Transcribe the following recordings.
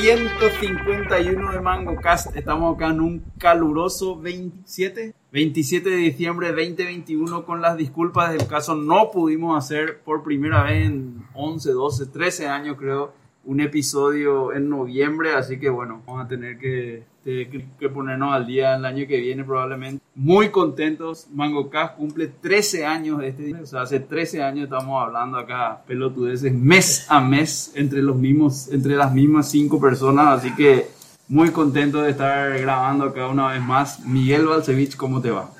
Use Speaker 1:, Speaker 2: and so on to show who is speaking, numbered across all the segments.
Speaker 1: 151 de Mango Cast. Estamos acá en un caluroso 27, 27 de diciembre de 2021 con las disculpas del caso. No pudimos hacer por primera vez en 11, 12, 13 años creo un episodio en noviembre, así que bueno, vamos a tener que, que- que ponernos al día el año que viene probablemente. Muy contentos, Mango Cast cumple 13 años de este, o sea, hace 13 años estamos hablando acá pelotudeces mes a mes entre los mismos, entre las mismas cinco personas, así que muy contento de estar grabando acá una vez más. Miguel Balcevich, ¿cómo te va?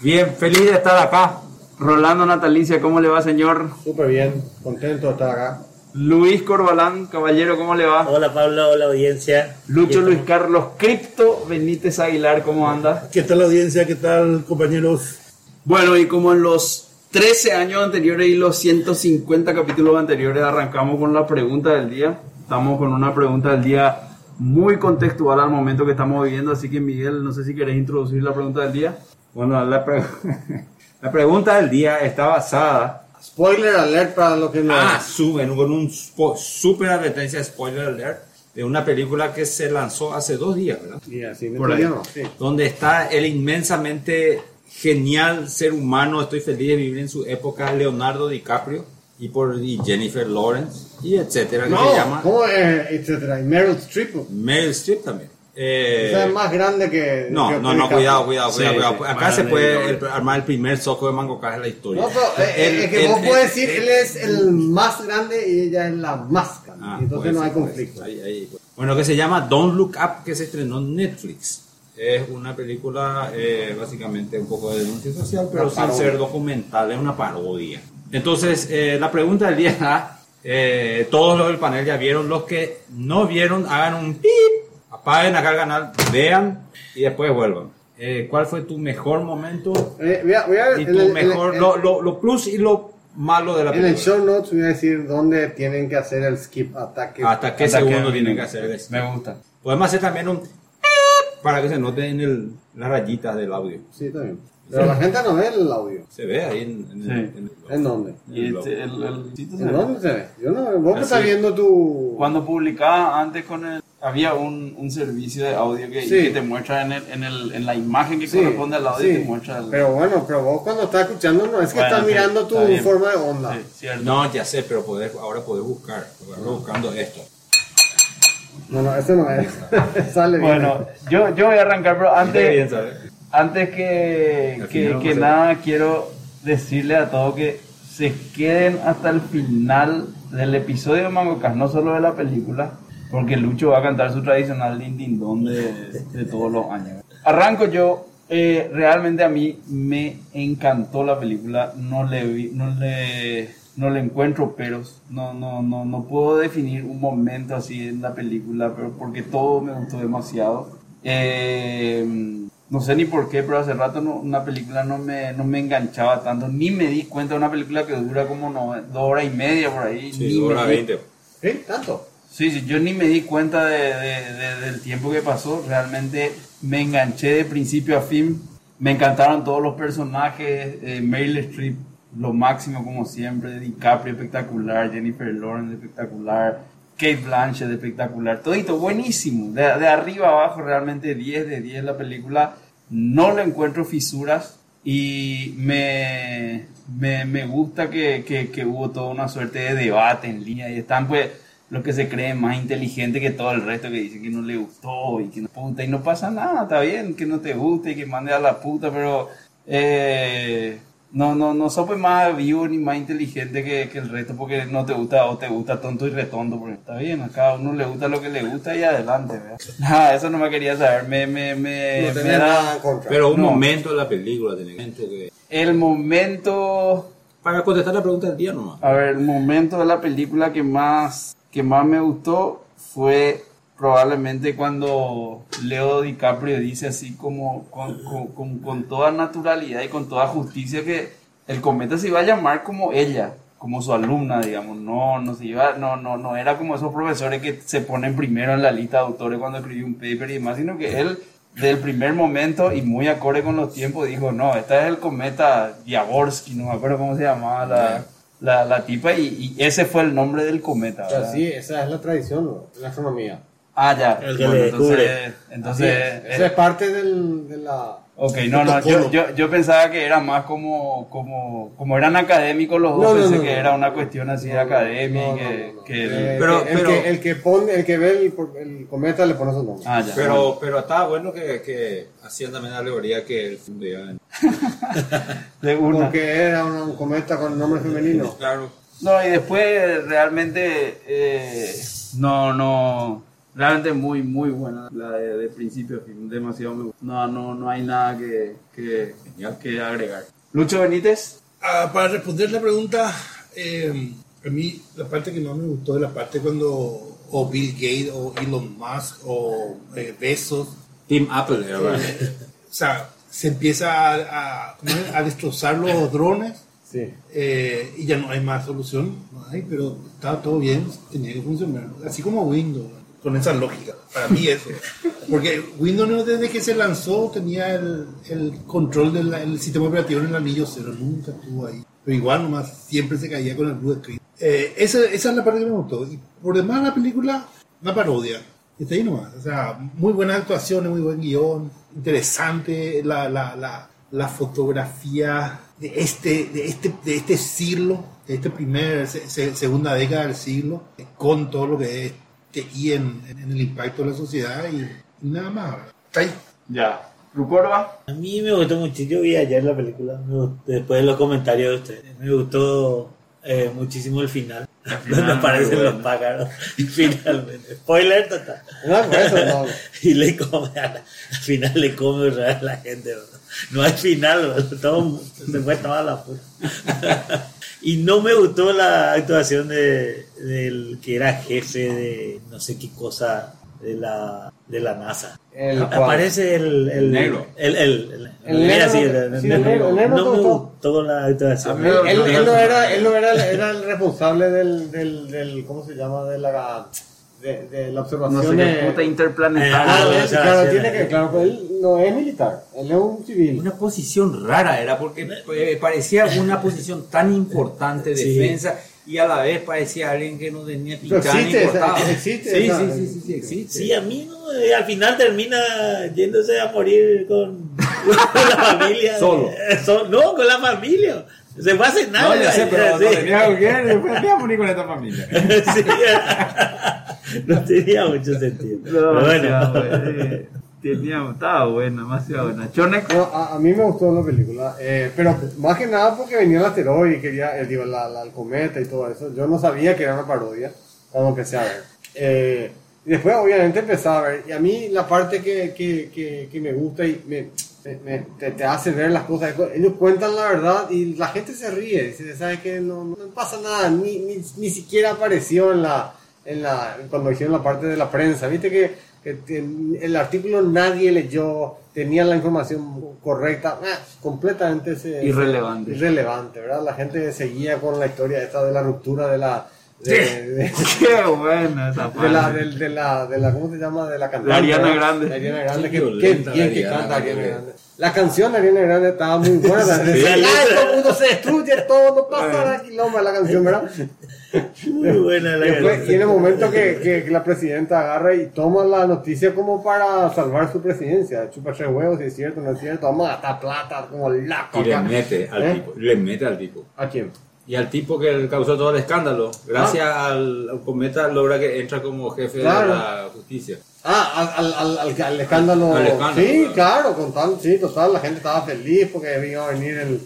Speaker 2: Bien, feliz de estar acá.
Speaker 1: Rolando Natalicia, ¿cómo le va, señor?
Speaker 3: Súper bien, contento de estar acá.
Speaker 1: Luis Corbalán, caballero, ¿cómo le va?
Speaker 4: Hola Pablo, hola audiencia.
Speaker 1: Lucho
Speaker 4: ¿Qué
Speaker 1: Luis Carlos Cripto Benítez Aguilar, ¿cómo andas?
Speaker 3: ¿Qué tal la audiencia? ¿Qué tal compañeros?
Speaker 1: Bueno, y como en los 13 años anteriores y los 150 capítulos anteriores, arrancamos con la pregunta del día. Estamos con una pregunta del día muy contextual al momento que estamos viviendo, así que Miguel, no sé si querés introducir la pregunta del día.
Speaker 2: Bueno, la, pre- la pregunta del día está basada.
Speaker 3: Spoiler alert para los que no.
Speaker 2: Ah, suben con un spo- super advertencia, spoiler alert, de una película que se lanzó hace dos días, ¿verdad?
Speaker 3: Y así me
Speaker 1: Por ahí.
Speaker 3: entendieron, sí.
Speaker 2: Donde está el inmensamente genial ser humano, estoy feliz de vivir en su época, Leonardo DiCaprio y, por, y Jennifer Lawrence, y etcétera, que se
Speaker 3: No,
Speaker 2: llama
Speaker 3: ¿cómo es? Etcétera. Y Meryl Streep. o
Speaker 2: Meryl Streep también. Eh,
Speaker 3: sea, es más grande que. que
Speaker 2: No, no,
Speaker 3: Tony
Speaker 2: no,
Speaker 3: Castro.
Speaker 2: cuidado, cuidado, cuidado.
Speaker 4: Sí,
Speaker 2: cuidado.
Speaker 4: sí,
Speaker 2: Acá
Speaker 4: para
Speaker 2: se
Speaker 4: mí,
Speaker 2: puede
Speaker 4: no.
Speaker 2: el- armar el primer soco de Mango Caja en la historia.
Speaker 3: No, pero eh,
Speaker 2: El-
Speaker 3: eh, es que
Speaker 2: el-
Speaker 3: vos
Speaker 2: el-
Speaker 3: podés decir,
Speaker 2: el-
Speaker 3: él es el más grande y ella es la más grande.
Speaker 2: Ah, puede
Speaker 3: Entonces no
Speaker 2: ser,
Speaker 3: hay
Speaker 2: puede
Speaker 3: conflicto.
Speaker 2: ser. Ahí, ahí, pues. Bueno, que se llama Don't Look Up, que se estrenó en Netflix. Es una película, eh, básicamente, un poco de denuncia social, pero
Speaker 3: Una
Speaker 2: sin
Speaker 3: parodia.
Speaker 2: ser documental, es una parodia. Entonces, eh, la pregunta del día era, eh, todos los del panel ya vieron, los que no vieron, hagan un pip, apaguen acá el canal, vean y después vuelvan. Eh, ¿Cuál fue tu mejor momento
Speaker 3: Eh, voy a- voy a-
Speaker 2: y
Speaker 3: en
Speaker 2: tu
Speaker 3: el-
Speaker 2: mejor,
Speaker 3: en el-
Speaker 2: lo, lo, lo plus y lo malo de la
Speaker 3: En el
Speaker 2: película?
Speaker 3: show notes voy a decir dónde tienen que hacer el skip ataque.
Speaker 2: ¿Hasta qué
Speaker 4: Hasta
Speaker 2: segundo
Speaker 4: que-
Speaker 2: tienen que hacer eso?
Speaker 4: Me gusta.
Speaker 2: Podemos hacer también un para que se noten el, las rayitas del audio.
Speaker 3: Sí, también. Pero la gente no ve el audio.
Speaker 2: Se ve ahí en, en el- en el-
Speaker 3: ¿En dónde?
Speaker 1: Y
Speaker 2: el-
Speaker 1: este, el- el-
Speaker 3: ¿En dónde se ve? Yo no, vos que
Speaker 2: Así.
Speaker 3: estás viendo tu...
Speaker 1: Cuando publicaba antes con el... Había un, un servicio de audio que,
Speaker 3: Sí.
Speaker 1: que te muestra en, el, en, el, en la imagen que
Speaker 3: Sí,
Speaker 1: corresponde al audio,
Speaker 3: sí.
Speaker 1: te muestra el...
Speaker 3: Pero bueno, pero vos cuando estás escuchando no es que
Speaker 1: Bueno,
Speaker 3: estás
Speaker 1: sí,
Speaker 3: mirando tu
Speaker 1: está bien.
Speaker 3: forma de onda.
Speaker 1: Sí, cierto.
Speaker 2: No, ya sé, pero poder, ahora podés buscar. Porque ahora buscando esto.
Speaker 3: No, no, eso no es. Sale bien.
Speaker 1: Bueno, eh, yo, yo voy a arrancar, pero
Speaker 2: Está
Speaker 1: antes...
Speaker 2: bien, ¿sabes?
Speaker 1: Antes que,
Speaker 2: Al
Speaker 1: que,
Speaker 2: final
Speaker 1: que
Speaker 2: vamos a-
Speaker 1: nada, quiero decirle a todos que se queden hasta el final del episodio de Mangocas, no solo de la película, porque Lucho va a cantar su tradicional lindindón de, de todos los años. Arranco yo. eh, realmente a mí me encantó la película. No le vi- no le, no le encuentro peros. No, no, no, no puedo definir un momento así en la película, pero porque todo me gustó demasiado. Eh, no sé ni por qué, pero hace rato no- una película no me, no me enganchaba tanto. Ni me di cuenta de una película que dura como no, dos horas y media por ahí. ni
Speaker 2: Sí,
Speaker 1: me
Speaker 2: hora
Speaker 1: di-
Speaker 2: 20.
Speaker 3: ¿Sí? ¿Tanto?
Speaker 1: Sí, sí, yo ni me di cuenta de, de- de- del tiempo que pasó. Realmente me enganché de principio a fin. Me encantaron todos los personajes. Eh, Meryl Streep, lo máximo como siempre. DiCaprio, espectacular. Jennifer Lawrence, espectacular. Kate Blanchett, espectacular. Todito, buenísimo. De, de arriba a abajo, realmente 10 de 10 la película. No le encuentro fisuras y me, me, me gusta que, que- que hubo toda una suerte de debate en línea y están pues los que se creen más inteligentes que todo el resto que dicen que no le gustó y que no puta y no pasa nada, está bien que no te guste y que mande a la puta, pero eh, no, no, no sos pues más vivo ni más inteligente que, que el resto porque no te gusta o te gusta tonto y retondo, porque está bien, a cada uno le gusta lo que le gusta y adelante, ¿verdad? Nada, eso no me quería saber, me, me, me,
Speaker 3: no
Speaker 1: me
Speaker 3: tenés
Speaker 1: da-
Speaker 3: nada en contra.
Speaker 2: Pero un
Speaker 1: No.
Speaker 2: momento de la película. tiene que- momento que-
Speaker 1: el momento,
Speaker 2: Para contestar la pregunta del día nomás.
Speaker 1: a ver, el momento de la película que más, que más me gustó fue probablemente cuando Leo DiCaprio dice así como con, con- con- con toda naturalidad y con toda justicia que el cometa se iba a llamar como ella, como su alumna, digamos, no, no se iba, no, no, no era como esos profesores que se ponen primero en la lista de autores cuando escribió un paper y demás, sino que él del primer momento y muy acorde con los tiempos dijo, no, esta es el cometa Diaborsky, no me acuerdo cómo se llamaba la, la, la tipa y, y ese fue el nombre del cometa.
Speaker 3: O sea,
Speaker 1: ¿verdad?
Speaker 3: sí, esa es la tradición, ¿no? la astronomía.
Speaker 1: Ah, ya.
Speaker 4: El que
Speaker 1: Bueno,
Speaker 4: le
Speaker 1: entonces,
Speaker 4: descubre.
Speaker 1: entonces
Speaker 3: Así es.
Speaker 1: eh,
Speaker 3: Esa es parte del, de la...
Speaker 1: ok, no, no, yo,
Speaker 4: protocolo.
Speaker 1: yo, yo pensaba que era más como, como, como eran académicos los dos,
Speaker 3: No, no,
Speaker 1: pensé
Speaker 3: no,
Speaker 1: que
Speaker 3: no.
Speaker 1: era una cuestión así
Speaker 3: No, no,
Speaker 1: académica,
Speaker 3: no, no,
Speaker 1: que,
Speaker 3: no.
Speaker 1: que-
Speaker 3: Eh,
Speaker 2: Pero-
Speaker 3: el,
Speaker 2: pero-
Speaker 3: que, el que pone, el que ve el, el cometa le pone su nombre.
Speaker 1: ah, ya.
Speaker 2: Pero, pero estaba bueno que, que hacían también la alegoría que el mundo iba en-
Speaker 1: de una.
Speaker 3: Porque era una- un cometa con el nombre femenino.
Speaker 2: Claro.
Speaker 1: No, y después realmente, eh, no, no, realmente muy, muy buena la de, de principio, a fin, demasiado me gusta. No, no, no hay nada que, que, que agregar. Lucho Benítez,
Speaker 4: Ah, para responder la pregunta, eh, a mí la parte que no me gustó es la parte cuando o Bill Gates o Elon Musk o eh, Bezos, eh,
Speaker 2: Team Apple era, ¿verdad?
Speaker 4: o sea, se empieza a, a- ¿cómo es? a destrozar los drones
Speaker 3: Sí.
Speaker 4: eh, y ya no hay más solución, no hay, pero estaba todo bien, tenía que funcionar, así como Windows, con esa lógica, para mí eso, porque Windows no, desde que se lanzó tenía el, el control del el sistema operativo en el anillo cero, nunca estuvo ahí, pero igual nomás siempre se caía con el blue screen. Eh, esa, esa es la parte que me gustó, y por demás la película, una parodia, está ahí nomás, o sea, muy buenas actuaciones, muy buen guión, interesante la, la, la, la fotografía de este, de este, de este siglo, de este primer, se- se- segunda década del siglo, eh, con todo lo que es TI en, en el impacto de la sociedad y, y nada más. Está ahí.
Speaker 1: ya. Rucorba,
Speaker 4: Córdoba?
Speaker 5: A mí me gustó mucho, yo vi ayer la película, me gustó- después de los comentarios de ustedes, me gustó eh, muchísimo el final, donde aparecen los pájaros, finalmente. Spoiler total.
Speaker 3: No, por eso no.
Speaker 5: Y le come, a la- al final le come otra vez a la gente, bro. no hay final, bro. todo se fue toda la puta. Y no me gustó la actuación de, del que era jefe de no sé qué cosa de la, de la NASA.
Speaker 3: El
Speaker 5: A-
Speaker 3: cual-
Speaker 5: Aparece el, el
Speaker 2: negro.
Speaker 5: El, el, el,
Speaker 3: El negro,
Speaker 5: así,
Speaker 3: sí, el negro, el negro
Speaker 5: no me
Speaker 3: todo, todo.
Speaker 5: gustó la actuación.
Speaker 3: Él, él- él no era, él no era, era el responsable del, del, del, ¿cómo se llama? De la, de, de la
Speaker 1: no
Speaker 3: observación.
Speaker 1: sé qué
Speaker 3: de-
Speaker 1: puta
Speaker 3: Ah,
Speaker 1: interplanetaria.
Speaker 5: Eh,
Speaker 3: él-
Speaker 5: o sea,
Speaker 3: claro,
Speaker 5: sí,
Speaker 3: tiene
Speaker 5: era-
Speaker 3: que, claro, pues él no es militar, él es un civil.
Speaker 2: Una posición rara era porque eh, parecía una posición tan importante de
Speaker 5: Sí.
Speaker 2: defensa y a la vez parecía alguien que no tenía
Speaker 3: Pero
Speaker 2: pichán ni
Speaker 3: existe esa-
Speaker 2: cortado.
Speaker 3: existe
Speaker 2: sí,
Speaker 3: esa-
Speaker 2: sí, sí, sí, sí, existe.
Speaker 5: Sí, a mí no, eh, al final termina yéndose a morir con, con la familia.
Speaker 2: Solo.
Speaker 5: Eh, so- no, con la familia. Se fue a cenar.
Speaker 2: No, ya sé, pero
Speaker 5: sí.
Speaker 2: no tenía con quién, después me iba a morir con esta familia.
Speaker 5: Sí. no tenía mucho sentido. Pero
Speaker 1: Demasiado
Speaker 5: bueno.
Speaker 1: buena, eh. Tenía- estaba buena, demasiado buena. Chonex,
Speaker 3: No, a, a mí me gustó la película, eh, pero más que nada porque venía el asteroide y quería, eh, digo, la, la- el cometa y todo eso. Yo no sabía que era una parodia cuando empecé a ver. Eh, y después, obviamente, empecé a ver. Y a mí la parte que, que, que, que me gusta y me, me- me- te, te hace ver las cosas, ellos cuentan la verdad y la gente se ríe. Dice, ¿sabes qué? No, no pasa nada, ni, ni, ni siquiera apareció en la, en la, cuando hicieron la parte de la prensa. Viste que, que ten- el artículo nadie leyó, tenía la información correcta, ah, completamente se-
Speaker 1: Irrelevante.
Speaker 3: irrelevante, ¿verdad? La gente seguía con la historia esta de la ruptura de la. De, de-
Speaker 1: qué buena esa
Speaker 3: de la,
Speaker 1: parte.
Speaker 3: del- de, la, de la, ¿cómo se llama? De la cantante.
Speaker 1: Ah, La Ariana
Speaker 3: ¿verdad?
Speaker 1: Grande.
Speaker 3: La Ariana Grande,
Speaker 2: Qué
Speaker 3: que,
Speaker 2: violenta
Speaker 3: qué bien
Speaker 2: la
Speaker 3: que
Speaker 2: Ariana
Speaker 3: canta Ariana
Speaker 2: Grande.
Speaker 3: Grande. La canción de Ariana Grande estaba muy buena.
Speaker 5: Sí.
Speaker 3: Decía, "Ay, todo el mundo se destruye, todo, no pasa nada, quilombo la canción, ¿verdad?
Speaker 5: Muy buena la
Speaker 3: Y después, y en el
Speaker 5: canción.
Speaker 3: momento que, que- que la presidenta agarra y toma la noticia como para salvar su presidencia, chupa tres huevos, si es cierto, no es cierto, vamos a gastar plata como loco.
Speaker 2: Y le
Speaker 3: acá.
Speaker 2: mete al
Speaker 3: ¿Eh?
Speaker 2: tipo, le mete al tipo.
Speaker 3: ¿A quién?
Speaker 2: Y al tipo que causó todo el escándalo, gracias
Speaker 3: Ah.
Speaker 2: al, al cometa, logra que entra como jefe
Speaker 3: Claro.
Speaker 2: de la justicia.
Speaker 3: Ah, al, al, al, al- al escándalo.
Speaker 2: Al escándalo,
Speaker 3: sí,
Speaker 2: claro.
Speaker 3: claro, con tal, sí, total, la gente estaba feliz porque iba a venir el.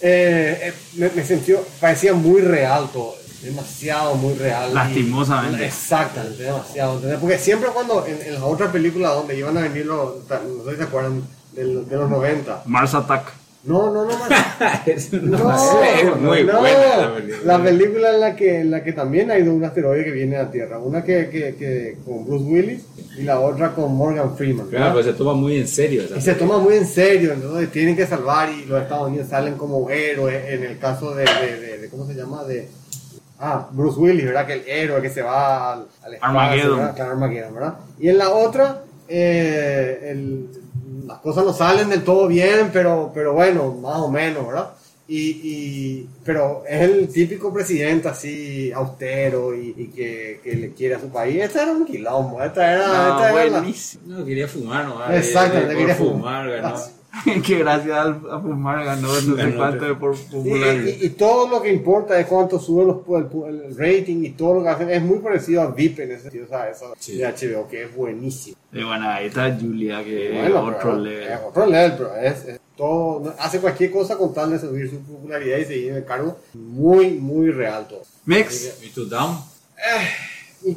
Speaker 3: Eh, eh, me, me sintió, parecía muy real todo, demasiado muy real. y-
Speaker 1: Lastimosamente.
Speaker 3: Exactamente, demasiado. ¿entendés? Porque siempre cuando en, en las otras películas donde iban a venir los, no sé si se acuerdan, de, los- de los 90,
Speaker 1: Mars Attack.
Speaker 3: No, no, no, Max.
Speaker 2: es
Speaker 3: No,
Speaker 2: es muy
Speaker 3: no.
Speaker 2: buena la película.
Speaker 3: La película en la que, en la que también ha ido un asteroide que viene a la Tierra. Una que, que, que con Bruce Willis y la otra con Morgan Freeman.
Speaker 2: Claro, pero se toma muy en serio. esa
Speaker 3: Y se toma muy en serio, entonces tienen que salvar y los Estados Unidos salen como héroes en el caso de, de- de- de- ¿cómo se llama? De, ah, Bruce Willis, ¿verdad? Que el héroe que se va al, al espacio,
Speaker 1: Armageddon.
Speaker 3: ¿verdad? Claro, Armageddon, ¿verdad? Y en la otra, eh, el- las cosas no salen del todo bien, pero, pero bueno, más o menos, ¿verdad? Y, y- pero es el típico presidente así austero y, y que, que le quiere a su país. Esta era un quilombo, esta era,
Speaker 1: No,
Speaker 3: Ah, esta era la-
Speaker 1: Ah, buenísimo.
Speaker 2: No, quería fumar, no.
Speaker 3: Exacto,
Speaker 2: Eh,
Speaker 3: le
Speaker 2: por
Speaker 3: quería
Speaker 2: fumar,
Speaker 3: fumar. Ah,
Speaker 2: ganó.
Speaker 1: que gracias al- a fumar ganó no sé
Speaker 2: Ganó,
Speaker 1: cuánto de
Speaker 2: pero-
Speaker 1: por
Speaker 3: Sí,
Speaker 1: popularidad.
Speaker 3: Y, y todo lo que importa es cuánto suben los, pu- el, pu- el rating y todo lo que hacen. Es muy parecido a VIP en ese sentido, o sea, eso
Speaker 2: Sí.
Speaker 3: de HBO, que es buenísimo.
Speaker 1: Y bueno, ahí está Julia, que
Speaker 3: Bueno,
Speaker 1: es Eh, otro
Speaker 3: pero- eh,
Speaker 1: level.
Speaker 3: Es otro level, pero es, es todo, no- hace cualquier cosa con tal de subir su popularidad y seguir en el cargo. Muy, muy real todo.
Speaker 1: Mix,
Speaker 2: ¿Y tú, Down?
Speaker 3: Y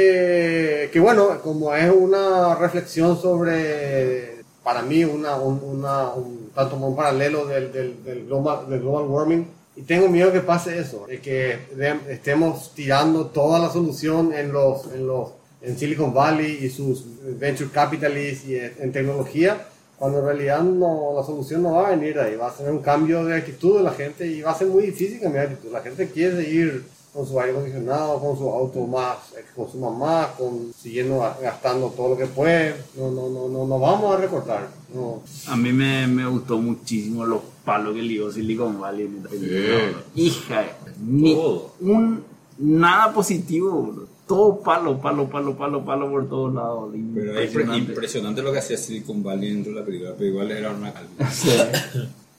Speaker 3: que, que bueno, como es una reflexión sobre, para mí, una, un, una, un, tanto como un paralelo del, del, del global, del global warming, y tengo miedo que pase eso, de que de- estemos tirando toda la solución en los, en los, en Silicon Valley y sus venture capitalists y en en tecnología, cuando en realidad no, la solución no va a venir de ahí, va a ser un cambio de actitud de la gente y va a ser muy difícil cambiar de actitud. La gente quiere seguir con su aire acondicionado, con su auto más, eh, que consuma más, con, siguiendo a- gastando todo lo que puede. No, no, no, no, no vamos a recortar. No.
Speaker 1: a mí me, me gustó muchísimo los palos que le dio Silicon Valley. en esta película. Hija, ni
Speaker 2: Todo.
Speaker 1: un, nada positivo, bro. todo palo, palo, palo, palo, palo por todos lados.
Speaker 6: Pero es impre- impresionante lo que hacía Silicon Valley dentro de la película, pero igual era una calma.
Speaker 1: Sí.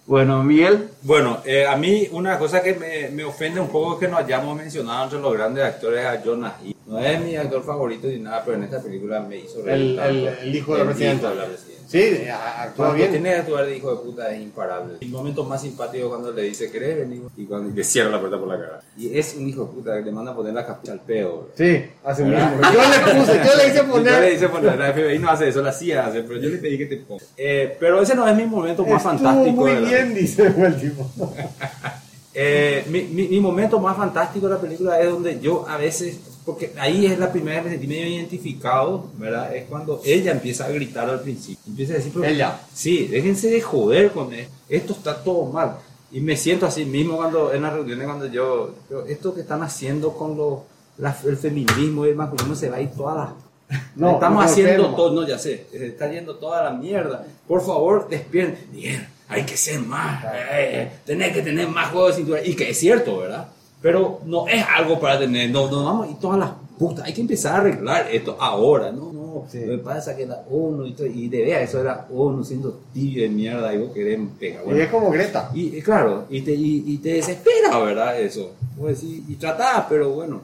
Speaker 1: Bueno, Miguel,
Speaker 2: Bueno, eh, a mí una cosa que me, me ofende un poco es que no hayamos mencionado entre los grandes actores a Jonas Hill. No es mi actor favorito ni nada, pero en esta película me hizo reír
Speaker 3: El,
Speaker 2: tanto.
Speaker 3: el, el hijo de la
Speaker 2: El
Speaker 3: presidenta.
Speaker 2: hijo de la presidenta.
Speaker 3: Sí, eh, a- actúa
Speaker 2: Cuando
Speaker 3: bien.
Speaker 2: tiene que actuar de hijo de puta es imparable. El momento más simpático cuando le dice, ¿querés venir? Y cuando y le cierra la puerta por la cara. Y es un hijo de puta que le manda a poner la capucha al pedo. bro.
Speaker 3: Sí, hace un mismo. Yo le puse, yo le hice poner.
Speaker 2: Yo le hice poner, la FBI no hace eso, la CIA hace, pero yo le pedí que te ponga. Eh, pero ese no es mi momento más
Speaker 3: Estuvo
Speaker 2: fantástico.
Speaker 3: muy
Speaker 2: de la
Speaker 3: bien, dice el tipo.
Speaker 2: Eh, mi, mi- mi momento más fantástico de la película es donde yo a veces, porque ahí es la primera vez que me sentí medio identificado, ¿verdad? Es cuando ella empieza a gritar al principio. Empieza a decir, pero-
Speaker 3: Ella.
Speaker 2: Sí, déjense de joder con esto. Esto está todo mal. Y me siento así mismo cuando en las reuniones, cuando yo, yo, esto que están haciendo con los la- el feminismo y el masculino se va a ir toda la...
Speaker 3: No,
Speaker 2: estamos
Speaker 3: no,
Speaker 2: haciendo
Speaker 3: enfermo.
Speaker 2: todo, no, ya sé, se está yendo toda la mierda. Por favor, despierten. Bien, hay que ser más, eh, tenés que tener más juego de cintura. Y que es cierto, ¿verdad? Pero no es algo para tener, no, no vamos y todas las putas, hay que empezar a arreglar esto ahora, ¿no? No, lo que pasa es que la ONU y, todo, y de vea, eso era ONU siendo tibio de mierda y vos querés pegar.
Speaker 3: Y es como Greta.
Speaker 2: Y eh, claro, y te, y, y te desespera, ¿verdad? Eso. Pues, y, y tratás, pero bueno.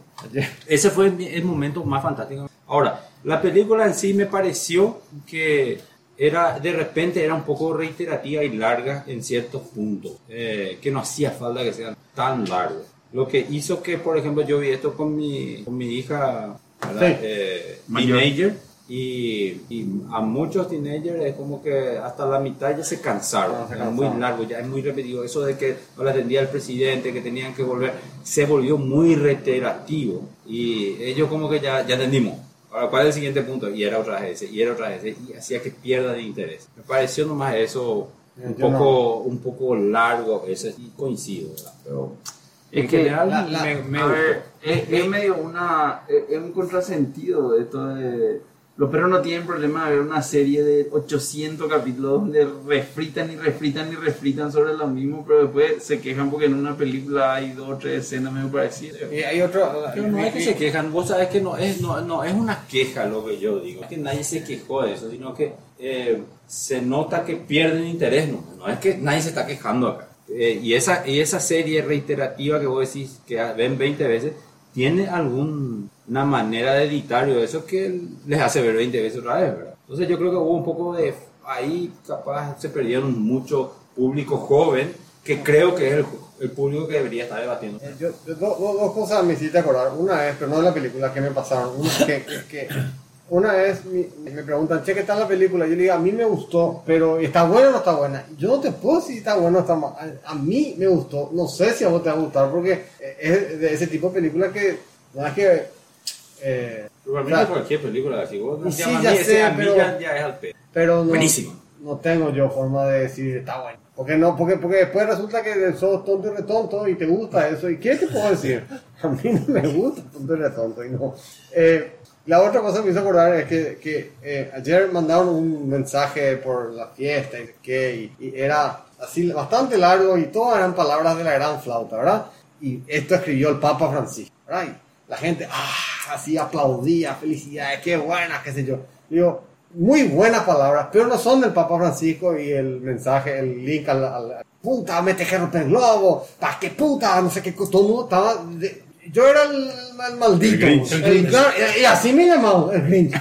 Speaker 2: Ese fue mi- el momento más fantástico. Ahora, la película en sí me pareció que era de repente era un poco reiterativa y larga en ciertos puntos, eh, que no hacía falta que sean tan largas. Lo que hizo que, por ejemplo, yo vi esto con mi, con mi hija, ¿verdad?
Speaker 3: Sí.
Speaker 2: Eh,
Speaker 1: Mayor.
Speaker 2: teenager, y, y a muchos teenagers es como que hasta la mitad ya se cansaron,
Speaker 3: Ah, se
Speaker 2: es
Speaker 3: cansaron.
Speaker 2: muy largo, ya es muy repetido, eso de que no la atendía el presidente, que tenían que volver, se volvió muy reiterativo y ellos como que ya, ya entendimos. Ahora, ¿cuál es el siguiente punto? Y era otra vez ese, y era otra vez ese, y hacía que pierda de interés. Me pareció nomás eso un,
Speaker 3: Eh, yo
Speaker 2: poco, un poco largo, eso y coincido, ¿verdad? Pero
Speaker 1: Es
Speaker 2: en
Speaker 1: que
Speaker 2: general
Speaker 1: la- la-
Speaker 2: me, me
Speaker 1: a
Speaker 2: gustó.
Speaker 1: ver, es, es medio una. Es, es un contrasentido esto de. Los perros no tienen problema de ver una serie de 800 capítulos donde refritan y refritan y refritan sobre lo mismo, pero después se quejan porque en una película hay dos o tres escenas medio parecidas.
Speaker 3: Y hay otro.
Speaker 2: Pero no es que se quejan, vos sabés que no es, no, no es una queja lo que yo digo, es que nadie se quejó de eso, sino que eh, se nota que pierden interés, no, no es que nadie se está quejando acá. Eh, y, esa, y esa serie reiterativa que vos decís que ven 20 veces, tiene alguna manera de editar o eso que les hace ver 20 veces otra vez, ¿verdad? Entonces yo creo que hubo un poco de, ahí capaz se perdieron mucho público joven, que creo que es el, el público que debería estar debatiendo.
Speaker 3: Eh, yo- yo- do- do- dos cosas me hiciste acordar. Una es, pero no de la película, que me pasaron. Una que, que, que una vez mi- me preguntan, che, ¿qué tal la película? Yo le digo, a mí me gustó, pero ¿está buena o no está buena? Yo no te puedo decir si está buena o está mal. A, a mí me gustó. No sé si a vos te va a gustar porque eh, es de ese tipo de película que, no es que... eh,
Speaker 6: Pero
Speaker 3: O sea,
Speaker 6: cualquier película, si vos
Speaker 3: sí,
Speaker 6: llamas
Speaker 3: ya
Speaker 6: a mí, ese
Speaker 3: sé,
Speaker 6: a mí
Speaker 3: pero-
Speaker 6: ya, ya es al pedo.
Speaker 3: pero no,
Speaker 6: Buenísimo.
Speaker 3: no tengo yo forma de decir está bueno. Porque no, porque, porque después resulta que sos tonto y retonto y te gusta eso. ¿Y qué te puedo decir? A mí no me gusta tonto y retonto. Y no. Eh, la otra cosa que me hizo acordar es que, que, eh, ayer mandaron un mensaje por la fiesta y, que, y, y era así bastante largo y todas eran palabras de la gran flauta, ¿verdad? Y esto escribió el Papa Francisco, ¿verdad? Y la gente, ah, así aplaudía, felicidades, qué buenas, qué sé yo. Digo, muy buenas palabras, pero no son del Papa Francisco y el mensaje, el link al... al- al- puta, me tejeron el globo, pa' qué puta, no sé qué, co- todo el mundo estaba... de- yo era el, el maldito.
Speaker 4: Grinch, el
Speaker 3: el-
Speaker 4: Grinch.
Speaker 3: claro, y- y así me llamaban, el Grinch.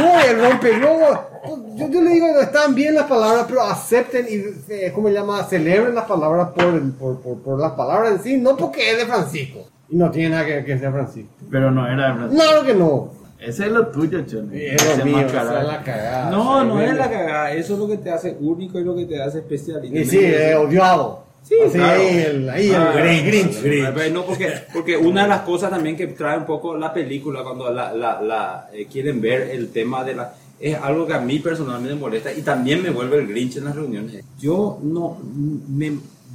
Speaker 3: No, el rompeglobo. Yo, yo le digo, están bien las palabras, pero acepten y, eh, ¿cómo se llama? Celebren las palabras por, el- por, por, por las palabras en sí, no porque es de Francisco. Y no tiene nada que, que sea Francisco.
Speaker 1: Pero no era de Francisco.
Speaker 3: Claro que no.
Speaker 1: Ese es lo tuyo, Chone.
Speaker 3: Es lo
Speaker 1: Ese
Speaker 3: mío,
Speaker 1: mascarado.
Speaker 3: esa es la cagada.
Speaker 2: No, no es
Speaker 3: Ah, Tremendo.
Speaker 2: la cagada. Eso es lo que te hace único y lo que te hace especial.
Speaker 3: Y sí, eh, odiado. Sí,
Speaker 2: claro.
Speaker 3: ahí el, ahí el
Speaker 2: Ah,
Speaker 3: Grinch.
Speaker 2: Ah, pero No, porque, porque una de las cosas también que trae un poco la película cuando la, la- la, eh, quieren ver el tema de la... Es algo que a mí personalmente me molesta y también me vuelve el Grinch en las reuniones. Yo no... Me,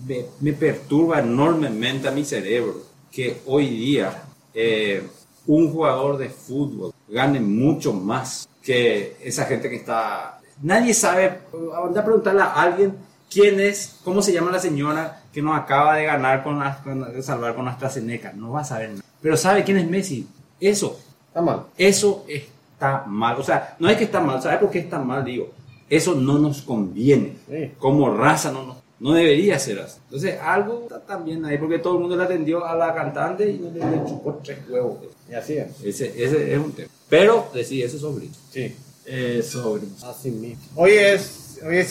Speaker 2: me, me perturba enormemente a mi cerebro que hoy día eh, un jugador de fútbol gane mucho más que esa gente que está... Nadie sabe, anda a preguntarle a alguien ¿Quién es? ¿Cómo se llama la señora que nos acaba de ganar con, la- con- de salvar con AstraZeneca? No va a saber nada. Pero sabe quién es Messi. Eso,
Speaker 3: Está mal.
Speaker 2: eso está mal. O sea, no es que está mal, ¿sabe por qué está mal? Digo, eso no nos conviene.
Speaker 3: Sí.
Speaker 2: Como raza no nos- no debería ser así. Entonces, algo está también ahí, porque todo el mundo le atendió a la cantante y no le, le chupó tres huevos.
Speaker 3: Y así es.
Speaker 2: Ese, ese es un tema. Pero, eh, sí, eso es sobre.
Speaker 3: Sí.
Speaker 1: Eh, sobre.
Speaker 3: Así mismo. Ah, Hoy es, hoy es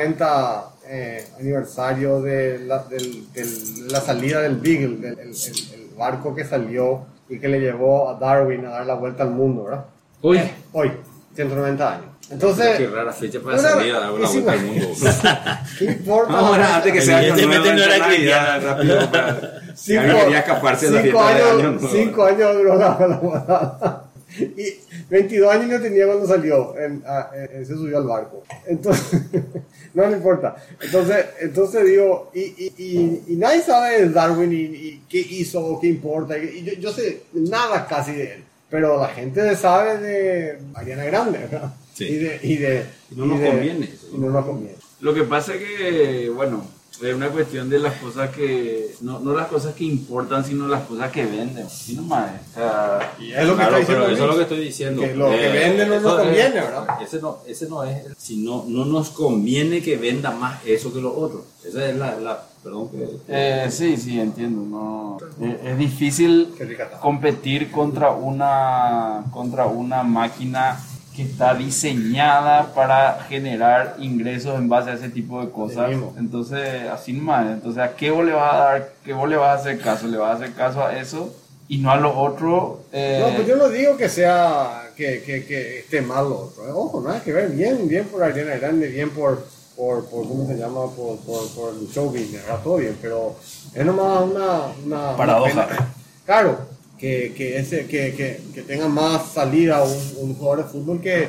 Speaker 3: 190 eh, aniversario de la, del- del- la salida del Beagle, del el, el- el barco que salió y que le llevó a Darwin a dar la vuelta al mundo, ¿verdad?
Speaker 2: Uy,
Speaker 3: Hoy, 190 años.
Speaker 2: Eh, qué
Speaker 3: Entonces,
Speaker 2: rara fecha para
Speaker 3: Eh, Una-
Speaker 2: salir a dar la
Speaker 3: sí,
Speaker 2: vuelta al
Speaker 3: bueno.
Speaker 2: mundo.
Speaker 3: ¿qué importa?
Speaker 2: Ahora, antes que sea año nuevo,
Speaker 5: Evidentemente no era
Speaker 2: entra Navidad, rápido. para- Si alguien quería escaparse de la
Speaker 3: cinco
Speaker 2: fiesta de
Speaker 3: años,
Speaker 2: año nuevo.
Speaker 3: Cinco años duró la, la guardada. Y 22 años yo tenía cuando salió, en- a- en- se subió al barco. Entonces, no le importa. Entonces, entonces digo, y, y, y, y nadie sabe de Darwin y, y qué hizo, o qué importa. Y yo, yo sé nada casi de él. Pero la gente sabe de Ariana Grande, ¿verdad?
Speaker 6: Sí.
Speaker 3: Y de, y de-
Speaker 2: Y no nos
Speaker 3: de-
Speaker 2: conviene eso.
Speaker 3: Y no nos conviene.
Speaker 1: Lo que pasa es que, bueno, es una cuestión de las cosas que, no, no las cosas que importan, sino las cosas que venden. Así nomás, o sea,
Speaker 3: es lo que
Speaker 6: Claro,
Speaker 3: está diciendo
Speaker 6: pero eso es
Speaker 3: Luis.
Speaker 6: lo que estoy diciendo.
Speaker 3: Que lo que venden no nos
Speaker 2: Eh, eso es-
Speaker 3: conviene, ¿verdad?
Speaker 2: Ese no, ese no es, el- si no, no nos conviene que venda más eso que lo otro. Esa es la, la perdón que...
Speaker 1: eh, sí, sí, entiendo. No, eh, es difícil
Speaker 3: Qué rica está.
Speaker 1: competir contra una, contra una máquina que está diseñada para generar ingresos en base a ese tipo de cosas.
Speaker 3: Sí mismo.
Speaker 1: Entonces, así nomás. Entonces, ¿a qué vos le vas a dar? ¿Qué vos le vas a hacer caso? ¿Le vas a hacer caso a eso? Y no a lo otro. eh,
Speaker 3: No, pues yo no digo que sea que, que, que esté mal lo otro. eh. Ojo, nada que ver. Bien, bien por Ariana Grande, bien por, por, por ¿cómo se llama? Por, por, por el show business, ¿verdad? todo bien, pero es nomás una, una una
Speaker 1: Paradoja.
Speaker 3: pena. Claro, que, que, ese, que, que, que tenga más salida un, un jugador de fútbol que,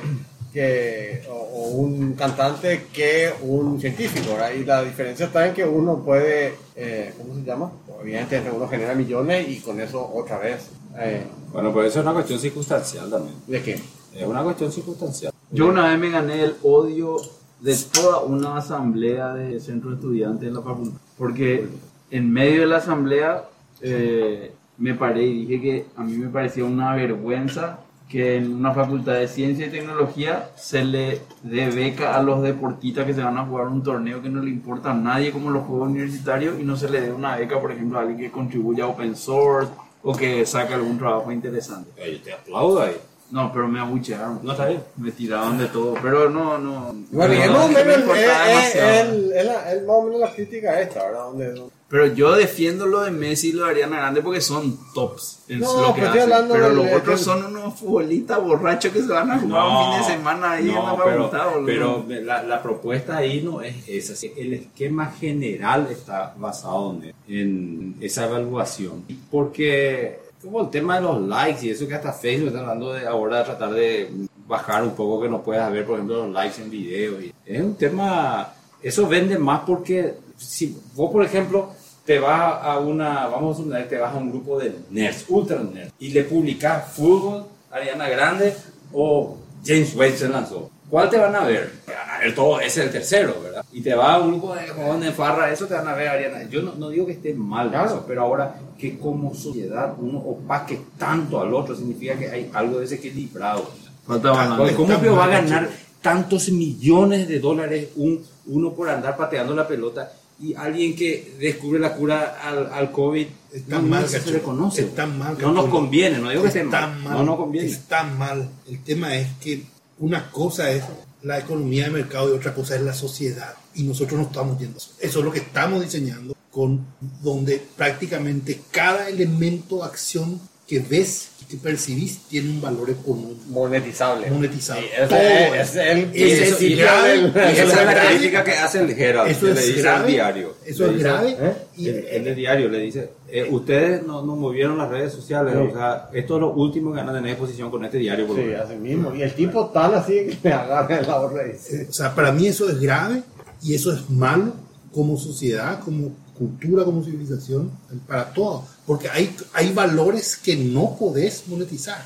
Speaker 3: que o, o un cantante que un científico, ¿verdad? Y la diferencia está en que uno puede, eh, ¿cómo se llama? Obviamente uno genera millones y con eso otra vez. eh,
Speaker 6: Bueno, pero eso es una cuestión circunstancial también.
Speaker 3: ¿De qué?
Speaker 6: Es una cuestión circunstancial.
Speaker 1: Yo una vez me gané el odio de toda una asamblea de centro de estudiantes en la facultad, porque en medio de la asamblea eh, me paré y dije que a mí me parecía una vergüenza que en una facultad de ciencia y tecnología se le dé beca a los deportistas que se van a jugar un torneo que no le importa a nadie como los juegos universitarios y no se le dé una beca, por ejemplo, a alguien que contribuya a open source o que saque algún trabajo interesante.
Speaker 2: Eh,
Speaker 6: Yo te aplaudo ahí.
Speaker 1: No, pero me abuchearon.
Speaker 6: No está bien.
Speaker 1: Me tiraron de todo, pero no, no.
Speaker 3: Bueno,
Speaker 1: no,
Speaker 3: es más
Speaker 1: no
Speaker 3: o
Speaker 1: me
Speaker 3: menos el- eh,
Speaker 1: importaba
Speaker 3: es- es-
Speaker 1: demasiado.
Speaker 3: el- es la- es más o menos la crítica esta, ¿verdad? Donde,
Speaker 1: Pero yo defiendo lo de Messi y lo de Ariana Grande porque son tops. en
Speaker 3: No,
Speaker 1: lo que
Speaker 3: pero estoy
Speaker 1: hacen.
Speaker 3: hablando
Speaker 1: pero
Speaker 3: del-
Speaker 1: los otros
Speaker 3: del-
Speaker 1: son unos futbolistas borrachos que se van a jugar un fin de semana ahí
Speaker 2: no,
Speaker 1: en la
Speaker 2: pero,
Speaker 1: facultad, boludo.
Speaker 2: pero la, la propuesta ahí no es esa. sí, El esquema general está basado en, en esa evaluación. Porque como el tema de los likes y eso que hasta Facebook está hablando de ahora tratar de bajar un poco que no puedas ver, por ejemplo, los likes en videos. y- Es un tema... Eso vende más porque si vos, por ejemplo, te vas a una, vamos a suponer, te vas a un grupo de nerds, ultra nerds, y le publicas fútbol, Ariana Grande o James Wade se lanzó. ¿Cuál te van a ver? Te van a ver todo, ese es el tercero, ¿verdad? Y te va a un grupo de jóvenes farra, eso te van a ver Ariana. Yo no, no digo que esté mal, eso, pero ahora que como sociedad uno opaque tanto al otro, significa que hay algo desequilibrado.
Speaker 1: Falta
Speaker 4: Ah,
Speaker 1: balance.
Speaker 2: Porque ¿Cómo que va a ganar tantos millones de dólares un, uno por andar pateando la pelota y alguien que descubre la cura al, al COVID
Speaker 4: Está
Speaker 2: no,
Speaker 4: mal,
Speaker 2: no se
Speaker 4: cacho.
Speaker 2: reconoce?
Speaker 4: Está mal,
Speaker 2: No nos
Speaker 4: cacho.
Speaker 2: conviene, no digo que esté
Speaker 4: Está
Speaker 2: mal. No nos conviene.
Speaker 4: Está mal. El tema es que una cosa es la economía de mercado y otra cosa es la sociedad. Y nosotros no estamos yendo. a eso. Eso es lo que estamos diseñando, con donde prácticamente cada elemento, acción que ves, que percibís, tiene un valor económico
Speaker 3: Monetizable.
Speaker 4: monetizado.
Speaker 3: Sí, ese
Speaker 4: Todo
Speaker 3: es- ese es el
Speaker 4: Ese es
Speaker 3: principio
Speaker 4: grave,
Speaker 3: del-
Speaker 4: y esa
Speaker 6: Esa es la
Speaker 4: grave,
Speaker 6: crítica que hace el Gerard,
Speaker 4: Eso
Speaker 6: que le
Speaker 4: es
Speaker 6: dice
Speaker 4: grave.
Speaker 6: al diario.
Speaker 4: Eso
Speaker 2: Le
Speaker 4: es
Speaker 2: dice,
Speaker 4: grave.
Speaker 3: ¿eh?
Speaker 4: Y,
Speaker 2: en, en el diario le dice, eh, ustedes no, no movieron las redes sociales,
Speaker 3: Sí.
Speaker 2: o sea, esto es lo último que van a tener exposición con este diario. Por lo
Speaker 3: Sí,
Speaker 2: menos.
Speaker 3: así mismo. Y el tipo tan así que le agarra el ahorro y dice,
Speaker 4: O sea, para mí eso es grave y eso es malo como sociedad, como cultura, como civilización, para todo. Porque hay, hay valores que no podés monetizar.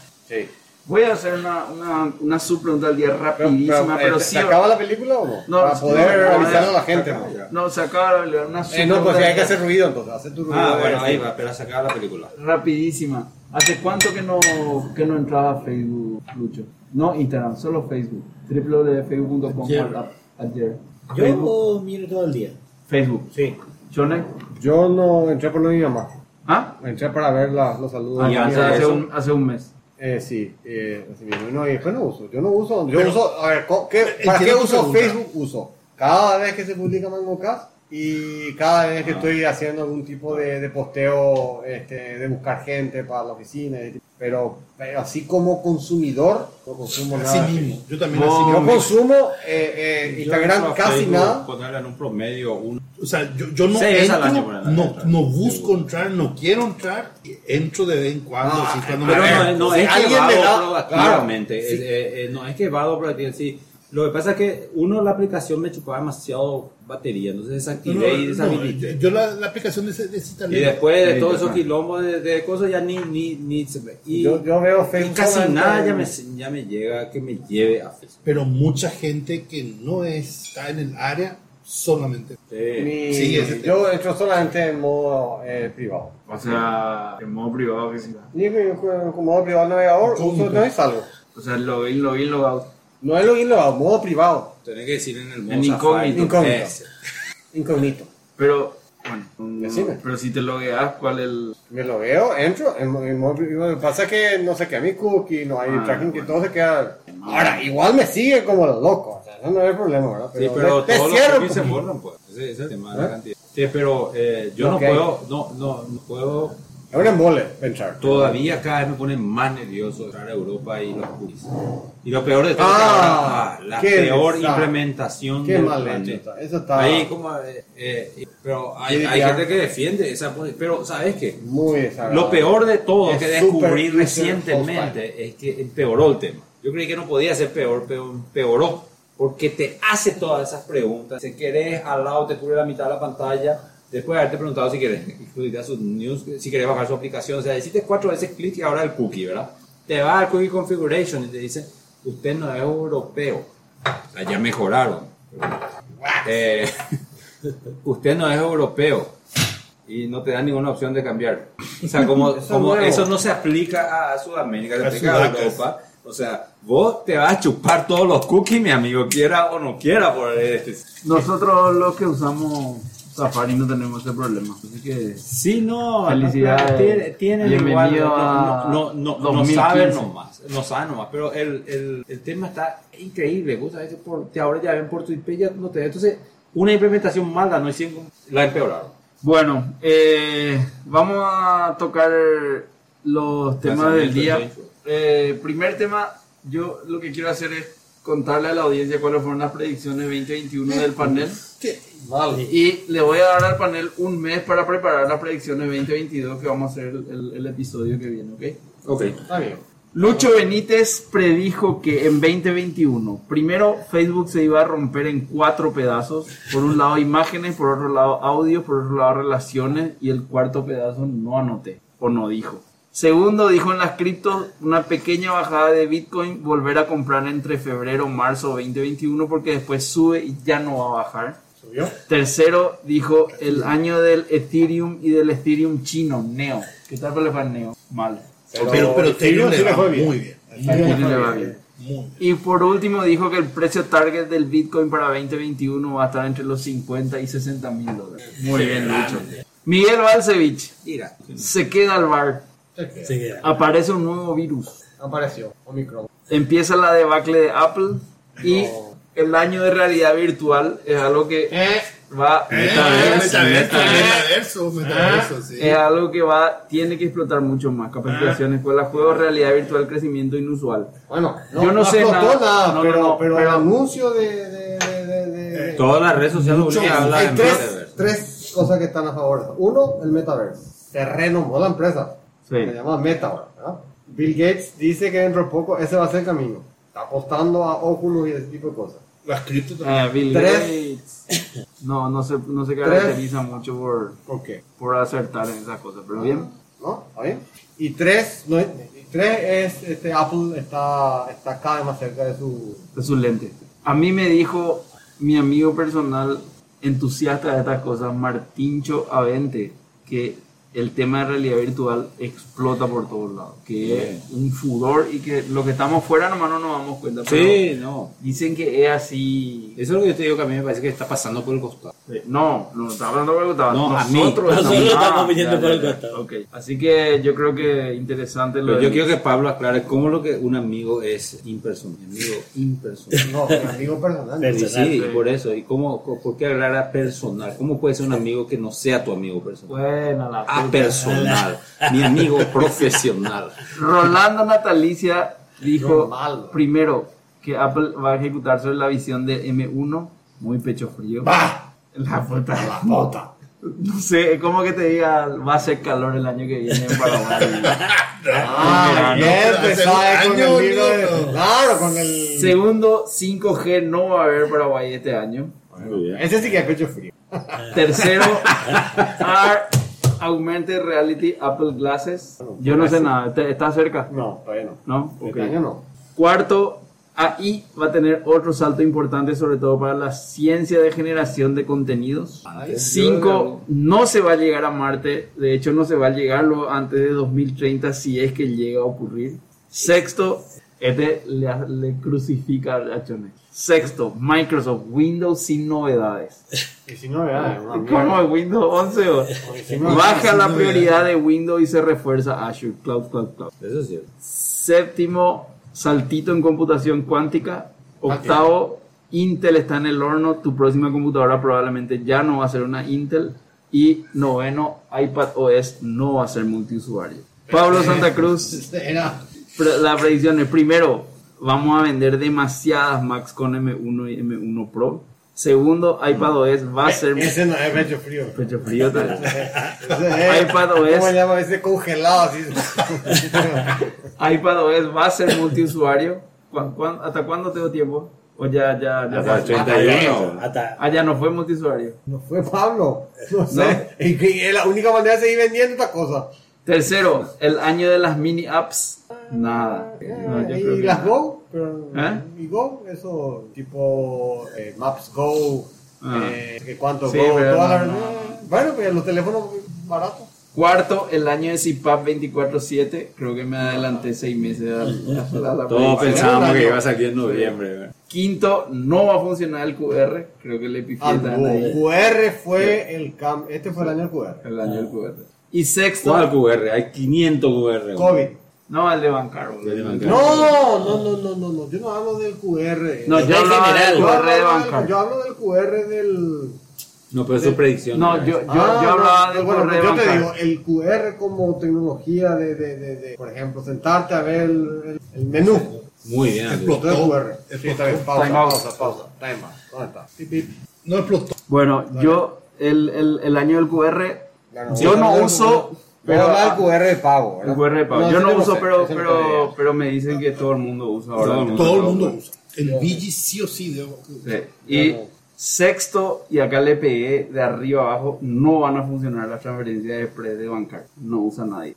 Speaker 1: Voy a hacer una, una, una subpregunta al día
Speaker 3: pero,
Speaker 1: rapidísima, pero,
Speaker 3: pero, eh,
Speaker 1: sí.
Speaker 3: ¿Se acaba la película o no?
Speaker 1: No,
Speaker 3: Para
Speaker 1: sí,
Speaker 3: poder
Speaker 1: no, no,
Speaker 3: avisar
Speaker 1: no,
Speaker 3: a la gente. ¿no?
Speaker 1: No, se acaba la- una
Speaker 3: Eh, no, pues
Speaker 1: subpregunta
Speaker 3: hay que hacer ruido entonces. Hace tu ruido.
Speaker 2: Ah,
Speaker 3: eh,
Speaker 2: bueno,
Speaker 3: sí.
Speaker 2: ahí va, pero se acaba la película.
Speaker 1: rapidísima. ¿Hace cuánto que no, que no entraba a Facebook, Lucho? No Instagram, solo Facebook. www.facebook.com.
Speaker 5: Ayer.
Speaker 1: Ayer. Facebook.
Speaker 5: Yo miro todo el día.
Speaker 1: Facebook.
Speaker 5: Sí.
Speaker 1: ¿Chone?
Speaker 3: Yo no entré por lo de mi mamá.
Speaker 1: ¿Ah?
Speaker 3: Entré para ver la- los saludos.
Speaker 6: Ah,
Speaker 2: Y
Speaker 3: de mi
Speaker 2: antes
Speaker 3: mamá.
Speaker 2: de
Speaker 1: hace,
Speaker 2: eso-
Speaker 1: un, hace un mes.
Speaker 3: Eh, sí, eh, así mismo. No, y después no uso. Yo no uso. Yo
Speaker 4: Pero-
Speaker 3: uso. A ver, co- ¿qué-
Speaker 4: Entiendo
Speaker 3: ¿para qué
Speaker 4: tu
Speaker 3: uso
Speaker 4: pregunta.
Speaker 3: Facebook? Uso cada vez que se publica MangoCast y cada vez que estoy haciendo algún tipo de, de posteo este, de buscar gente para la oficina. y- Pero, pero así como consumidor, no consumo
Speaker 4: Así
Speaker 3: nada.
Speaker 4: mismo. Yo también
Speaker 1: No,
Speaker 4: así
Speaker 3: Yo
Speaker 4: mismo.
Speaker 3: consumo eh, eh,
Speaker 2: Yo entro
Speaker 3: Instagram
Speaker 2: a
Speaker 3: casi
Speaker 2: Facebook,
Speaker 3: nada.
Speaker 2: Ponerle en un promedio un
Speaker 4: O sea, yo, yo no
Speaker 2: Seis veces al
Speaker 4: entro,
Speaker 2: año por la
Speaker 4: no,
Speaker 2: noche.
Speaker 4: no busco entrar, no quiero entrar, entro de vez en cuando.
Speaker 3: Ah,
Speaker 4: así, cuando
Speaker 2: Pero
Speaker 4: me-
Speaker 2: no, es- no
Speaker 3: si
Speaker 2: es que
Speaker 3: alguien
Speaker 2: va
Speaker 3: le da-
Speaker 2: proactivamente.
Speaker 3: claro, sí.
Speaker 2: no es que va proactivamente. Sí. Lo que pasa es que uno la aplicación me chupaba demasiado batería, entonces
Speaker 4: No,
Speaker 2: desactivé
Speaker 4: no,
Speaker 2: y deshabilité.
Speaker 4: no, yo la, la aplicación de, ese- de ese
Speaker 2: y
Speaker 4: talento-
Speaker 2: después de
Speaker 3: Sí,
Speaker 2: todos esos
Speaker 3: claro.
Speaker 2: quilombos de, de cosas ya ni, ni, ni se ve. Y,
Speaker 3: Yo, yo veo
Speaker 2: y
Speaker 3: Facebook.
Speaker 2: casi
Speaker 3: solamente
Speaker 2: nada
Speaker 3: en-
Speaker 2: ya me, ya me llega que me lleve a Facebook.
Speaker 4: Pero mucha gente que no está en el área solamente.
Speaker 2: Eh,
Speaker 3: mi-
Speaker 4: Sí, ese
Speaker 3: yo entro solamente en modo eh, privado.
Speaker 1: O sea, en modo privado oficina.
Speaker 3: Ni que- como modo privado navegador,
Speaker 4: ¿Cómo?
Speaker 3: uso no es algo.
Speaker 1: O sea, login, login, logout.
Speaker 3: No es login logado, modo privado,
Speaker 6: Tenés que decir en el modo
Speaker 1: En
Speaker 6: Safari.
Speaker 1: incógnito.
Speaker 3: incógnito,
Speaker 6: Ese.
Speaker 3: incógnito.
Speaker 1: Pero, bueno, no-
Speaker 3: Decime.
Speaker 1: pero si te logueas, ¿cuál es el...?
Speaker 3: Me lo veo, entro, en, en modo privado. Lo que Pasa que no sé qué, mi cookie, no hay
Speaker 1: Ah,
Speaker 3: tracking, que todo se queda. Ahora, igual me sigue como loco, o sea, eso no es problema, ¿verdad?
Speaker 2: Sí, pero
Speaker 3: te, te
Speaker 2: todos los
Speaker 3: cierro.
Speaker 2: cookies se
Speaker 3: un poquito.
Speaker 2: borran, pues. Ese, ese es el tema de
Speaker 3: ¿Eh?
Speaker 2: la cantidad. Sí, pero eh, yo
Speaker 3: Lo
Speaker 2: no
Speaker 3: que hay.
Speaker 2: puedo, no, no, no puedo
Speaker 3: Es un embole pensar.
Speaker 2: Todavía cada vez me pone más nervioso entrar a Europa y los cookies. Y lo peor de todo es que
Speaker 3: Ah,
Speaker 2: ahora, ah, la
Speaker 3: qué
Speaker 2: peor
Speaker 3: desastre.
Speaker 2: implementación
Speaker 3: Qué
Speaker 2: del
Speaker 3: mal
Speaker 2: planeta.
Speaker 3: hecho está, eso está-
Speaker 2: Ahí como, eh, eh, pero hay,
Speaker 3: Sí,
Speaker 2: hay
Speaker 3: ya.
Speaker 2: gente que defiende esa posi- Pero ¿sabes qué?
Speaker 3: Muy desagradable.
Speaker 2: Lo peor de todo
Speaker 3: Es
Speaker 2: que descubrí
Speaker 3: super user
Speaker 2: recientemente es que empeoró el tema. Yo creí que no podía ser peor, pero empeoró. Porque te hace todas esas preguntas. Si querés al lado, te cubre la mitad de la pantalla. Después de haberte preguntado si querés publicar sus news, si querés bajar su aplicación. O sea, hiciste cuatro veces clic y ahora el cookie, ¿verdad? Te va al cookie configuration y te dice, usted no es europeo. O sea, ya mejoraron. Eh, usted no es europeo y no te dan ninguna opción de cambiar. O sea, como,
Speaker 3: Eso es
Speaker 2: como
Speaker 3: nuevo.
Speaker 2: eso no se aplica a Sudamérica, se
Speaker 4: A
Speaker 2: aplica a
Speaker 4: Sudacas.
Speaker 2: Europa. O sea, vos te vas a chupar todos los cookies, mi amigo, quiera o no quiera por este.
Speaker 1: Nosotros los que usamos Safari no tenemos ese problema. Así que...
Speaker 2: Sí, no,
Speaker 1: Felicidades.
Speaker 2: tienen- tienen igual,
Speaker 1: Bienvenido a
Speaker 2: no, no, no, no, no
Speaker 1: 2015.
Speaker 2: saben nomás, no saben nomás, pero el, el, el tema está increíble, vos sabés que por, te ahora ya ven por tu IP, ya no te entonces una implementación mala no hicieron, la empeoraron.
Speaker 1: Bueno, eh, vamos a tocar los temas del día. Eh, primer tema, yo lo que quiero hacer es contarle a la audiencia cuáles fueron las predicciones 2021 del panel. Y le voy a dar al panel un mes para preparar las predicciones 2022 que vamos a hacer el, el- el episodio que viene, ¿ok?
Speaker 6: Ok.
Speaker 3: Está bien.
Speaker 1: Lucho Benítez predijo que en 2021, primero Facebook se iba a romper en cuatro pedazos. Por un lado imágenes, por otro lado audio, por otro lado relaciones y el cuarto pedazo no anoté o no dijo. Segundo, dijo en las criptos una pequeña bajada de Bitcoin, volver a comprar entre febrero y marzo 2021 porque después sube y ya no va a bajar.
Speaker 3: ¿Subió?
Speaker 1: Tercero, dijo el año del Ethereum y del Ethereum chino, Neo. ¿Qué tal le fue a Neo? Mal.
Speaker 4: Pero, pero Ethereum
Speaker 3: sí
Speaker 4: le
Speaker 3: le
Speaker 4: va
Speaker 3: fue bien.
Speaker 4: muy bien.
Speaker 1: A Ethereum le va bien.
Speaker 4: Muy bien.
Speaker 1: Y por último dijo que el precio target del Bitcoin para 2021 va a estar entre los 50 y 60 mil dólares. Muy bien, Lucho. Miguel Balcevich
Speaker 6: Mira.
Speaker 1: se queda al bar.
Speaker 5: Se queda.
Speaker 1: Aparece un nuevo virus.
Speaker 3: Apareció. Omicron.
Speaker 1: Empieza la debacle de Apple y
Speaker 3: No.
Speaker 1: el año de realidad virtual es algo que
Speaker 4: Eh,
Speaker 1: va
Speaker 4: metaverso, metaverso, metaverso, sí.
Speaker 1: es algo que va tiene que explotar mucho más. pues, Capacitación, escuela, juegos, realidad virtual, crecimiento inusual.
Speaker 3: Bueno,
Speaker 1: Yo no sé
Speaker 3: explotó
Speaker 1: nada. No,
Speaker 3: pero,
Speaker 1: no, no,
Speaker 3: pero,
Speaker 1: pero-
Speaker 3: el anuncio de. de, de, de, de- de-
Speaker 2: Todas las redes sociales
Speaker 4: Mucho
Speaker 2: boludo, hablan
Speaker 3: hay
Speaker 2: de
Speaker 3: tres,
Speaker 2: metaverso.
Speaker 3: tres cosas que están a favor. Uno, el metaverso. Se renombró la empresa.
Speaker 1: Sí.
Speaker 3: Se llama Meta ahora. ¿verdad? Bill Gates dice que dentro de poco ese va a ser el camino. Está apostando a Oculus y ese tipo de cosas.
Speaker 4: Las cripto también.
Speaker 1: Eh, Bill
Speaker 3: Tres.
Speaker 1: Gates. No, no se, no se
Speaker 3: Tres.
Speaker 1: caracteriza mucho por,
Speaker 3: ¿Por qué?
Speaker 1: por acertar en esas cosas, pero bien.
Speaker 3: ¿No? ¿Está bien? Y tres, no, y tres es este, Apple está, está cada vez más cerca de su.
Speaker 1: de sus lentes. A mí me dijo mi amigo personal, entusiasta de estas cosas, Martincho Avente, que el tema de realidad virtual explota por todos lados, que es un furor y que lo que estamos fuera nomás no nos damos cuenta.
Speaker 2: Sí, no.
Speaker 1: pero Dicen que es así.
Speaker 2: Eso es lo que yo te digo que a mí me parece que está pasando por el costado.
Speaker 1: No, no está hablando de
Speaker 2: No, a mí.
Speaker 1: nosotros
Speaker 5: Nosotros estamos
Speaker 1: Ah,
Speaker 5: viniendo
Speaker 1: ya,
Speaker 5: por
Speaker 1: ya,
Speaker 5: el
Speaker 1: ya.
Speaker 5: costado.
Speaker 1: Ok. Así que yo creo que interesante lo
Speaker 2: Pero
Speaker 1: del-
Speaker 2: yo quiero que Pablo aclare cómo lo que un amigo es impersonal. Mi Amigo impersonal.
Speaker 3: No, mi amigo personal.
Speaker 2: Sí,
Speaker 5: Personal,
Speaker 2: sí,
Speaker 1: sí.
Speaker 2: por eso. ¿Y cómo, co- por qué hablar a personal? ¿Cómo puede ser un amigo que no sea tu amigo personal?
Speaker 1: Buena la
Speaker 2: A personal. Mi amigo profesional.
Speaker 1: Rolando Natalicia dijo
Speaker 3: Normal.
Speaker 1: primero que Apple va a ejecutar sobre la visión de M1, muy pecho frío. La puta. No sé, es como que te diga, va a ser calor el año que viene en Paraguay.
Speaker 3: Ah,
Speaker 1: Ah,
Speaker 3: bien,
Speaker 4: no, pero
Speaker 3: empezó
Speaker 4: hace
Speaker 3: con
Speaker 4: un
Speaker 3: el
Speaker 4: año,
Speaker 3: libro de-
Speaker 4: boludo.
Speaker 3: Claro, con el.
Speaker 1: Segundo, 5G no va a haber Paraguay este año.
Speaker 3: Ese sí que es pecho frío.
Speaker 1: Tercero, AR, Augmented Reality Apple Glasses. Yo no sé nada, ¿te- ¿está cerca?
Speaker 3: No, todavía no.
Speaker 1: No, ok.
Speaker 3: Este año no.
Speaker 1: Cuarto, AI va a tener otro salto importante, sobre todo para la ciencia de generación de contenidos. Cinco, no se va a llegar a Marte. De hecho, no se va a llegarlo antes de 2030 si es que llega a ocurrir. Sexto, este le, le crucifica a Chone. Sexto, Microsoft Windows sin novedades.
Speaker 3: 19 años, ah, una
Speaker 1: ¿Cómo
Speaker 3: mierda.
Speaker 1: es Windows 11? o?
Speaker 3: no,
Speaker 1: Baja la prioridad de Windows y se refuerza Azure Cloud Cloud Cloud.
Speaker 2: Eso es cierto.
Speaker 1: Séptimo, saltito en computación cuántica. Octavo, Intel está en el horno. Tu próxima computadora probablemente ya no va a ser una Intel. Y noveno, iPad OS no va a ser multiusuario. Pablo Santa Cruz,
Speaker 4: Era.
Speaker 1: pre- la predicción es primero, vamos a vender demasiadas Macs con M1 y M1 Pro. Segundo, iPad OS va a ser
Speaker 3: Ese no es pecho frío.
Speaker 1: pecho frío tal vez.
Speaker 3: Ese es-
Speaker 1: iPad
Speaker 3: ¿Cómo
Speaker 1: OS.
Speaker 3: se llama? Ese congelado así.
Speaker 1: iPadOS va a ser multiusuario. ¿Cuán- cuán- ¿Hasta cuándo tengo tiempo? O ya, ya, ya.
Speaker 2: Hasta el
Speaker 1: pasó?
Speaker 2: 31.
Speaker 5: Hasta-
Speaker 1: Ah, ya no fue multiusuario.
Speaker 3: No fue Pablo. No sé. Y que Es la única manera de seguir vendiendo esta cosa.
Speaker 1: Tercero, el año de las mini apps. Nada. eh, No, yo creo
Speaker 3: y
Speaker 1: que
Speaker 3: las
Speaker 1: nada.
Speaker 3: Go, pero
Speaker 1: ¿Eh?
Speaker 3: y Go, eso tipo eh, Maps Go,
Speaker 1: Ah.
Speaker 3: eh, que cuánto
Speaker 1: Sí,
Speaker 3: Go,
Speaker 1: pero
Speaker 3: todas las-
Speaker 1: no, no.
Speaker 3: bueno, pues los teléfonos baratos.
Speaker 1: Cuarto, el año de CIPAP 24-7. Creo que me adelanté seis meses a la, a la predicción.
Speaker 2: Todos pensábamos que iba a salir en noviembre. ¿verdad?
Speaker 1: Quinto, no va a funcionar el QR. Creo que le pifié
Speaker 3: Al
Speaker 4: Ah,
Speaker 1: también
Speaker 3: Ah, Go.
Speaker 1: ahí.
Speaker 3: QR fue el cam, este fue el año del QR.
Speaker 1: El año del QR. Y sexto,
Speaker 2: ¿Cuál QR? Hay 500 QR.
Speaker 3: COVID.
Speaker 1: no, el de bancar. boludo.
Speaker 2: El de bancar.
Speaker 3: No, no, no, no, no, no, yo no hablo del QR.
Speaker 1: No,
Speaker 3: yo,
Speaker 1: yo
Speaker 5: En
Speaker 1: hablaba del
Speaker 5: general.
Speaker 1: QR de
Speaker 3: hablo del,
Speaker 1: bancar.
Speaker 3: yo hablo del QR del
Speaker 2: No, pero es su predicción.
Speaker 1: No, yo, yo,
Speaker 3: Ah,
Speaker 1: yo hablaba
Speaker 3: no,
Speaker 1: del
Speaker 3: bueno, pues
Speaker 1: correo
Speaker 3: yo te
Speaker 1: bancario.
Speaker 3: digo, el QR como tecnología de, de, de, de, por ejemplo, sentarte a ver el, el- el menú.
Speaker 2: Muy bien, Andrés.
Speaker 3: Todo el QR.
Speaker 4: Explotó.
Speaker 3: Sí, está bien, pausa,
Speaker 1: Time out.
Speaker 3: pausa, pausa. Time out. ¿Dónde está? Pip, pip.
Speaker 4: No explotó.
Speaker 1: Bueno, yo el, el, el año del QR,
Speaker 3: Ya no,
Speaker 1: yo
Speaker 3: voy a
Speaker 1: no
Speaker 3: hablar
Speaker 1: uso,
Speaker 3: del-
Speaker 1: pero ah,
Speaker 3: voy a hablar del QR de
Speaker 1: el
Speaker 3: pago. ¿verdad?
Speaker 1: QR de pago. yo
Speaker 3: ese
Speaker 1: no
Speaker 3: lo
Speaker 1: uso,
Speaker 3: sé,
Speaker 1: pero,
Speaker 3: ese lo
Speaker 1: pero,
Speaker 3: sabía.
Speaker 1: pero me dicen que todo el mundo usa ahora.
Speaker 4: Todo el mundo usa. El Vigi sí o sí. de-
Speaker 1: Sí. Y sexto, y acá le pegué de arriba abajo, no van a funcionar las transferencias de pre de bancar. No usa nadie.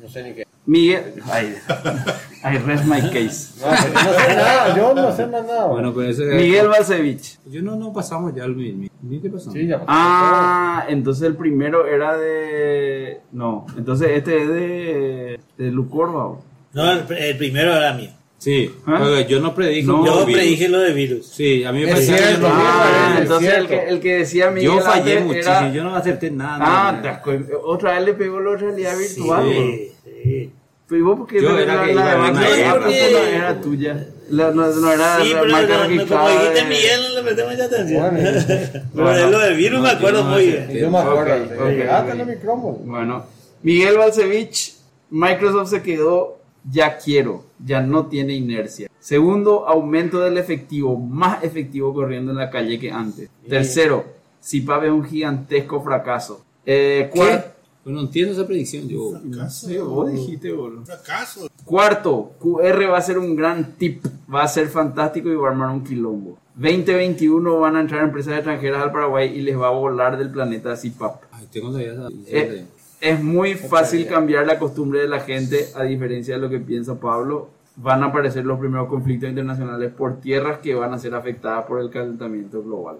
Speaker 3: No sé ni qué.
Speaker 1: Miguel, ay, I rest my case.
Speaker 3: No, no sé nada, yo no sé más nada.
Speaker 2: Bueno, con eso.
Speaker 1: Miguel Balcevich.
Speaker 2: Yo no, no pasamos ya al mil. ¿Mil qué pasamos?
Speaker 3: Sí, ya pasó.
Speaker 1: Ah, entonces el primero era de. No, entonces este es de. de Lucorba.
Speaker 5: No, el, el primero era mío.
Speaker 2: Sí,
Speaker 1: ¿Ah?
Speaker 2: porque yo no predije.
Speaker 1: No,
Speaker 2: un
Speaker 5: Yo
Speaker 2: Oh, virus.
Speaker 5: predije lo de virus.
Speaker 2: Sí, a mí me
Speaker 3: Es
Speaker 2: parecía que yo
Speaker 3: cierto,
Speaker 2: no-
Speaker 1: Ah,
Speaker 3: Ah, es
Speaker 1: entonces el
Speaker 3: cierto.
Speaker 1: que, el que decía Miguel.
Speaker 2: Yo fallé
Speaker 1: antes
Speaker 2: muchísimo,
Speaker 1: era-
Speaker 2: yo no acerté nada.
Speaker 1: Ah,
Speaker 2: nada.
Speaker 1: te acu- otra vez le pegó la realidad virtual.
Speaker 2: Sí.
Speaker 1: bro.
Speaker 2: Ah,
Speaker 5: Sí, sí.
Speaker 1: Pero ¿y vos por qué
Speaker 2: Yo
Speaker 1: no
Speaker 2: era
Speaker 1: la,
Speaker 2: que
Speaker 1: la
Speaker 2: iba
Speaker 1: de
Speaker 2: a
Speaker 1: marca
Speaker 2: una
Speaker 1: de
Speaker 5: guerra,
Speaker 1: Apple,
Speaker 5: porque-
Speaker 1: no era tuya? La- no, no era
Speaker 5: Sí,
Speaker 1: la
Speaker 5: pero no,
Speaker 1: marca
Speaker 5: no,
Speaker 1: registrada
Speaker 5: como dijiste
Speaker 6: eh.
Speaker 1: de-
Speaker 5: Miguel, no le prestemos mucha atención.
Speaker 3: Bueno,
Speaker 5: Pero de lo del virus me acuerdo muy bien.
Speaker 3: y yo me acuerdo.
Speaker 1: Ok, ok,
Speaker 3: eh, ah,
Speaker 1: ok.
Speaker 3: tenés micrófono.
Speaker 1: Bueno, Miguel Balcevich, Microsoft se quedó, ya quiero, ya no tiene inercia. Segundo, aumento del efectivo, más efectivo corriendo en la calle que antes. Tercero, CIPAP es un gigantesco fracaso. Eh, cuar-
Speaker 2: Yo no entiendo esa predicción. Yo,
Speaker 4: Fracaso.
Speaker 1: Sí, vos dijiste, boludo.
Speaker 4: Fracaso.
Speaker 1: Cuarto, QR va a ser un gran tip, va a ser fantástico y va a armar un quilombo. 2021 van a entrar empresas extranjeras al Paraguay y les va a volar del planeta CIPAP.
Speaker 2: ay, tengo todavía esa.
Speaker 1: Eh, es muy fácil cambiar la costumbre de la gente, a diferencia de lo que piensa Pablo. Van a aparecer los primeros conflictos internacionales por tierras que van a ser afectadas por el calentamiento global.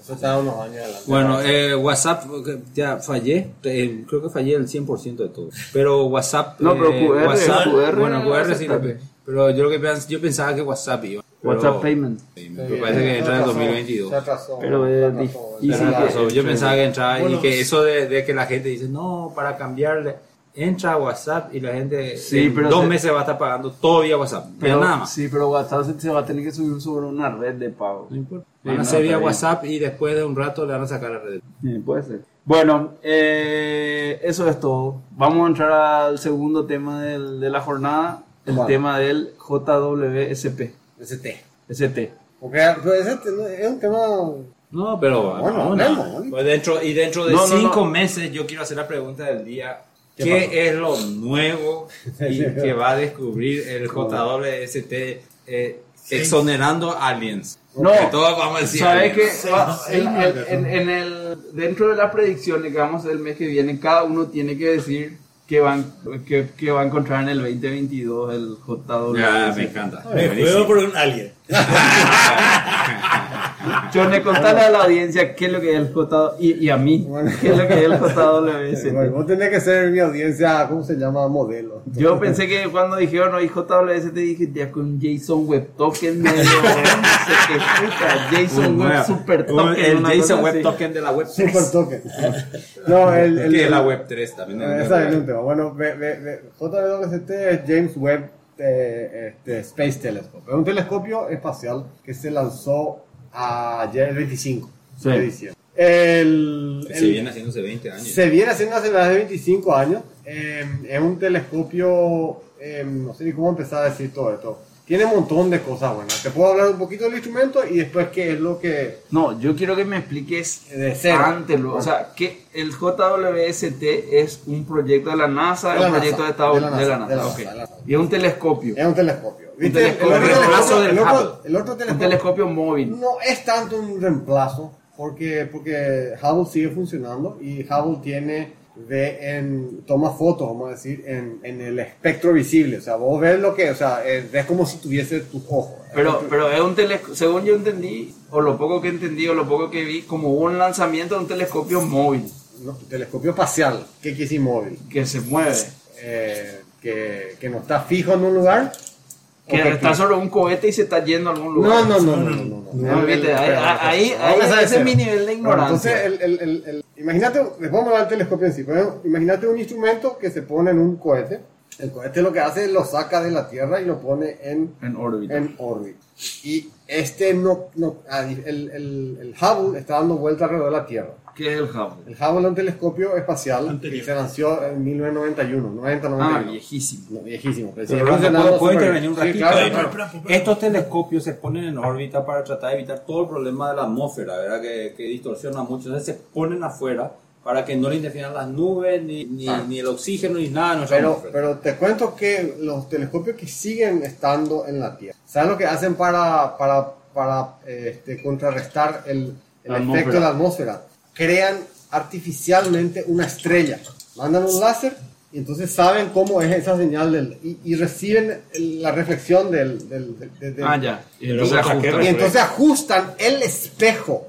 Speaker 3: Eso estaba unos años adelante.
Speaker 2: Bueno, eh, WhatsApp, eh, ya fallé, eh, creo que fallé el 100% de todo. Pero WhatsApp...
Speaker 1: No, pero
Speaker 2: eh,
Speaker 1: QR,
Speaker 2: WhatsApp,
Speaker 1: QR,
Speaker 2: bueno, QR sí,
Speaker 1: aceptable.
Speaker 2: pero yo, lo que pens- yo pensaba que WhatsApp iba. pero-
Speaker 1: WhatsApp Payment.
Speaker 2: Sí, Me parece que entra en
Speaker 3: el
Speaker 2: 2022.
Speaker 3: Se atrasó.
Speaker 1: Pero
Speaker 3: se
Speaker 1: es
Speaker 3: atrasó,
Speaker 1: difícil.
Speaker 3: se
Speaker 2: Pero
Speaker 3: atrasó.
Speaker 2: incluso yo pensaba que entraba y
Speaker 4: Bueno,
Speaker 2: que eso de, de que la gente dice, no, para cambiarle, entra a WhatsApp y la gente
Speaker 1: Sí,
Speaker 2: en
Speaker 1: pero
Speaker 2: dos
Speaker 1: se-
Speaker 2: meses va a estar pagando todo vía WhatsApp. Pero nada más.
Speaker 1: Sí, pero WhatsApp se, se va a tener que subir sobre una red de pago.
Speaker 2: No importa.
Speaker 1: Sí,
Speaker 2: Van a
Speaker 1: no,
Speaker 2: hacer
Speaker 1: está
Speaker 2: vía
Speaker 1: bien.
Speaker 2: WhatsApp y después de un rato le van a sacar la red.
Speaker 1: Sí, puede ser. Bueno, eh, eso es todo. Vamos a entrar al segundo tema del- de la jornada, el
Speaker 3: Vale.
Speaker 1: tema del JWSP.
Speaker 3: Ese té.
Speaker 1: ST.
Speaker 3: Porque pero ese té no- es un tema.
Speaker 2: No, pero
Speaker 3: Bueno,
Speaker 2: no,
Speaker 3: hablemos,
Speaker 2: no.
Speaker 3: bueno.
Speaker 2: Pues dentro, y dentro de
Speaker 1: No, no,
Speaker 2: cinco
Speaker 1: no.
Speaker 2: meses yo quiero hacer la pregunta del día. ¿Qué,
Speaker 3: ¿Qué
Speaker 2: es lo nuevo y que va a descubrir el JWST eh, exonerando aliens?
Speaker 1: No.
Speaker 2: Que todos vamos a decir
Speaker 1: ¿Sabes
Speaker 2: aliens.
Speaker 1: qué? Va- en- en- en- en el- Dentro de las predicciones que vamos a hacer el mes que viene, cada uno tiene que decir que, van, que, que va a encontrar en el 2022 el JW.
Speaker 2: Ya, me encanta.
Speaker 5: Me juego por un alien.
Speaker 1: Chone, contale a la audiencia qué es lo que es el JW y, y a mí,
Speaker 3: Bueno.
Speaker 1: qué es lo que es el
Speaker 3: Bueno,
Speaker 1: JWST.
Speaker 3: vos tenés que ser mi audiencia, ¿cómo se llama? Modelo.
Speaker 1: Yo pensé que cuando dijeron no, JWST dije ya con Jason Web Token, me dio, no sé qué puta, Jason
Speaker 2: Un
Speaker 1: Web
Speaker 2: nuevo-
Speaker 1: Super
Speaker 2: un-
Speaker 1: Token.
Speaker 2: El
Speaker 1: una
Speaker 2: Jason
Speaker 1: cosa
Speaker 2: Web
Speaker 1: así.
Speaker 2: Token de la Web 3.
Speaker 3: Super token. No, el. el
Speaker 2: que es la Web 3 también.
Speaker 3: Eh, Esa es un tema. Bueno, ve- ve- ve- JWST es James Webb eh, este, Space Telescope. Es un telescopio espacial que se lanzó ayer, el 25
Speaker 1: Sí.
Speaker 3: de diciembre. El,
Speaker 6: Que
Speaker 3: el-
Speaker 6: se viene haciéndose 20 años.
Speaker 3: se viene haciendo hace más de 25 años. Eh, es un telescopio, eh, no sé ni cómo empezar a decir todo esto. Tiene un montón de cosas buenas. Te puedo hablar un poquito del instrumento y después qué es lo que...
Speaker 1: No, yo quiero que me expliques
Speaker 3: De cero.
Speaker 1: antes, lo- o sea, que el JWST es un proyecto de la NASA,
Speaker 3: De
Speaker 1: es
Speaker 3: la
Speaker 1: un
Speaker 3: NASA,
Speaker 1: proyecto de Estados
Speaker 3: de la
Speaker 1: Unidos, de la NASA,
Speaker 3: NASA, de la
Speaker 1: ok.
Speaker 3: NASA, de la
Speaker 1: Y es un telescopio,
Speaker 3: Es un telescopio. ¿Viste?
Speaker 1: telescopio,
Speaker 3: El otro
Speaker 1: reemplazo
Speaker 3: telescopio-
Speaker 2: del
Speaker 3: el otro-
Speaker 2: Hubble.
Speaker 3: el otro
Speaker 1: un
Speaker 3: telescopio
Speaker 1: telescopio móvil.
Speaker 3: No es tanto un reemplazo, porque, porque Hubble sigue funcionando y Hubble tiene ve en, toma fotos, vamos a decir, en, en el espectro visible. O sea, vos ves lo que, o sea, eh, ves como si tuviese tus ojos.
Speaker 1: Pero, pero es un telescopio, según yo entendí, o lo poco que entendí, o lo poco que vi, como un lanzamiento de un telescopio móvil
Speaker 3: No, telescopio espacial, que es inmóvil,
Speaker 1: que se mueve,
Speaker 3: eh, que, que no está fijo en un lugar. o
Speaker 1: que está sobre un cohete y se está yendo a algún
Speaker 3: No,
Speaker 1: lugar.
Speaker 3: no, no, no, no, no, no.
Speaker 1: No, viste, ahí- ahí-
Speaker 3: No,
Speaker 1: ahí-
Speaker 3: esa es
Speaker 1: ese es mi
Speaker 3: cero.
Speaker 1: nivel de
Speaker 3: No,
Speaker 1: ignorancia.
Speaker 3: Entonces, el, el, el, el- imagínate, les vamos a hablar del telescopio en sí, pero imagínate un instrumento que se pone en un cohete El cohete lo que hace es lo saca de la Tierra y lo pone en,
Speaker 1: En órbita.
Speaker 3: en órbita. Y este no, no- ah, el, el, el Hubble está dando vuelta alrededor de la Tierra.
Speaker 1: ¿Qué es el Hubble?
Speaker 3: El Hubble es un telescopio espacial
Speaker 4: Anterior.
Speaker 3: que se lanzó en 1991, 90,
Speaker 1: Ah,
Speaker 3: 91.
Speaker 1: viejísimo.
Speaker 3: No, viejísimo. Pero sigue
Speaker 2: Pero Rosa,
Speaker 3: funcionando
Speaker 2: ¿puedo, puedo
Speaker 3: súper
Speaker 2: intervenir un
Speaker 3: bien.
Speaker 2: ratito?
Speaker 3: Sí, claro,
Speaker 2: Ahí,
Speaker 3: claro.
Speaker 4: claro, claro.
Speaker 2: Estos telescopios se ponen en órbita para tratar de evitar todo el problema de la atmósfera, ¿verdad? Que, que distorsiona mucho. Entonces se ponen afuera para que no le interfieran las nubes, ni, ni, ni el oxígeno, ni nada. en nuestra
Speaker 3: Ah. Pero,
Speaker 2: atmósfera.
Speaker 3: pero te cuento que los telescopios que siguen estando en la Tierra, ¿sabes lo que hacen para, para, para eh, este, contrarrestar el, el
Speaker 1: La atmósfera.
Speaker 3: efecto de la atmósfera? Crean artificialmente una estrella. Mandan un láser y entonces saben cómo es esa señal del, y, y reciben el- la reflexión del... del, del- del-
Speaker 1: Ah, ya. Y
Speaker 2: Pero
Speaker 1: entonces
Speaker 2: ¿contra qué
Speaker 1: ajustan.
Speaker 3: y entonces ajustan el espejo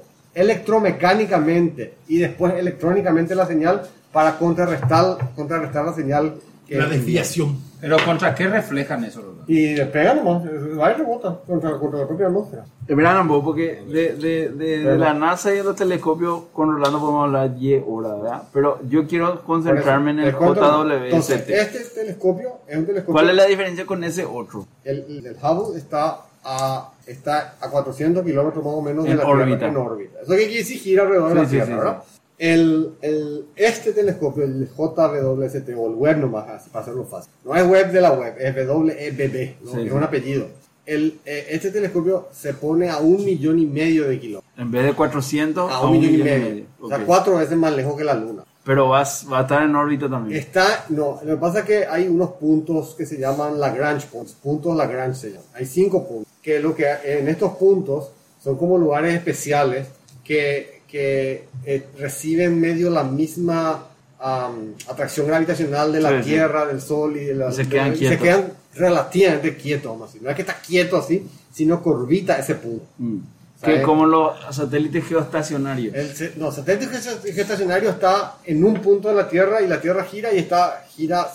Speaker 3: electromecánicamente y después electrónicamente la señal para contrarrestar, contrarrestar la señal que
Speaker 4: La desviación.
Speaker 1: Pero ¿contra qué reflejan eso, Rolando?
Speaker 3: Y le pega nomás, va y rebota contra, contra la propia atmósfera.
Speaker 1: Es verdad, Eh, Rambo, porque de, de, de, de la NASA y de los telescopios con Rolando podemos hablar 10 horas, ¿verdad? Pero yo quiero
Speaker 3: Por eso,
Speaker 1: concentrarme en
Speaker 3: te
Speaker 1: el
Speaker 3: cuento- Entonces,
Speaker 1: JWST.
Speaker 3: este telescopio es un telescopio.
Speaker 1: ¿Cuál es la diferencia con ese otro?
Speaker 3: el, el Hubble está a, está a 400 kilómetros más o menos de
Speaker 1: En
Speaker 3: la
Speaker 1: órbita.
Speaker 3: Tierra en órbita. Eso que quiere decir gira alrededor de
Speaker 1: Sí,
Speaker 3: la
Speaker 1: sí,
Speaker 3: Tierra,
Speaker 1: sí,
Speaker 3: ¿verdad? El, el, este telescopio, el JWST o el web nomás, así, para hacerlo fácil. No es web de la web, es WEBB, ¿no?
Speaker 1: Sí,
Speaker 3: es
Speaker 1: sí.
Speaker 3: un apellido. El, eh, este telescopio se pone a un millón y medio de kilómetros.
Speaker 1: En vez de 400,
Speaker 3: A un millón y medio. O sea,
Speaker 1: Ok.
Speaker 3: cuatro veces más lejos que la Luna.
Speaker 1: Pero vas, va a estar en órbita también.
Speaker 3: Está, no, lo que pasa es que hay unos puntos que se llaman Lagrange Points, puntos Lagrange se llaman. Hay cinco puntos, que lo que en estos puntos son como lugares especiales que, que eh, reciben medio la misma am, atracción gravitacional de la
Speaker 1: Sí, sí.
Speaker 3: Tierra, del Sol y de la...
Speaker 1: Y se quedan
Speaker 3: y
Speaker 1: quietos.
Speaker 3: quedan relativamente quietos, vamos a decir. No es que está quieto así, sino que orbita ese punto.
Speaker 1: Mm.
Speaker 3: ¿Sabes?
Speaker 1: Que como los satélites geoestacionarios.
Speaker 3: El, se- no, satélite gest- gestacionario está en un punto de la Tierra y la Tierra gira y está gira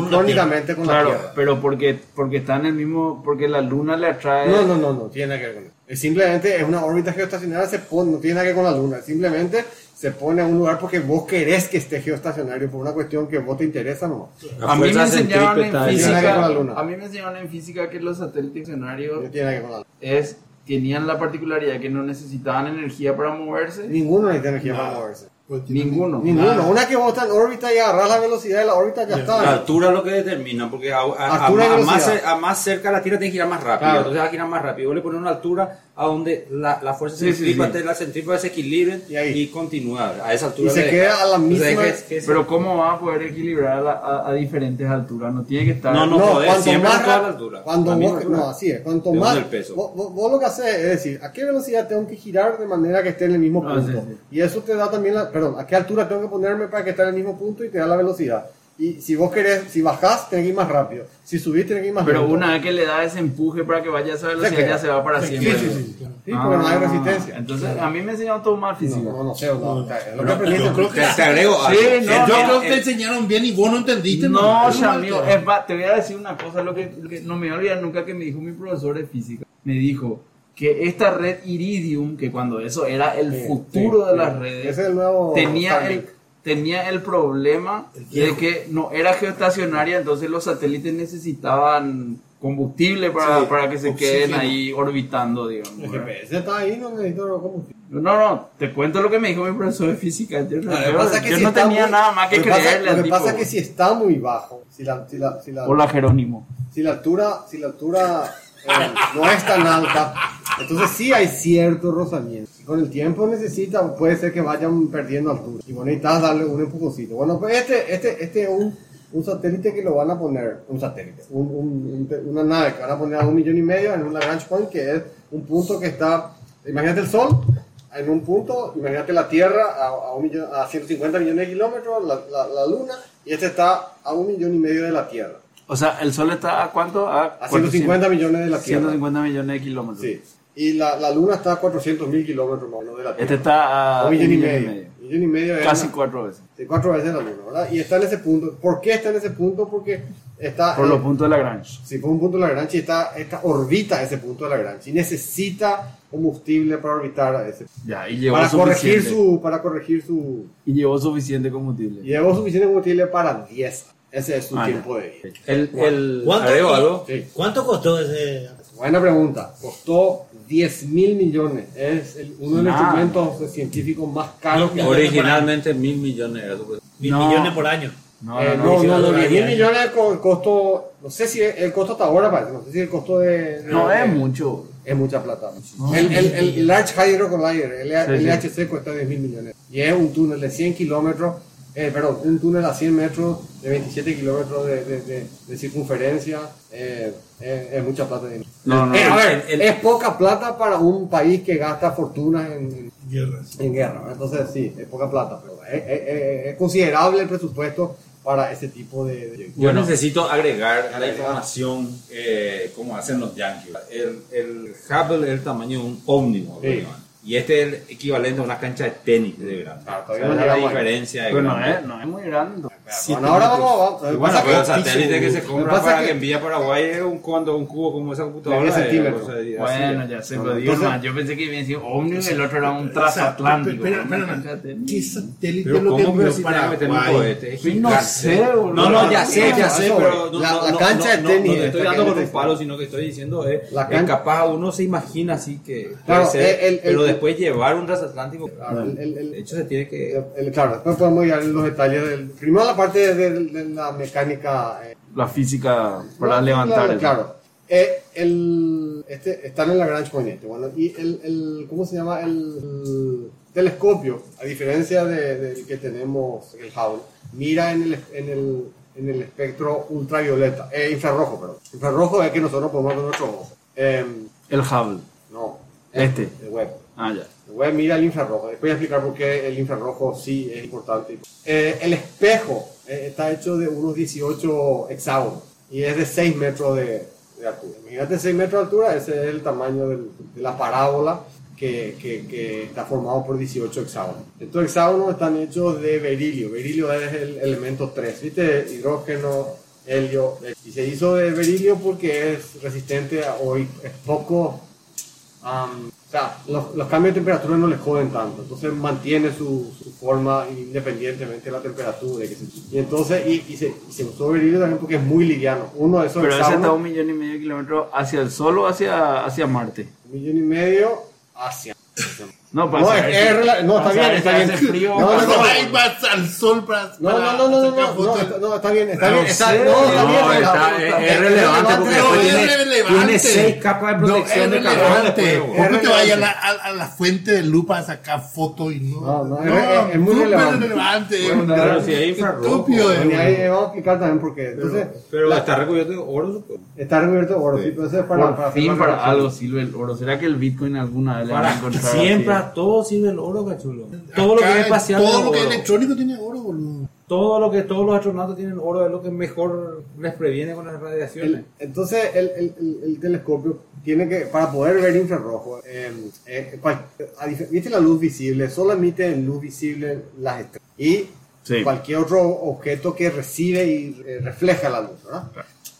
Speaker 3: sincrónicamente con la
Speaker 1: Claro,
Speaker 3: Tierra.
Speaker 1: pero porque, porque está en el mismo. Porque la luna le atrae.
Speaker 3: No, no, no, no tiene nada que ver con eso. Es simplemente es una órbita geoestacionaria, se pone, no tiene nada que ver con la Luna. Simplemente se pone a un lugar porque vos querés que esté geoestacionario por una cuestión que vos te interesa nomás.
Speaker 6: La
Speaker 1: A mí me
Speaker 6: fuerza
Speaker 1: enseñaron en
Speaker 6: centrípeta es-
Speaker 3: Tiene que ver
Speaker 1: física.
Speaker 3: con la luna.
Speaker 1: A mí me enseñaron en física que los satélites
Speaker 3: No
Speaker 1: geoestacionarios
Speaker 3: tiene nada que ver con la Luna.
Speaker 1: es tenían la particularidad que no necesitaban energía para moverse.
Speaker 3: Ninguno necesita energía para
Speaker 4: Nada.
Speaker 3: moverse.
Speaker 4: Pues tiene-
Speaker 1: Ninguno.
Speaker 3: Ninguno. Una que vos estás en órbita y agarrás la velocidad de la órbita, ya
Speaker 4: Ya.
Speaker 3: está.
Speaker 6: La altura es lo que determina, porque a, a- a
Speaker 3: Altura y
Speaker 6: más- a más,
Speaker 3: velocidad.
Speaker 6: cer- a más cerca la tierra tiene que girar más rápido,
Speaker 3: Claro.
Speaker 6: entonces va a girar más rápido. Vos le pones una altura a donde la, la fuerza
Speaker 1: Sí, sí,
Speaker 6: centrípeta,
Speaker 1: sí.
Speaker 6: la centrípeta se equilibren
Speaker 3: Y
Speaker 6: y,
Speaker 3: ahí.
Speaker 6: continuar. A esa
Speaker 3: Y
Speaker 6: altura.
Speaker 3: se
Speaker 6: le-
Speaker 3: queda a la
Speaker 6: o sea,
Speaker 3: misma.
Speaker 6: que es- que es-
Speaker 1: Pero ¿cómo va a poder equilibrar a, la- a- a diferentes alturas? No tiene que estar...
Speaker 6: No, no.
Speaker 3: No,
Speaker 6: joder,
Speaker 3: cuanto
Speaker 6: siempre
Speaker 3: más
Speaker 6: se queda a
Speaker 3: ra-
Speaker 6: la altura,
Speaker 3: Cuando
Speaker 6: la misma
Speaker 3: vos-
Speaker 6: altura.
Speaker 3: no, así es. Cuanto
Speaker 6: Según
Speaker 3: más.
Speaker 6: el peso.
Speaker 3: Vos, vos- vos lo que haces es decir, ¿a qué velocidad tengo que girar de manera que esté en el mismo
Speaker 1: Ah,
Speaker 3: punto?
Speaker 1: sí,
Speaker 3: Y eso te da también la. Perdón, ¿a qué altura tengo que ponerme para que esté en el mismo punto y te da la velocidad? Y si vos querés, si bajás, tenés que ir más rápido. Si subís, tenés que ir más
Speaker 1: Pero
Speaker 3: lento.
Speaker 1: una vez que le da ese empuje para que vaya a esa velocidad,
Speaker 3: queda.
Speaker 1: ya se va para
Speaker 4: Sí,
Speaker 1: siempre.
Speaker 4: sí, sí, claro.
Speaker 3: Sí, porque no hay
Speaker 1: Ah,
Speaker 3: resistencia.
Speaker 1: Entonces, a mí me enseñaron todo mal
Speaker 3: No,
Speaker 1: física.
Speaker 3: no, no sé, no. o sea, es lo que
Speaker 4: Pero
Speaker 3: aprendí
Speaker 4: yo
Speaker 3: en-
Speaker 4: creo
Speaker 6: te,
Speaker 4: que-
Speaker 6: te agrego.
Speaker 1: Sí,
Speaker 6: algo.
Speaker 1: no,
Speaker 4: Yo
Speaker 1: Eh,
Speaker 4: creo que
Speaker 1: eh,
Speaker 4: te enseñaron bien y vos no entendiste.
Speaker 1: No,
Speaker 4: Es un
Speaker 1: ya,
Speaker 4: mal
Speaker 1: amigo,
Speaker 4: tema.
Speaker 1: es va- te voy a decir una cosa, lo que, lo que no me voy a olvidar nunca que me dijo mi profesor de física. Me dijo que esta red Iridium, que cuando eso era el
Speaker 3: Sí,
Speaker 1: futuro
Speaker 3: sí,
Speaker 1: de
Speaker 3: sí.
Speaker 1: las redes,
Speaker 3: Ese es el nuevo
Speaker 1: tenía,
Speaker 3: Starlink.
Speaker 1: el, tenía el problema de que no era geoestacionaria, entonces los satélites necesitaban combustible para,
Speaker 4: Sí,
Speaker 1: para que se queden
Speaker 4: oxígeno.
Speaker 1: ahí orbitando, digamos.
Speaker 3: El
Speaker 1: ¿verdad?
Speaker 3: GPS está ahí, no necesito combustible.
Speaker 1: No, no, te cuento lo que me dijo mi profesor de física. Yo no,
Speaker 3: Lo que
Speaker 1: yo-
Speaker 3: pasa es que
Speaker 1: yo
Speaker 3: si
Speaker 1: no
Speaker 3: está
Speaker 1: tenía
Speaker 3: muy-
Speaker 1: nada más que
Speaker 3: lo pasa-
Speaker 1: creerle
Speaker 3: Lo
Speaker 1: al
Speaker 3: que
Speaker 1: tipo.
Speaker 3: pasa es que si está muy bajo, si la, si la, si la,
Speaker 1: Hola Jerónimo.
Speaker 3: si la altura, si la altura eh, no es tan alta, entonces sí hay cierto rozamiento. Y con el tiempo necesita, puede ser que vayan perdiendo altura. Y bueno, necesitas darle un empujoncito. Bueno, pues este, este, este es un, un satélite que lo van a poner, un satélite, un- un- un- una nave que van a poner a un millón y medio en un Lagrange Point, que es un punto que está, imagínate el Sol. En un punto, imagínate la Tierra a, a, un millón- a 150 millones de kilómetros, la, la- la Luna, y este está a un millón y medio de la Tierra.
Speaker 1: O sea, el sol está a cuánto? A,
Speaker 3: A 150 millones de la Tierra.
Speaker 1: 150 millones de kilómetros.
Speaker 3: Sí. Y la, la Luna está a 400 mil kilómetros más o menos de la Tierra.
Speaker 1: Este está a
Speaker 3: un millón y medio.
Speaker 1: medio.
Speaker 3: Un millón y medio es
Speaker 1: Casi
Speaker 3: una-
Speaker 1: cuatro veces.
Speaker 3: sí, cuatro veces la Luna, ¿verdad? Y está en ese punto. ¿Por qué está en ese punto? Porque está.
Speaker 1: Por los puntos de Lagrange.
Speaker 3: Si fue un punto de Lagrange, y está, está orbita ese punto de Lagrange. Y necesita combustible para orbitar a ese.
Speaker 1: Ya, y llevó
Speaker 3: Para corregir
Speaker 1: suficiente.
Speaker 3: su. Para corregir su.
Speaker 1: Y llevó suficiente combustible.
Speaker 3: Llevó suficiente combustible para 10. Ese es su
Speaker 2: Ah, ya.
Speaker 3: tiempo de vida.
Speaker 2: El, el,
Speaker 5: ¿Cuánto,
Speaker 2: agrego
Speaker 5: co-
Speaker 2: algo.
Speaker 3: Sí.
Speaker 5: ¿Cuánto costó ese?
Speaker 3: Buena pregunta. Costó 10 mil millones. Es el- uno de los
Speaker 1: Nah.
Speaker 3: instrumentos pues, científicos más caros que hay.
Speaker 2: Originalmente mil millones de euros.
Speaker 5: Mil
Speaker 1: No.
Speaker 5: millones por año.
Speaker 1: No,
Speaker 3: Eh,
Speaker 1: no, no.
Speaker 3: no, no, no,
Speaker 5: no,
Speaker 3: 10
Speaker 5: no,
Speaker 3: mil millones co- el costo, no sé si el costo hasta ahora parece, no sé si el costo de... de-
Speaker 1: No
Speaker 3: de-
Speaker 1: es mucho.
Speaker 3: Es mucha plata. El, el, el Large Hydrocollider, el
Speaker 1: Sí, sí.
Speaker 3: LHC, cuesta 10 mil millones. Y es un túnel de 100 kilómetros, eh, perdón, un túnel a 100 metros, de 27 kilómetros de, de, de- de circunferencia. eh, es, es mucha plata.
Speaker 1: No, no.
Speaker 3: Eh, a
Speaker 1: no.
Speaker 3: ver,
Speaker 2: el- el-
Speaker 3: es poca plata para un país que gasta fortunas en,
Speaker 4: Guerras.
Speaker 3: en guerra. ¿no? Entonces, sí, es poca plata, pero es, es- es- es considerable el presupuesto para ese tipo de. de-
Speaker 6: Yo necesito agregar a la información eh, como hacen los yankees. El, el Hubble es el tamaño de un ómnibus.
Speaker 3: Sí.
Speaker 6: ¿verdad? Y este es el equivalente a una cancha de tenis de grande.
Speaker 3: Ah,
Speaker 6: O sea,
Speaker 3: todavía no
Speaker 6: es la
Speaker 3: llegamos ahí. ¿eh?
Speaker 6: diferencia de
Speaker 1: Pero no
Speaker 6: grande.
Speaker 1: es, no es muy grande.
Speaker 3: Bueno, ahora vamos, vamos.
Speaker 6: Y bueno, pero el satélite que se
Speaker 3: Lo que
Speaker 6: compra
Speaker 3: pasa
Speaker 6: para
Speaker 3: es
Speaker 6: que,
Speaker 3: que-
Speaker 6: envía a Paraguay es un, cuando, un cubo como esa computadora.
Speaker 3: De diez
Speaker 6: eh,
Speaker 3: centímetros.
Speaker 6: o sea, así
Speaker 1: Bueno,
Speaker 6: es.
Speaker 1: ya sé,
Speaker 3: No,
Speaker 1: pero
Speaker 3: no.
Speaker 1: digo
Speaker 3: Entonces-
Speaker 1: más. Yo pensé que iba a decir ómnibus, el otro era un
Speaker 4: O
Speaker 1: transatlántico.
Speaker 4: sea, espera,
Speaker 1: ¿no?
Speaker 4: espera, espera, ¿Qué satélite
Speaker 6: Pero
Speaker 4: lo que
Speaker 6: ¿cómo que
Speaker 4: envió
Speaker 6: si tenés que meter un
Speaker 4: Paraguay?
Speaker 6: cohete? Es
Speaker 1: Sí, No
Speaker 6: gigante.
Speaker 1: sé, boludo.
Speaker 6: No, no, ya sé, ya sé,
Speaker 3: Eso,
Speaker 6: pero
Speaker 3: la-
Speaker 6: no,
Speaker 3: la
Speaker 6: no,
Speaker 3: cancha de
Speaker 6: no,
Speaker 3: tenis,
Speaker 6: No, no te estoy
Speaker 3: esta
Speaker 6: dando
Speaker 3: que
Speaker 6: con un
Speaker 3: dices.
Speaker 6: palo, sino que estoy diciendo
Speaker 2: eh,
Speaker 6: es
Speaker 3: La
Speaker 6: que
Speaker 3: can-
Speaker 6: capaz uno se imagina así que puede
Speaker 3: Claro,
Speaker 6: ser,
Speaker 3: el- el-
Speaker 6: pero
Speaker 3: el-
Speaker 6: después llevar un transatlántico.
Speaker 3: Claro,
Speaker 2: ah,
Speaker 3: el- el- el-
Speaker 6: de hecho, se tiene que.
Speaker 3: eh, El- el- claro, después podemos ir a los detalles del. Primero la parte de, de- de la mecánica. eh,
Speaker 1: La física para
Speaker 3: no,
Speaker 1: levantar.
Speaker 3: Claro.
Speaker 1: el-
Speaker 3: claro. Eh, el, este, están en la Grange Point este, bueno, y el, el- ¿cómo se llama? El, el telescopio, a diferencia de- del que tenemos, el Hubble, mira en el, en el, en el espectro ultravioleta, eh, infrarrojo, perdón. Infrarrojo es que nosotros podemos ver con nuestro ojo. Em,
Speaker 1: El Hubble.
Speaker 3: no.
Speaker 1: Este.
Speaker 3: El web.
Speaker 1: Ah, ya.
Speaker 3: El web mira el infrarrojo. Después voy a explicar por qué el infrarrojo sí es importante. Eh, el espejo eh, está hecho de unos 18 hexágonos y es de 6 metros de, de altura. Imagínate 6 metros de altura, ese es el tamaño del- de la parábola que, que- que está formado por 18 hexágonos. Estos hexágonos están hechos de berilio. Berilio es el elemento 3, ¿viste? Hidrógeno, helio. eh, Y se hizo de berilio porque es resistente a- o es poco Am, o sea, los, los cambios de temperatura no les joden tanto, entonces mantiene su, su forma independientemente de la temperatura. Y, que se- y entonces, y, y se, y se usó berilio también porque es muy liviano. Uno de esos
Speaker 1: Pero ese está a
Speaker 3: hexágonos,
Speaker 1: un millón y medio de kilómetros hacia el sol o hacia, hacia Marte.
Speaker 3: un millón y medio hacia.
Speaker 1: No, pues, para
Speaker 3: No, eh.
Speaker 1: saber
Speaker 3: es-
Speaker 1: si-
Speaker 3: es rela- no, está
Speaker 1: para
Speaker 3: bien,
Speaker 1: saber si
Speaker 3: está
Speaker 1: hace
Speaker 3: bien.
Speaker 1: frío o
Speaker 3: No, no,
Speaker 1: calor.
Speaker 4: Cuando
Speaker 3: no,
Speaker 4: ahí vas al sol para.
Speaker 3: No, no, no, no, no, no, no, está, no, está bien, está
Speaker 4: No,
Speaker 3: bien, está
Speaker 4: sí,
Speaker 3: bien, no, está
Speaker 1: no,
Speaker 3: bien,
Speaker 1: está-
Speaker 3: bien,
Speaker 1: es- es relevante porque
Speaker 3: bien, no,
Speaker 1: después
Speaker 3: es
Speaker 4: es
Speaker 1: tiene-
Speaker 4: relevante.
Speaker 2: tiene seis capas de
Speaker 4: No,
Speaker 2: protección
Speaker 4: es
Speaker 2: de carbono.
Speaker 4: relevante.
Speaker 2: huevo.
Speaker 4: ¿Por qué te
Speaker 3: Es
Speaker 4: vayas a la,
Speaker 3: relevante.
Speaker 4: a, a la fuente de lupa a sacar fotos y no?
Speaker 3: No, no, es- es- es muy
Speaker 4: súper
Speaker 3: relevante.
Speaker 4: relevante.
Speaker 2: Claro, si hay infrarrojo.
Speaker 4: Estúpido, eh,
Speaker 3: Y ahí
Speaker 4: boludo.
Speaker 3: vamos a explicar también por qué. Entonces,
Speaker 6: Pero
Speaker 3: la-
Speaker 6: está recubierto de oro, supongo.
Speaker 3: está Roberto Oro, sí, entonces es para,
Speaker 1: Por
Speaker 3: para
Speaker 1: fin
Speaker 3: hacer
Speaker 1: para
Speaker 3: la-
Speaker 1: algo sirve el oro. ¿Será que el Bitcoin alguna vez le van a
Speaker 2: Para
Speaker 1: encontrar
Speaker 2: siempre,
Speaker 1: así?
Speaker 2: a todo sirve el oro, cachulo. Todo lo
Speaker 4: Acá
Speaker 2: que es espacial
Speaker 4: Todo
Speaker 2: es
Speaker 4: lo que es
Speaker 2: oro.
Speaker 4: electrónico tiene oro, boludo.
Speaker 2: Todo lo que todos los astronautas tienen oro es lo que mejor les previene con las radiaciones.
Speaker 3: El- entonces el, el- el- el telescopio tiene que, para poder ver infrarrojo, eh, eh, cual- a dif- viste la luz visible, solo emite en luz visible las estrellas y
Speaker 1: Sí.
Speaker 3: cualquier otro objeto que recibe y eh, refleja la luz, ¿verdad?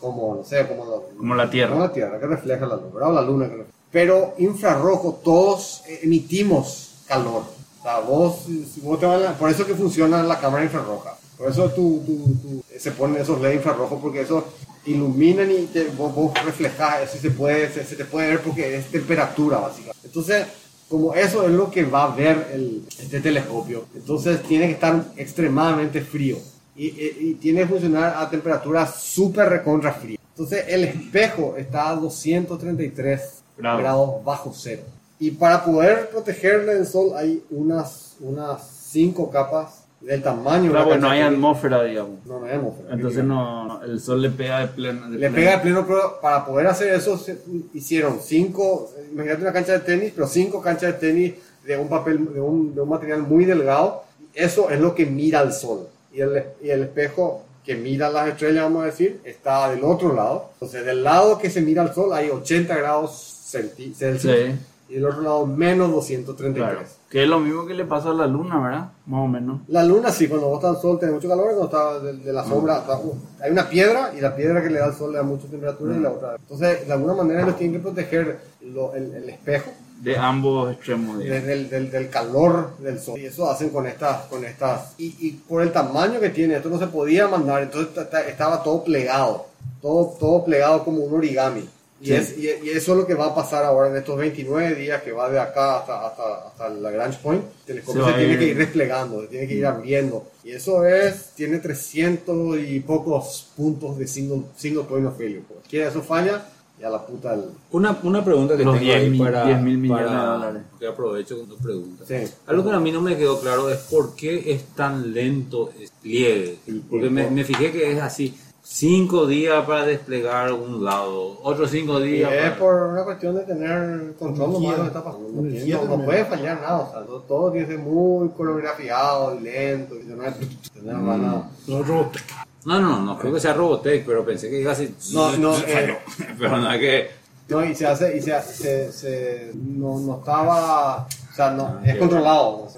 Speaker 3: Como, no sé, como la,
Speaker 1: Como la Tierra.
Speaker 3: como la Tierra que refleja la luz, ¿verdad? O la Luna que refleja. Pero infrarrojo, todos eh, emitimos calor. O sea, vos, si vos te vas a la- por eso que funciona la cámara infrarroja. Por eso tú, tú- tú- eh, se ponen esos LED infrarrojos porque esos iluminan y te, vos, vos reflejás, eso se, puede, se, se te puede ver porque es temperatura básicamente. Entonces, como eso es lo que va a ver el, este telescopio, entonces tiene que estar extremadamente frío y, y- y tiene que funcionar a temperatura súper recontra fría. Entonces el espejo está a 233
Speaker 1: Bravo.
Speaker 3: grados bajo cero. Y para poder protegerle del sol hay unas, unas cinco capas del tamaño. de
Speaker 1: Claro,
Speaker 3: la
Speaker 1: porque no hay
Speaker 3: cancha que-
Speaker 1: atmósfera, digamos.
Speaker 3: No, no hay atmósfera.
Speaker 1: Entonces no, no, el sol le pega de pleno. de
Speaker 3: Le
Speaker 1: pleno.
Speaker 3: pega de pleno, pero para poder hacer eso se- hicieron cinco, eh, imagínate una cancha de tenis, pero cinco canchas de tenis de un papel, de un, de un material muy delgado. Eso es lo que mira al sol. Y el, y el espejo que mira las estrellas, vamos a decir, está del otro lado. Entonces, del lado que se mira al sol hay 80 grados celti- Celsius.
Speaker 1: Sí.
Speaker 3: Y del otro lado menos 233.
Speaker 1: Claro. Que es lo mismo que le pasa a la luna, ¿verdad? Más o menos.
Speaker 3: La luna sí, cuando vos estás al sol tiene mucho calor, cuando está de, de la sombra, está- uh, hay una piedra y la piedra que le da al sol le da mucha temperatura y la otra. Entonces, de alguna manera ellos tienen que proteger lo- el, el espejo
Speaker 1: de ambos extremos. digamos.
Speaker 3: Desde el- del, del calor del sol. Y eso hacen con estas, con estas. Y, y por el tamaño que tiene, esto no se podía mandar, entonces ta- ta- estaba todo plegado. Todo, todo plegado como un origami. Y, es, y, y eso es lo que va a pasar ahora en estos 29 días que va de acá hasta, hasta, hasta la Grange Point. El telescopio
Speaker 1: Se
Speaker 3: se,
Speaker 1: va a
Speaker 3: tiene
Speaker 1: ir- Mm.
Speaker 3: que ir desplegando, se tiene que ir abriendo. Y eso es, tiene 300 y pocos puntos de single, single point of failure. Cualquiera de eso falla, y a la puta del...
Speaker 2: Una, una pregunta que
Speaker 1: Los
Speaker 2: tengo
Speaker 1: 10
Speaker 2: ahí
Speaker 1: mil-
Speaker 2: para,
Speaker 1: 10 mil millones
Speaker 2: para-
Speaker 1: de dólares.
Speaker 2: Que aprovecho con tu pregunta.
Speaker 3: Sí.
Speaker 2: Algo que a mí no me quedó claro es por qué es tan lento el pliegue. Porque me, me fijé que es así. Cinco días para desplegar un lado, otros cinco
Speaker 3: Y
Speaker 2: días
Speaker 3: es
Speaker 2: para...
Speaker 3: por una cuestión de tener control nomás de lo que está pasando. No, tiene-
Speaker 4: Energía
Speaker 3: no- no
Speaker 4: también.
Speaker 3: puede fallar nada, o sea, no- todo tiene que ser muy coreografiado, lento, y no es- no es nada.
Speaker 4: Robotech.
Speaker 2: No, no, no, creo que sea Robotech, pero pensé que iba así...
Speaker 3: No, no, eh,
Speaker 2: pero nada que...
Speaker 3: no, y se hace, y se hace, se- se- no, no estaba, o sea, no, es controlado. es controlado.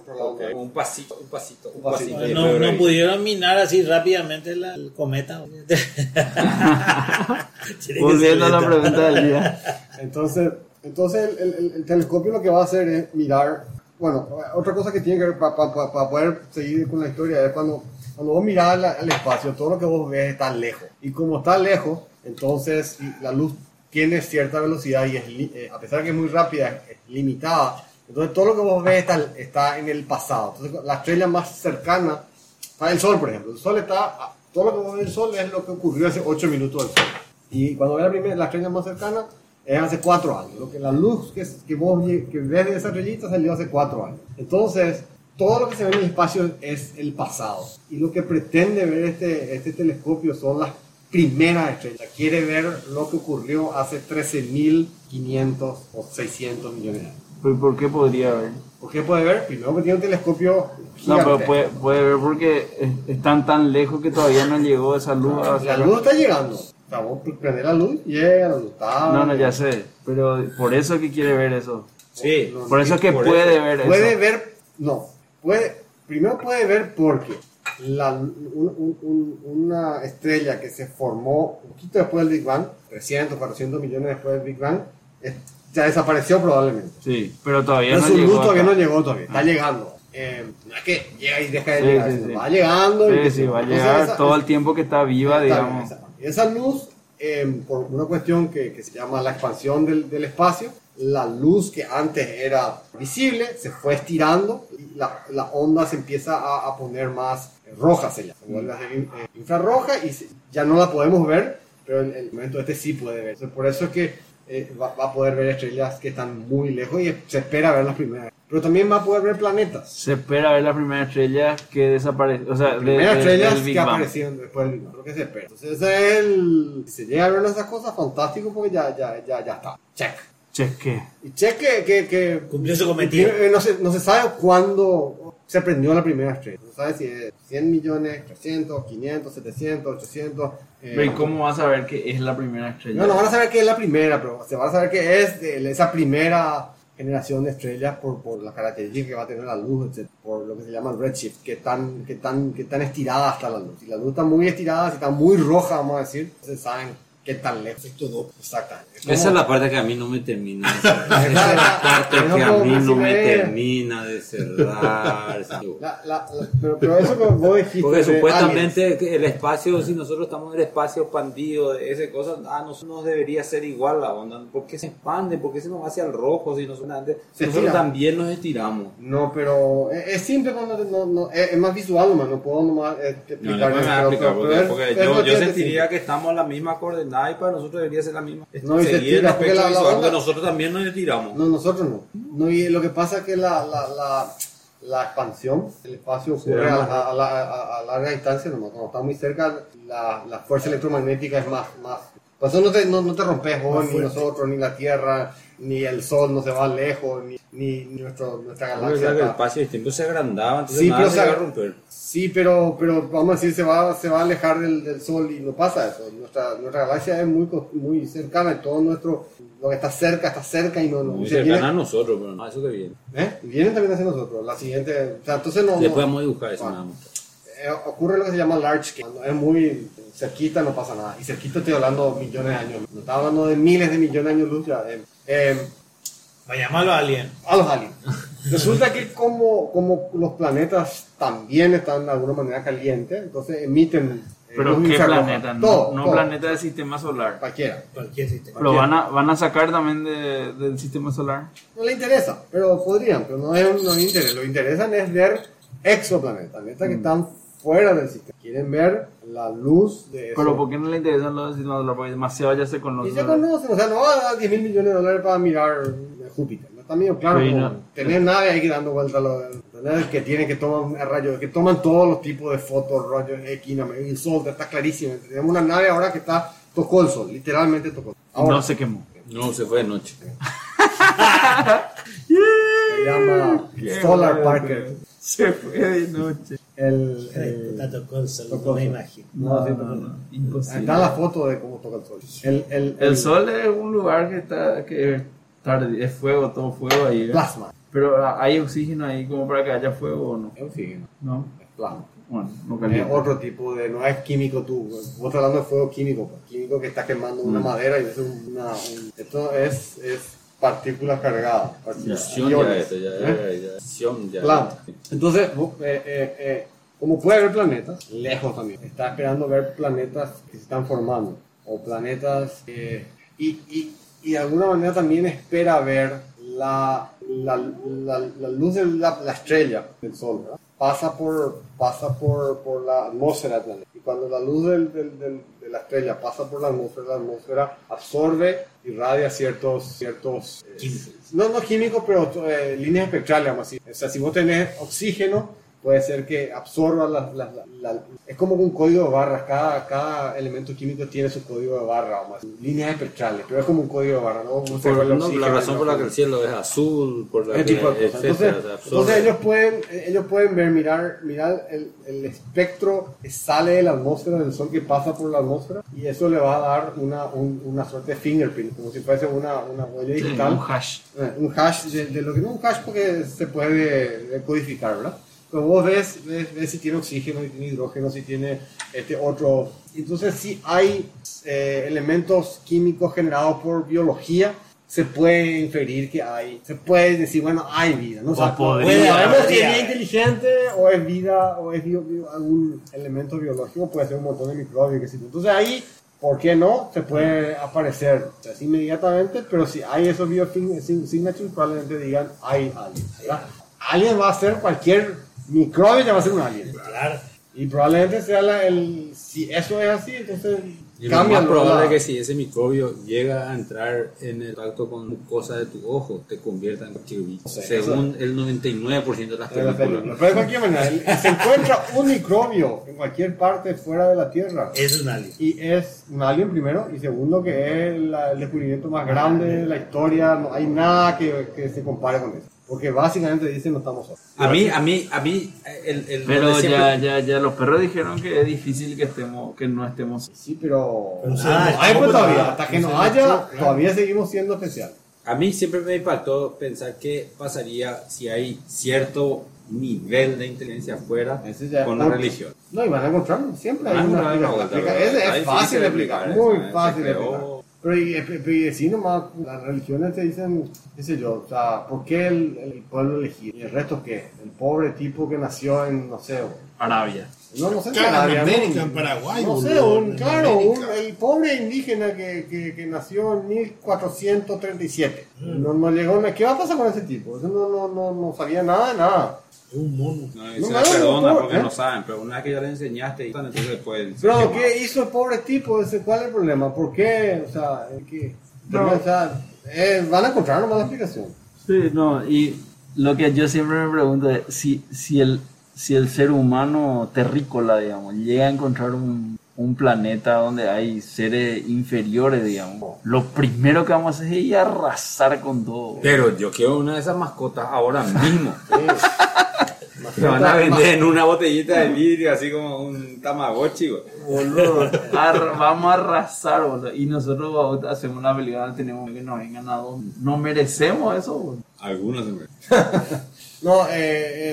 Speaker 6: Un pasito, un pasito, un
Speaker 3: Un pasito.
Speaker 6: pasito.
Speaker 5: No, no pudieron minar así rápidamente la, el cometa. Tiene que
Speaker 1: Volviendo a
Speaker 5: ser
Speaker 1: la
Speaker 5: lento.
Speaker 1: pregunta del día.
Speaker 3: Entonces, entonces el, el- el- el telescopio lo que va a hacer es mirar. Bueno, otra cosa que tiene que ver para poder seguir con la historia es cuando, cuando vos mirás la- el espacio, todo lo que vos ves está lejos. Y como está lejos, entonces y la luz tiene cierta velocidad y es, li- eh, a pesar que es muy rápida, es limitada. Entonces todo lo que vos ves está, está en el pasado. Entonces la estrella más cercana está el sol, por ejemplo. El sol está, a- todo lo que vos ves del sol es lo que ocurrió hace 8 minutos del sol. Y cuando ves la, primera, la estrella más cercana, es hace cuatro años. Lo que la luz que, que vos lle- que ves de esa estrellita salió hace cuatro años. Entonces, todo lo que se ve en el espacio es el pasado. Y lo que pretende ver este, este telescopio son las primeras estrellas. Quiere ver lo que ocurrió hace 13.500 o 600 millones de años.
Speaker 1: ¿Por Pues, por qué podría haber?
Speaker 3: ¿Por qué puede ver? Primero que tiene un telescopio
Speaker 1: No,
Speaker 3: gigante.
Speaker 1: pero puede, puede ver porque es- están tan lejos que todavía no llegó esa luz. hacia
Speaker 3: Ah, La
Speaker 1: acá.
Speaker 3: luz está llegando. O sea, vos prendés la luz, llega la luz. está-
Speaker 1: No, no, ya sé. Pero por eso es que quiere ver eso.
Speaker 2: Sí,
Speaker 1: Por eso es que puede ver eso.
Speaker 3: Puede ver, no, puede, primero puede ver porque la- un- un- un- una estrella que se formó un poquito después del Big Bang, 300, 400 millones después del Big Bang, es- ya desapareció probablemente.
Speaker 1: Sí, pero todavía
Speaker 3: Pero
Speaker 1: no,
Speaker 3: su
Speaker 1: llegó.
Speaker 3: luz todavía
Speaker 1: acá. Ah.
Speaker 3: no llegó todavía, está llegando. Eh, no es que llega y deja de
Speaker 1: Sí,
Speaker 3: llegar,
Speaker 1: sí,
Speaker 3: sino
Speaker 1: sí.
Speaker 3: va llegando. y-
Speaker 1: Sí, sí, va a
Speaker 3: entonces
Speaker 1: llegar
Speaker 3: esa-
Speaker 1: todo el tiempo que está viva, digamos.
Speaker 3: Exactamente, Esa, esa luz, eh, por una cuestión que, que se llama la expansión del, del espacio, la luz que antes era visible se fue estirando y la, la onda se empieza a, a poner más roja, se llama. Se vuelve a ser in- eh, infrarroja y se- ya no la podemos ver, pero el, el momento este sí puede ver. Entonces, por eso es que eh, va, va a poder ver estrellas que están muy lejos y se espera ver las primeras. Pero también va a poder ver planetas.
Speaker 1: Se espera ver las primeras estrellas que desaparecen. O sea, de-
Speaker 3: primeras
Speaker 1: de-
Speaker 3: estrellas
Speaker 1: del Big
Speaker 3: que
Speaker 1: Bang.
Speaker 3: aparecieron después del Big Bang, lo que se espera. Entonces, ese es el. Si se llega a ver una de esas cosas, fantástico, porque ya, ya, ya, ya está. Check.
Speaker 1: Cheque.
Speaker 3: Y check que. que, que-
Speaker 5: Cumplió su cometido.
Speaker 3: Eh, No se, no se sabe cuándo se prendió la primera estrella. No se sabe si es 100 millones, 300, 500, 700, 800. eh,
Speaker 1: Pero ¿y cómo vas a ver que es la primera estrella?
Speaker 3: no, no van a saber que es la primera, pero se van a saber que es de esa primera generación de estrellas por, por las características que va a tener la luz, etc. por lo que se llama el redshift, que tan, que tan, que tan estirada está la luz. Si la luz está muy estirada, si está muy roja, vamos a decir, se saben qué tan lejos.
Speaker 4: Efecto Doppler.
Speaker 3: Exactamente.
Speaker 2: Esa es la parte que a mí no me termina de cerrar. Esa es la parte
Speaker 3: No
Speaker 2: que a
Speaker 3: puedo
Speaker 2: mí no me
Speaker 3: percibir.
Speaker 2: termina de cerrar.
Speaker 3: La- ah, la- la- pero, pero eso que vos dijiste.
Speaker 2: Porque
Speaker 3: de
Speaker 2: supuestamente el espacio, si nosotros estamos en el espacio expandido, de esa cosa, a nosotros nos debería ser igual la onda. ¿Por qué se expande? ¿Por qué se nos va hacia el rojo? Si nosotros, antes-
Speaker 3: Se
Speaker 2: nosotros
Speaker 3: estira.
Speaker 2: también nos estiramos.
Speaker 3: aliens. No, pero e, es, es simple cuando no, no, es, es más visual, nomás, no puedo nomás eh,
Speaker 6: No,
Speaker 3: explicar.
Speaker 6: no me voy a
Speaker 3: pero-
Speaker 6: explicar,
Speaker 3: pero-
Speaker 6: porque,
Speaker 3: pero-
Speaker 6: porque
Speaker 3: pero
Speaker 6: yo,
Speaker 3: es
Speaker 6: yo
Speaker 3: bastante
Speaker 6: sentiría
Speaker 3: simple.
Speaker 6: que estamos en la misma coordenada y para nosotros debería ser la misma.
Speaker 3: No, y se
Speaker 2: Seguir el
Speaker 3: tira, porque
Speaker 2: aspecto
Speaker 3: la- la
Speaker 2: visual,
Speaker 3: onda-
Speaker 2: porque nosotros también nos estiramos.
Speaker 3: No, nosotros no. No, y lo que pasa es que la, la, la, la expansión del espacio ocurre a, a- a la- a- a larga distancia, nomás. Cuando está muy cerca, la, la fuerza electromagnética es más. más. Por eso no te, no, no te rompes vos, ni nosotros, ni la Tierra, ni el Sol no se va lejos, ni, ni nuestro, nuestra
Speaker 2: Porque o sea,
Speaker 3: galaxia.
Speaker 2: que el
Speaker 3: está-
Speaker 2: espacio y el tiempo se agrandaba, entonces
Speaker 3: Sí,
Speaker 2: nada
Speaker 3: pero
Speaker 2: se
Speaker 3: se
Speaker 2: iba a
Speaker 3: agra-
Speaker 2: romper.
Speaker 3: Sí, pero, pero vamos a decir, se va, se va a alejar del, del Sol y no pasa eso. Nuestra, nuestra galaxia es muy, cos- muy cercana y todo nuestro, lo que está cerca, está cerca y no... no
Speaker 2: Muy
Speaker 3: se viene-
Speaker 2: cercana a nosotros, pero no
Speaker 6: Ah,
Speaker 2: a eso que viene.
Speaker 3: ¿Eh? Vienen también hacia nosotros. La siguiente. O sea, entonces no.
Speaker 2: Después
Speaker 3: no-
Speaker 2: vamos a dibujar eso
Speaker 3: Ah.
Speaker 2: nada más.
Speaker 3: eh, ocurre lo que se llama large scale. Cuando es muy cerquita, no pasa nada. Y cerquita estoy hablando millones de años. No estaba hablando de miles de millones de años luz. ya, eh, eh,
Speaker 5: Vayamos a los aliens.
Speaker 3: em, a los aliens. Resulta que como, como los planetas también están de alguna manera calientes, entonces emiten... eh,
Speaker 1: Pero
Speaker 3: luz
Speaker 1: qué
Speaker 3: infrarroja.
Speaker 1: planeta, no,
Speaker 3: Todo,
Speaker 1: no
Speaker 3: todo,
Speaker 1: planeta del sistema solar.
Speaker 3: Cualquiera.
Speaker 5: Cualquier sistema.
Speaker 1: Lo van a, van a sacar también de- del sistema solar.
Speaker 3: No le interesa, pero podrían, pero no es un no le interesa. Lo que interesan es ver exoplanetas, planetas que
Speaker 1: Mm.
Speaker 3: están fuera del sistema. Quieren ver la luz de eso.
Speaker 1: Pero ¿por qué no le interesan los del sistema solar? Porque demasiado ya se
Speaker 3: Y
Speaker 1: conoce.
Speaker 3: se conocen, o sea, no va a dar 10 mil millones de dólares para mirar Júpiter. No está medio claro
Speaker 1: Sí,
Speaker 3: como
Speaker 1: no.
Speaker 3: tener nave ahí que dando vueltas los tener que tienen que tomar rayos, que toman todos los tipos de fotos, rayos X, no me- el sol, está clarísimo. Tenemos una nave ahora que está tocó el sol, literalmente tocó. Ahora
Speaker 1: No se quemó.
Speaker 6: No, se fue de noche.
Speaker 3: se llama Solar Parker.
Speaker 1: Se fue de noche.
Speaker 3: El,
Speaker 4: Eh,
Speaker 3: el-
Speaker 5: Está tocó el sol,
Speaker 3: tocó
Speaker 5: no me
Speaker 3: el sol.
Speaker 5: imagino.
Speaker 3: no, sí, tocó el sol. Ahí
Speaker 1: Imposible.
Speaker 3: está la foto de cómo toca el sol. El, el,
Speaker 1: El sol es un lugar que está que tarde, es fuego, todo fuego ahí. ¿verdad?
Speaker 3: Plasma.
Speaker 1: Pero ah, hay oxígeno ahí como para que haya fuego o no.
Speaker 3: En fin,
Speaker 1: No.
Speaker 3: es plasma.
Speaker 1: Bueno, no
Speaker 3: Es
Speaker 1: calienta.
Speaker 3: otro tipo de, no es químico tú, vos estás hablando de fuego químico, pues. químico que está quemando
Speaker 6: Mm.
Speaker 3: una madera y es una, un- esto es, es partículas cargadas, partículas,
Speaker 6: Acción ya,
Speaker 3: iones,
Speaker 6: esta, ya,
Speaker 3: ¿eh?
Speaker 6: ya, ya, acción ya.
Speaker 3: Planta. Entonces, bu- eh, eh, eh, como puede haber planetas, lejos también, está esperando ver planetas que se están formando, o planetas que- y, y- y de alguna manera también espera ver la, la, la- la luz de la, la estrella del Sol, ¿verdad? Pasa por, pasa por, por la atmósfera del planeta. Y cuando la luz del- del- del- de la estrella pasa por la atmósfera, la atmósfera absorbe y radia ciertos, ciertos eh,
Speaker 5: Químicos.
Speaker 3: no, no químicos, pero eh, líneas espectrales, vamos a decir. O sea, si vos tenés oxígeno, puede ser que absorba las... las- la- la- es como un código de barras, cada, cada elemento químico tiene su código de barra, vamos a decir. Líneas espectrales, pero es como un código de barra, ¿no? Vos
Speaker 6: Por-
Speaker 3: sacás el
Speaker 6: no,
Speaker 3: oxígeno
Speaker 6: la
Speaker 3: y
Speaker 6: razón
Speaker 3: no-
Speaker 6: por la que el cielo es azul, por la que
Speaker 3: ese tipo de cosas.
Speaker 6: etcétera,
Speaker 3: Entonces,
Speaker 6: se absorbe.
Speaker 3: entonces ellos pueden, ellos pueden ver, mirar, mirar el, el espectro que sale de la atmósfera, del sol que pasa por la atmósfera, y eso le va a dar una, un- una suerte de fingerprint, como si fuese una, una huella
Speaker 1: Sí,
Speaker 3: digital.
Speaker 1: un hash.
Speaker 3: Eh, un hash de, de lo que no un hash porque se puede decodificar, ¿verdad? Pero vos ves, ves, ves si tiene oxígeno, si tiene hidrógeno, si tiene este otro. Entonces, si hay eh, elementos químicos generados por biología, se puede inferir que hay, se puede decir, bueno, hay vida, ¿no? O sea,
Speaker 1: podría
Speaker 3: puede-
Speaker 5: haber
Speaker 3: sabemos si es
Speaker 5: vida.
Speaker 3: vida inteligente o es vida o es bio- bio- algún elemento biológico, puede ser un montón de microbios. Que sí. Entonces ahí, ¿por qué no? Se puede aparecer o sea, así inmediatamente, pero si hay esos biosignatures, probablemente digan hay alien. ¿verdad? Alien va a ser cualquier microbio, ya va a ser un alien.
Speaker 5: Claro.
Speaker 3: Y probablemente sea la- el. Si eso es así, entonces.
Speaker 6: Y lo
Speaker 3: cambia
Speaker 6: más probable
Speaker 3: la-
Speaker 6: es que si ese microbio llega a entrar en el contacto con mucosa de tu ojo, te convierta en chirubito.
Speaker 3: Sí,
Speaker 6: según el 99% de las
Speaker 3: de la película.
Speaker 6: películas.
Speaker 3: Pero de cualquier manera, el- se encuentra un microbio en cualquier parte fuera de la Tierra.
Speaker 5: Es un alien.
Speaker 3: Y es un alien primero, y segundo que es la- el descubrimiento más grande de la historia, no hay nada que, que se compare con eso. Porque básicamente dicen no estamos solos.
Speaker 6: A mí, a mí, a mí, eh, el, el
Speaker 1: Pero
Speaker 6: donde siempre-
Speaker 1: ya, ya, ya los perros dijeron que es difícil que estemos, que no estemos.
Speaker 3: Sí, pero...
Speaker 2: Ah,
Speaker 3: no
Speaker 5: Pero se-
Speaker 3: hay pues
Speaker 5: tampoco
Speaker 3: todavía,
Speaker 5: nada.
Speaker 3: hasta que no haya, todavía seguimos siendo especial.
Speaker 6: A mí siempre me impactó pensar qué pasaría si hay cierto nivel de inteligencia afuera
Speaker 3: Ese ya-
Speaker 6: con la
Speaker 3: no,
Speaker 6: religión.
Speaker 3: No, y van a encontrarlo, siempre hay
Speaker 6: Van a
Speaker 3: una
Speaker 6: encontrar una
Speaker 3: explicación.
Speaker 6: vuelta,
Speaker 3: Explica-
Speaker 6: ¿verdad?
Speaker 3: ese
Speaker 6: Ahí
Speaker 3: es
Speaker 6: sí
Speaker 3: fácil
Speaker 6: se
Speaker 3: de
Speaker 6: explica,
Speaker 3: explicar,
Speaker 6: ¿eh?
Speaker 3: muy
Speaker 6: Se
Speaker 3: fácil de
Speaker 6: creó-
Speaker 3: explicar. Pero y, y- y así nomás las religiones te dicen, qué sé yo, o sea, ¿por qué el, el pueblo elegido? ¿Y el resto qué? El pobre tipo que nació en, no sé,
Speaker 1: Arabia.
Speaker 3: No, no sé
Speaker 4: Claro,
Speaker 3: si
Speaker 4: en
Speaker 3: había
Speaker 4: América,
Speaker 3: un-
Speaker 4: en Paraguay,
Speaker 3: No
Speaker 4: boludo,
Speaker 3: sé, un,
Speaker 4: en
Speaker 3: claro, un-
Speaker 4: América.
Speaker 3: el pobre indígena que, que, que nació en 1437.
Speaker 4: Mm.
Speaker 3: No, no llegó, ¿qué va a pasar con ese tipo? Eso no, no, no, no sabía nada, de nada.
Speaker 4: Es un mono.
Speaker 6: No,
Speaker 3: No,
Speaker 6: se
Speaker 3: no,
Speaker 6: la perdona
Speaker 3: no,
Speaker 6: porque
Speaker 3: ¿eh?
Speaker 6: no saben, pero una vez que ya le enseñaste, entonces pueden. ser
Speaker 3: Pero,
Speaker 6: quemados.
Speaker 3: ¿qué hizo el pobre tipo? Ese? ¿Cuál es el problema? ¿Por qué? O sea, ¿qué? O sea, eh, van a encontrar nomás la explicación.
Speaker 1: Sí, no, y lo que yo siempre me pregunto es si, si, el, si el ser humano terrícola, digamos, llega a encontrar un, un planeta donde hay seres inferiores, digamos, lo primero que vamos a hacer es ir a arrasar con todo.
Speaker 6: Pero yo quiero una de esas mascotas ahora mismo. Se van a
Speaker 3: Mascota-
Speaker 6: vender en una botellita de vidrio, así como un tamagotchi. güey.
Speaker 1: Boludo, ar- vamos a arrasar, boludo. Y nosotros vamos, hacemos una película, tenemos que nos vengan a dos. No merecemos eso, boludo.
Speaker 6: Algunos se me-
Speaker 3: No, eh,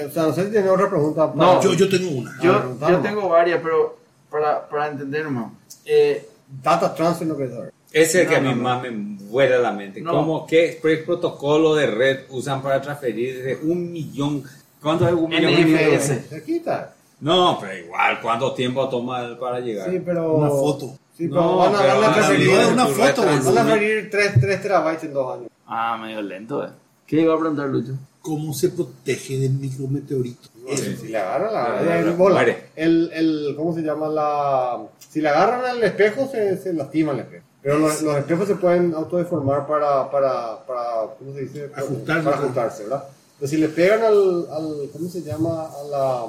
Speaker 3: eh, o sea, no sé si tiene otra pregunta.
Speaker 1: No.
Speaker 4: Yo, yo tengo una.
Speaker 3: Ah,
Speaker 1: Yo,
Speaker 3: preguntamos.
Speaker 1: yo tengo varias, pero para, para entender más. Eh,
Speaker 3: Data transfer no que es.
Speaker 2: Ese es el
Speaker 1: No,
Speaker 2: que a mí
Speaker 1: no, no.
Speaker 2: más me vuela la mente.
Speaker 1: No.
Speaker 2: ¿Cómo qué pre- protocolo de red usan para transferir de un millón? ¿Cuánto es un millón? de
Speaker 1: NFS.
Speaker 2: videos?
Speaker 3: Cerquita.
Speaker 2: No, pero igual, ¿cuánto tiempo toma para llegar?
Speaker 3: Sí, pero.
Speaker 4: Una foto.
Speaker 3: Sí, pero
Speaker 2: No,
Speaker 3: van a,
Speaker 2: pero
Speaker 3: van a
Speaker 2: van a
Speaker 3: preferir.
Speaker 4: no, es una
Speaker 2: tu
Speaker 4: foto,
Speaker 2: red
Speaker 3: Van a
Speaker 2: trans-
Speaker 3: preferir 3, terabytes en dos años.
Speaker 1: Ah, medio lento, eh. ¿Qué iba a preguntar Lucho?
Speaker 4: ¿Cómo se protege del micrometeorito?
Speaker 3: Eso, si le agarran, la,
Speaker 2: Le agarran,
Speaker 3: el, bola.
Speaker 2: muere.
Speaker 3: El, el- ¿Cómo se llama? la Si le agarran al espejo, se, se lastima el espejo. Pero los, los espejos se pueden autodeformar para, para, para ¿cómo se dice? Para-
Speaker 4: Ajustarse.
Speaker 3: Para ajustarse, ¿verdad? Pero si le pegan al, al ¿cómo se llama? A la,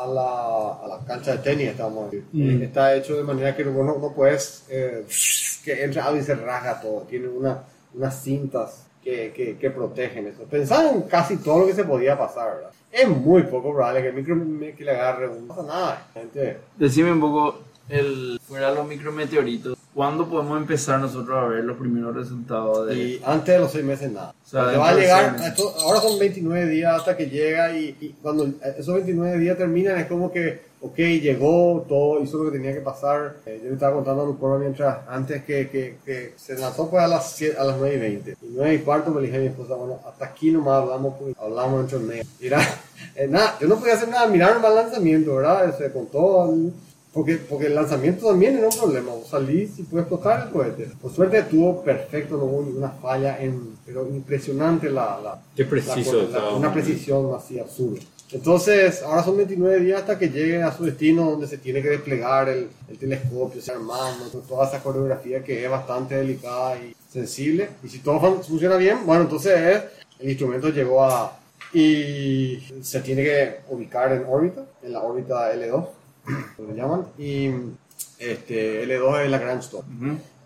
Speaker 3: a la, a la cancha de tenis, estamos a decir. Eh, Está hecho de manera que vos no, no puedes eh, que entra algo y se rasga todo. Tiene una, unas cintas que, que, que protegen eso. Pensaba en casi todo lo que se podía pasar, ¿verdad? Es muy poco probable que el micro que le agarre no pasa nada. Gente,
Speaker 1: Decime un poco, el, fuera los micrometeoritos, ¿cuándo podemos empezar nosotros a ver los primeros resultados de
Speaker 3: Y antes de los seis meses nada.
Speaker 1: O sea,
Speaker 3: Te va a
Speaker 1: dentro de
Speaker 3: llegar,
Speaker 1: seis meses.
Speaker 3: esto- ahora son 29 días hasta que llega y, y cuando eh, esos 29 días terminan es como que, ok, llegó, todo hizo lo que tenía que pasar. Eh, yo le estaba contando a Lucoro mientras, antes que, que- que se lanzó pues a las, sie- a las 9 y 20. Y 9 y cuarto me dije a mi esposa, bueno, hasta aquí nomás hablamos, pues, hablamos entre medio. Mira, eh, nada, yo no podía hacer nada, mirar nomás el lanzamiento, ¿verdad? Se contó... el- porque, porque el lanzamiento también era un problema. Vos salís y puedes tocar el cohete. Por suerte estuvo perfecto, no hubo ninguna falla. En, pero impresionante la. la
Speaker 2: Qué preciso
Speaker 3: la- la-
Speaker 2: estaba,
Speaker 3: Una
Speaker 2: ¿no?
Speaker 3: precisión así absurda. Entonces, ahora son 29 días hasta que lleguen a su destino donde se tiene que desplegar el, el telescopio, se armando, con toda esa coreografía que es bastante delicada y sensible. Y si todo fun- funciona bien, bueno, entonces es, el instrumento llegó a. y se tiene que ubicar en órbita, en la órbita L2 como le llaman, y este, L2 es la Grand Store.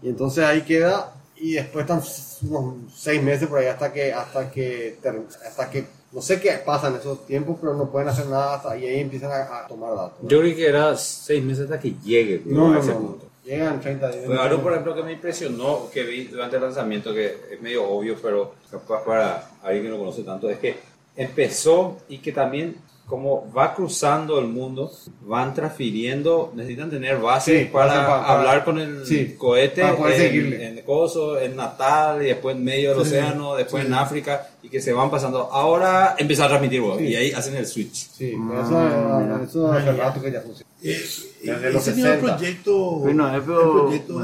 Speaker 3: Y entonces ahí queda, y después están unos seis meses por ahí hasta que, hasta que, ter- hasta que, no sé qué pasa en esos tiempos, pero no pueden hacer nada hasta y ahí empiezan a, a tomar datos.
Speaker 2: Yo creí que era seis meses hasta que llegue. güey,
Speaker 3: no,
Speaker 2: a
Speaker 3: no,
Speaker 2: ese
Speaker 3: no, no.
Speaker 2: punto.
Speaker 3: Llegan 30 días.
Speaker 2: Pero algo, por ejemplo, que me impresionó, que vi durante el lanzamiento, que es medio obvio, pero capaz para alguien que no conoce tanto, es que empezó y que también, como va cruzando el mundo, van transfiriendo, necesitan tener bases
Speaker 3: Sí,
Speaker 2: para
Speaker 3: bases pa- para-
Speaker 2: hablar con el
Speaker 3: sí,
Speaker 2: cohete
Speaker 3: para poder
Speaker 2: en,
Speaker 3: seguirle.
Speaker 2: en Kosovo, en Natal, y después en medio del océano, después en África, y que se van pasando. Ahora empezó a transmitir, güey, y ahí hacen el switch.
Speaker 3: Sí, pero eso, eso hace rato que ya funciona.
Speaker 4: Eh,
Speaker 3: Desde
Speaker 4: eh,
Speaker 3: los
Speaker 4: ese tiene un
Speaker 3: 60.
Speaker 4: proyecto,
Speaker 1: Bueno, es, pero-
Speaker 4: un proyecto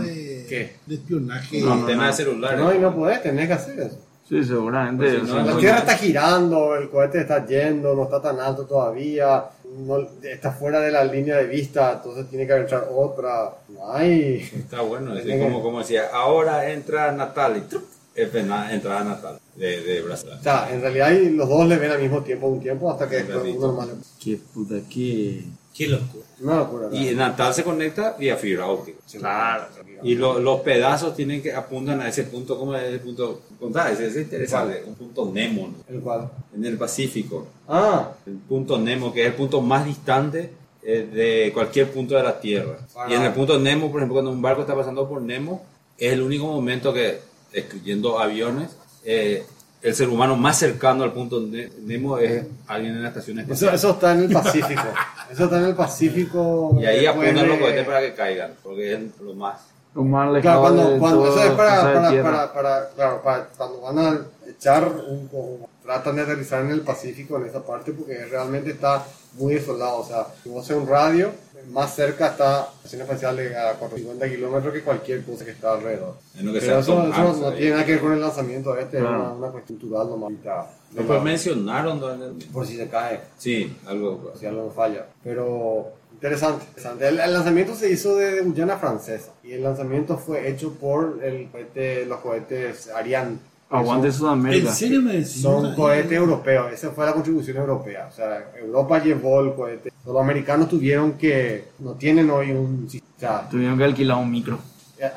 Speaker 3: ¿Qué?
Speaker 4: de, de espionaje.
Speaker 2: el tema de celulares.
Speaker 3: No, y no podés, tenés que hacer eso.
Speaker 1: Sí, seguramente.
Speaker 2: Pues si
Speaker 1: o sea,
Speaker 2: no,
Speaker 3: La
Speaker 2: Oye.
Speaker 3: Tierra está girando, el cohete está yendo, no está tan alto todavía, no- está fuera de la línea de vista, entonces tiene que entrar otra. No hay.
Speaker 2: Está bueno, es decir, como, como decía, ahora entra Natal y ¡truc! es pena- entrada Natal de, de Brasil.
Speaker 3: O sea, en realidad y los dos le ven al mismo tiempo un tiempo hasta que después
Speaker 2: Ratito.
Speaker 3: uno normal.
Speaker 1: Qué puta, qué...
Speaker 5: Qué locura.
Speaker 3: Una locura.
Speaker 2: Y Natal se conecta vía fibra óptica.
Speaker 3: Claro.
Speaker 2: Y lo- los pedazos tienen que apuntan a ese punto, como es el punto, contá, ese es interesante, un punto Nemo ¿no?
Speaker 3: El cuadro.
Speaker 2: en el Pacífico,
Speaker 3: Ah,
Speaker 2: el punto Nemo que es el punto más distante eh, de cualquier punto de la Tierra.
Speaker 3: Para-
Speaker 2: Y en el punto Nemo, por ejemplo, cuando un barco está pasando por Nemo, es el único momento que, excluyendo aviones, eh, el ser humano más cercano al punto Ne- Nemo es alguien en la estación
Speaker 3: eso,
Speaker 2: espacial.
Speaker 3: eso está en el Pacífico. Eso está en el Pacífico.
Speaker 2: Y ahí
Speaker 3: después
Speaker 2: apuntan
Speaker 3: de-
Speaker 2: los cohetes para que caigan, porque es lo más.
Speaker 1: Lo más
Speaker 3: Claro,
Speaker 1: lejano
Speaker 3: cuando,
Speaker 1: de
Speaker 3: cuando
Speaker 1: todo,
Speaker 3: eso es para,
Speaker 1: cosa de
Speaker 3: para,
Speaker 1: tierra.
Speaker 3: para, para- claro, para- cuando van a echar un, o tratan de aterrizar en el Pacífico en esa parte porque realmente está muy desolado, o sea, si vos haces un radio, más cerca está la estación espacial de a 450 kilómetros que cualquier cosa que está alrededor.
Speaker 2: En lo que sea
Speaker 3: Pero eso,
Speaker 2: Tom
Speaker 3: eso
Speaker 2: Hanks
Speaker 3: no
Speaker 2: ahí.
Speaker 3: tiene nada que ver con el lanzamiento este, es
Speaker 1: Claro.
Speaker 3: una, una cuestión cultural nomás. Está-
Speaker 2: No, pues, pero mencionaron durante el-
Speaker 3: Por si se cae
Speaker 2: Sí, algo.
Speaker 3: si algo falla. Pero interesante. interesante. El, el lanzamiento se hizo de Guyana francesa y el lanzamiento fue hecho por el cohete- los cohetes Ariane.
Speaker 1: Aguante Sudamérica.
Speaker 4: ¿En serio me decís?
Speaker 3: Son, son cohetes europeos, esa fue la contribución europea. O sea, Europa llevó el cohete. Los americanos tuvieron que, no tienen hoy un sistema.
Speaker 1: Tuvieron que alquilar un micro.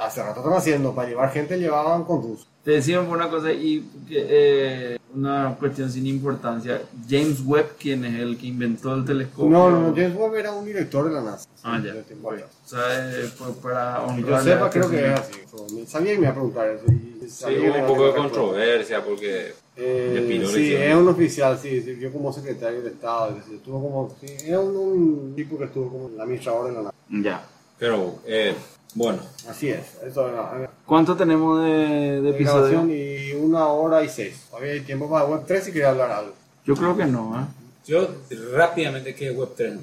Speaker 3: Hace rato están haciendo, para llevar gente llevaban con rusos.
Speaker 1: Te decían por una cosa y que, eh, una cuestión sin importancia. James Webb, quien es el que inventó el telescopio.
Speaker 3: No, no, no, James Webb era un director de la NASA.
Speaker 1: Ah, ya.
Speaker 3: Del tiempo atrás.
Speaker 1: O sea, eh, fue para
Speaker 3: Que
Speaker 1: honrar
Speaker 3: Yo
Speaker 1: a
Speaker 3: sepa,
Speaker 1: la
Speaker 3: creo que
Speaker 1: persona.
Speaker 3: era así. Sabía que me iba a preguntar eso. y
Speaker 2: Sí,
Speaker 3: sabía que
Speaker 2: hubo
Speaker 3: me iba
Speaker 2: un
Speaker 3: a
Speaker 2: poco de
Speaker 3: preguntar por-
Speaker 2: controversia porque Le
Speaker 3: Eh,
Speaker 2: pidió
Speaker 3: sí,
Speaker 2: elecciones.
Speaker 3: es un oficial, sí, sirvió como secretario de Estado, es decir, estuvo como, sí, era un, un tipo que estuvo como el administrador de la NASA.
Speaker 1: Ya.
Speaker 2: Pero eh, bueno,
Speaker 3: Así es. Eso era.
Speaker 6: ¿Cuánto tenemos de, de
Speaker 3: De grabación
Speaker 6: episodio?
Speaker 3: y una hora y seis. Todavía hay tiempo para web 3 si quería hablar algo.
Speaker 6: Yo creo que no, ¿eh?
Speaker 2: yo rápidamente que web 3.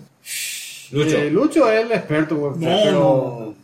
Speaker 2: Lucho.
Speaker 3: Eh, Lucho es el experto en web 3, pero.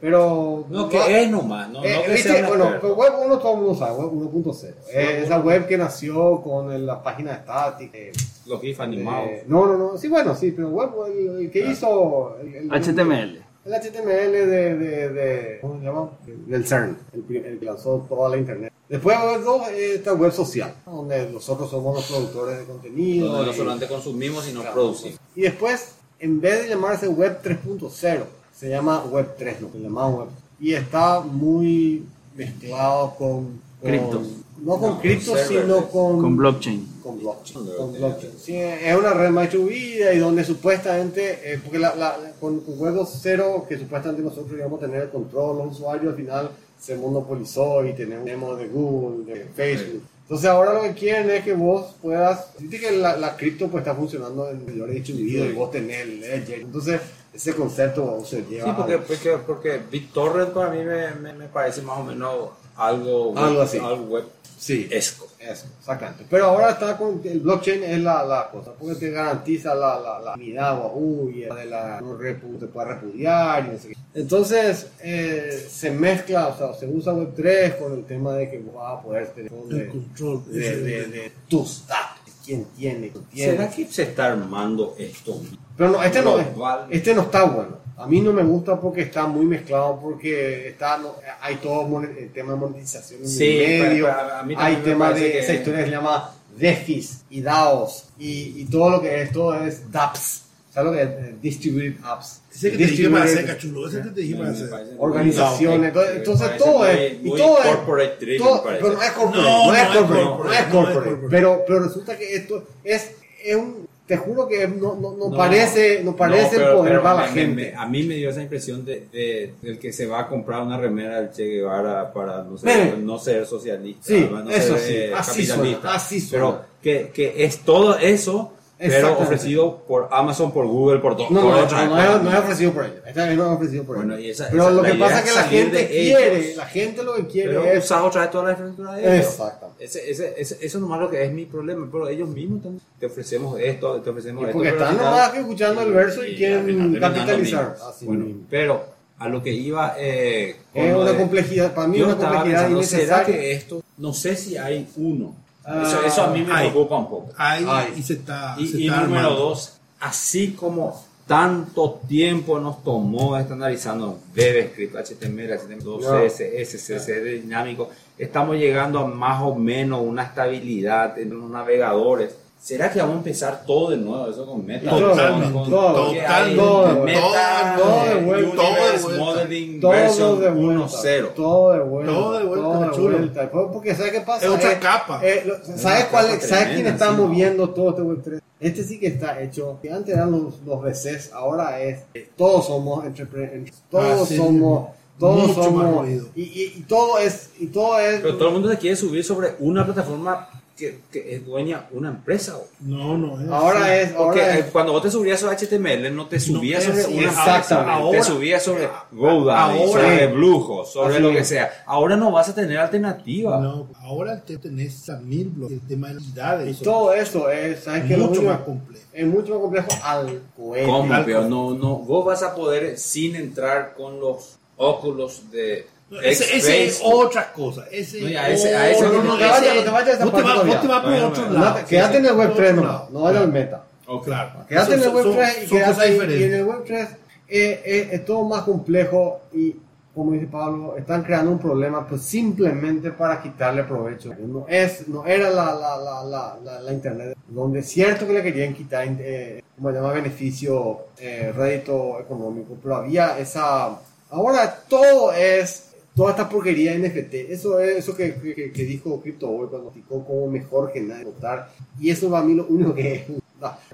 Speaker 3: pero
Speaker 2: no, que es nomás, no,
Speaker 3: Eh,
Speaker 2: no que
Speaker 3: viste,
Speaker 2: sea una
Speaker 3: bueno,
Speaker 2: experta.
Speaker 3: pues web 1 todo el mundo sabe, web 1.0. Eh, esa web que nació con el- la página estática. eh,
Speaker 2: los GIF animados.
Speaker 3: eh, no, no, no. Sí, bueno, sí, pero web, el, el que hizo. El, el-
Speaker 6: HTML.
Speaker 3: El HTML de, de, de- ¿cómo se llama? Del CERN, el, pri- el que lanzó toda la internet. Después web 2 es esta web social, donde nosotros somos los productores de contenido.
Speaker 2: donde no
Speaker 3: y-
Speaker 2: solamente consumimos, sino
Speaker 3: Claro.
Speaker 2: producimos.
Speaker 3: Y después, en vez de llamarse Web 3.0, se llama Web 3, lo que le llamamos Web. Y está muy mezclado con... con-
Speaker 6: Criptos.
Speaker 3: No con
Speaker 2: No,
Speaker 3: criptos,
Speaker 2: con server,
Speaker 3: sino con...
Speaker 6: Con blockchain.
Speaker 3: con blockchain.
Speaker 2: Con
Speaker 3: Con
Speaker 2: blockchain.
Speaker 3: blockchain. Sí, es una red más distribuida y donde supuestamente, eh, porque la, la- la- con, con Web 2.0, que supuestamente nosotros íbamos a tener el control, los usuarios al final se monopolizó y tenemos- tenemos de Google, de Facebook. Entonces ahora lo que quieren es que vos puedas, viste que la, la cripto pues está funcionando en menores distribuidos y vos tenés el ledger. Entonces ese concepto se lleva
Speaker 2: Sí, porque,
Speaker 3: al-
Speaker 2: porque, porque BitTorrent para mí me, me, me parece más o menos algo web,
Speaker 3: Algo así.
Speaker 2: Algo web
Speaker 3: sí,
Speaker 2: esco.
Speaker 3: Eso, exactamente. Pero ahora está con el blockchain es la, la cosa, porque te garantiza la, la, la unidad o uy, de la no repu- te puede repudiar y no sé qué. Entonces eh, se mezcla, o sea, se usa Web3 con el tema de que vas a poder tener control
Speaker 4: El
Speaker 3: de,
Speaker 4: control.
Speaker 3: de, de- de tus datos, quién tiene, quién tiene.
Speaker 2: ¿Será que se está armando esto?
Speaker 3: Pero no, este no, es-
Speaker 2: Global.
Speaker 3: este no está bueno. A mí no me gusta porque está muy mezclado, porque está, no- hay todo mon- el tema de monetización en
Speaker 2: Sí,
Speaker 3: el medio,
Speaker 2: pero- pero a mí
Speaker 3: hay
Speaker 2: también me
Speaker 3: tema de
Speaker 2: parece que-
Speaker 3: esa historia que se llama DeFis y DAOs y, y todo lo que es, todo es DApps. ¿Sabes lo que es? Eh, Distributed Apps.
Speaker 4: Ese que te dije para
Speaker 3: Distributed-
Speaker 4: hacer, cachulo. Ese que te dije para hacer.
Speaker 3: organizaciones,
Speaker 2: No,
Speaker 3: entonces, entonces
Speaker 2: me parece
Speaker 3: todo
Speaker 2: muy-
Speaker 3: es y
Speaker 2: muy
Speaker 3: todo es
Speaker 2: corporate driven,
Speaker 3: todo-
Speaker 2: parece.
Speaker 3: pero no es corporate, no,
Speaker 4: No,
Speaker 3: es
Speaker 4: no es corporate,
Speaker 3: corporate, no es
Speaker 4: no es
Speaker 3: corporate,
Speaker 4: corporate.
Speaker 3: pero pero resulta que esto es, es un te juro que no, no, no parece no parece
Speaker 2: pero-
Speaker 3: el poder
Speaker 2: pero
Speaker 3: para la
Speaker 2: me- me-
Speaker 3: gente.
Speaker 2: me- a mí me dio esa impresión de, de- del que se va a comprar una remera del Che Guevara para no ser,
Speaker 3: Miren.
Speaker 2: no ser socialista,
Speaker 3: Sí,
Speaker 2: no
Speaker 3: eso
Speaker 2: ser
Speaker 3: sí,
Speaker 2: eh,
Speaker 3: así suena,
Speaker 2: capitalista.
Speaker 3: así suena.
Speaker 2: Pero que, que es todo eso, pero
Speaker 3: Exactamente.
Speaker 2: ofrecido por Amazon, por Google, por todo.
Speaker 3: no,
Speaker 2: por
Speaker 3: no, no,
Speaker 2: otra-
Speaker 3: no, es- no es ofrecido por ellos. Esta vez no es ofrecido por ellos.
Speaker 2: Bueno, y esa-
Speaker 3: pero
Speaker 2: esa-
Speaker 3: lo
Speaker 2: la
Speaker 3: que
Speaker 2: idea
Speaker 3: pasa
Speaker 2: es
Speaker 3: es que la
Speaker 2: salir
Speaker 3: gente
Speaker 2: de ellos.
Speaker 3: quiere, la gente lo que quiere
Speaker 2: Pero
Speaker 3: es
Speaker 2: usas otra vez toda la infraestructura de ellos.
Speaker 3: Exactamente.
Speaker 2: Ese, ese, ese- eso nomás lo que es mi problema, pero ellos mismos están- te ofrecemos esto, te ofrecemos
Speaker 3: Y
Speaker 2: esto.
Speaker 3: porque
Speaker 2: pero al
Speaker 3: están
Speaker 2: final-
Speaker 3: nomás escuchando el verso y quieren
Speaker 2: al final terminan
Speaker 3: capitalizar.
Speaker 2: lo mismo.
Speaker 3: Así
Speaker 2: Bueno,
Speaker 3: mismo.
Speaker 2: pero a lo que iba eh, con
Speaker 3: es
Speaker 2: lo
Speaker 3: una
Speaker 2: de-
Speaker 3: complejidad, para mí
Speaker 2: yo
Speaker 3: una
Speaker 2: estaba
Speaker 3: complejidad
Speaker 2: pensando, ¿será
Speaker 3: innecesaria.
Speaker 2: que esto? No sé si hay uno. eso,
Speaker 3: Ah,
Speaker 2: eso a mí me
Speaker 4: hay.
Speaker 2: preocupa un poco.
Speaker 4: Ay,
Speaker 3: Ay.
Speaker 4: y se
Speaker 3: Ah,
Speaker 4: está. se
Speaker 2: Y, y
Speaker 4: está
Speaker 2: número
Speaker 4: armando.
Speaker 2: dos, así como tanto tiempo nos tomó estandarizando JavaScript, HTML, HTML2,
Speaker 3: No.
Speaker 2: CSS, CSS dinámico, estamos llegando a más o menos una estabilidad en los navegadores. ¿Será que vamos a empezar todo de nuevo eso con Meta?
Speaker 4: Totalmente,
Speaker 2: Con-
Speaker 3: todo,
Speaker 2: ¿qué hay?
Speaker 3: todo,
Speaker 2: Meta,
Speaker 3: todo de vuelta,
Speaker 4: todo de
Speaker 2: Universe
Speaker 4: vuelta.
Speaker 2: Modeling
Speaker 3: todo de
Speaker 2: version
Speaker 3: vuelta,
Speaker 2: 1.0.
Speaker 3: todo de vuelta,
Speaker 4: Todo de vuelta,
Speaker 3: todo de
Speaker 4: chulo.
Speaker 3: vuelta. Porque sabes qué pasa,
Speaker 4: Es otra
Speaker 3: Eh,
Speaker 4: capa.
Speaker 3: eh, lo- sabes
Speaker 2: una
Speaker 3: cuál,
Speaker 2: capa
Speaker 3: es- sabes quién
Speaker 2: tremenda,
Speaker 3: está
Speaker 2: sí, ¿no?
Speaker 3: moviendo todo este web 3. Este sí que está hecho. que Antes eran los, los BCs, ahora es eh, todos somos entrepreneurs,
Speaker 2: Ah,
Speaker 3: todos
Speaker 4: Así
Speaker 3: somos, todos
Speaker 4: Mucho más
Speaker 3: somos
Speaker 4: movido.
Speaker 3: y, y- y todo es y todo es
Speaker 2: Pero todo el mundo se quiere subir sobre una plataforma que, que es dueña una empresa. ¿o?
Speaker 4: No, no. es
Speaker 3: ahora
Speaker 4: así.
Speaker 3: es
Speaker 2: Porque
Speaker 3: ahora
Speaker 2: eh,
Speaker 3: es,
Speaker 2: cuando vos te subías sobre HTML, no te subías
Speaker 4: No,
Speaker 2: sobre
Speaker 4: es-
Speaker 2: una
Speaker 3: exactamente.
Speaker 2: empresa, te
Speaker 4: Ahora- Ah,
Speaker 2: subías sobre GoDaddy,
Speaker 4: ahora-
Speaker 2: sobre Blujo, sobre
Speaker 3: Así
Speaker 2: lo
Speaker 3: es.
Speaker 2: que sea. Ahora no vas a tener alternativa.
Speaker 4: No, ahora te tenés a mil blogs. El tema de las unidades.
Speaker 3: y
Speaker 4: eso.
Speaker 3: todo eso es, sabes que lo
Speaker 4: Mucho
Speaker 3: único-
Speaker 4: más complejo.
Speaker 3: es mucho más complejo al cohete.
Speaker 2: ¿Cómo?
Speaker 4: Algo.
Speaker 2: Pero no, no, vos vas a poder sin entrar con los óculos de
Speaker 4: No, Ese, ese es
Speaker 2: Facebook.
Speaker 4: otra cosa. Ese,
Speaker 2: No, ya, ese- a ese
Speaker 4: no, no,
Speaker 2: no te
Speaker 4: no,
Speaker 2: vayas,
Speaker 4: ese-
Speaker 3: no te vayas a esa
Speaker 4: vos te
Speaker 3: parte
Speaker 4: vas-
Speaker 3: todavía.
Speaker 4: Vos te vas por
Speaker 2: Bueno,
Speaker 4: otro
Speaker 2: bueno.
Speaker 4: lado.
Speaker 3: No, quédate en el web 3 no, no vayas al meta.
Speaker 4: Oh, claro.
Speaker 3: Quédate en el
Speaker 4: Son-
Speaker 3: Web
Speaker 4: son-
Speaker 3: 3 y,
Speaker 4: son cosas
Speaker 3: quédate- y en
Speaker 4: diferentes.
Speaker 3: el Web 3 eh, eh, es todo más complejo y, como dice Pablo, están creando un problema pues, simplemente para quitarle provecho. No, es, no era la, la, la, la, la, la Internet donde es cierto que le querían quitar, eh, como se llama, beneficio, eh, rédito económico, pero había esa... Ahora todo es... Toda esta porquería NFT, eso es eso que, que, que dijo Crypto Boy cuando explicó cómo mejor que nadie votar, y eso para mí lo único que es no,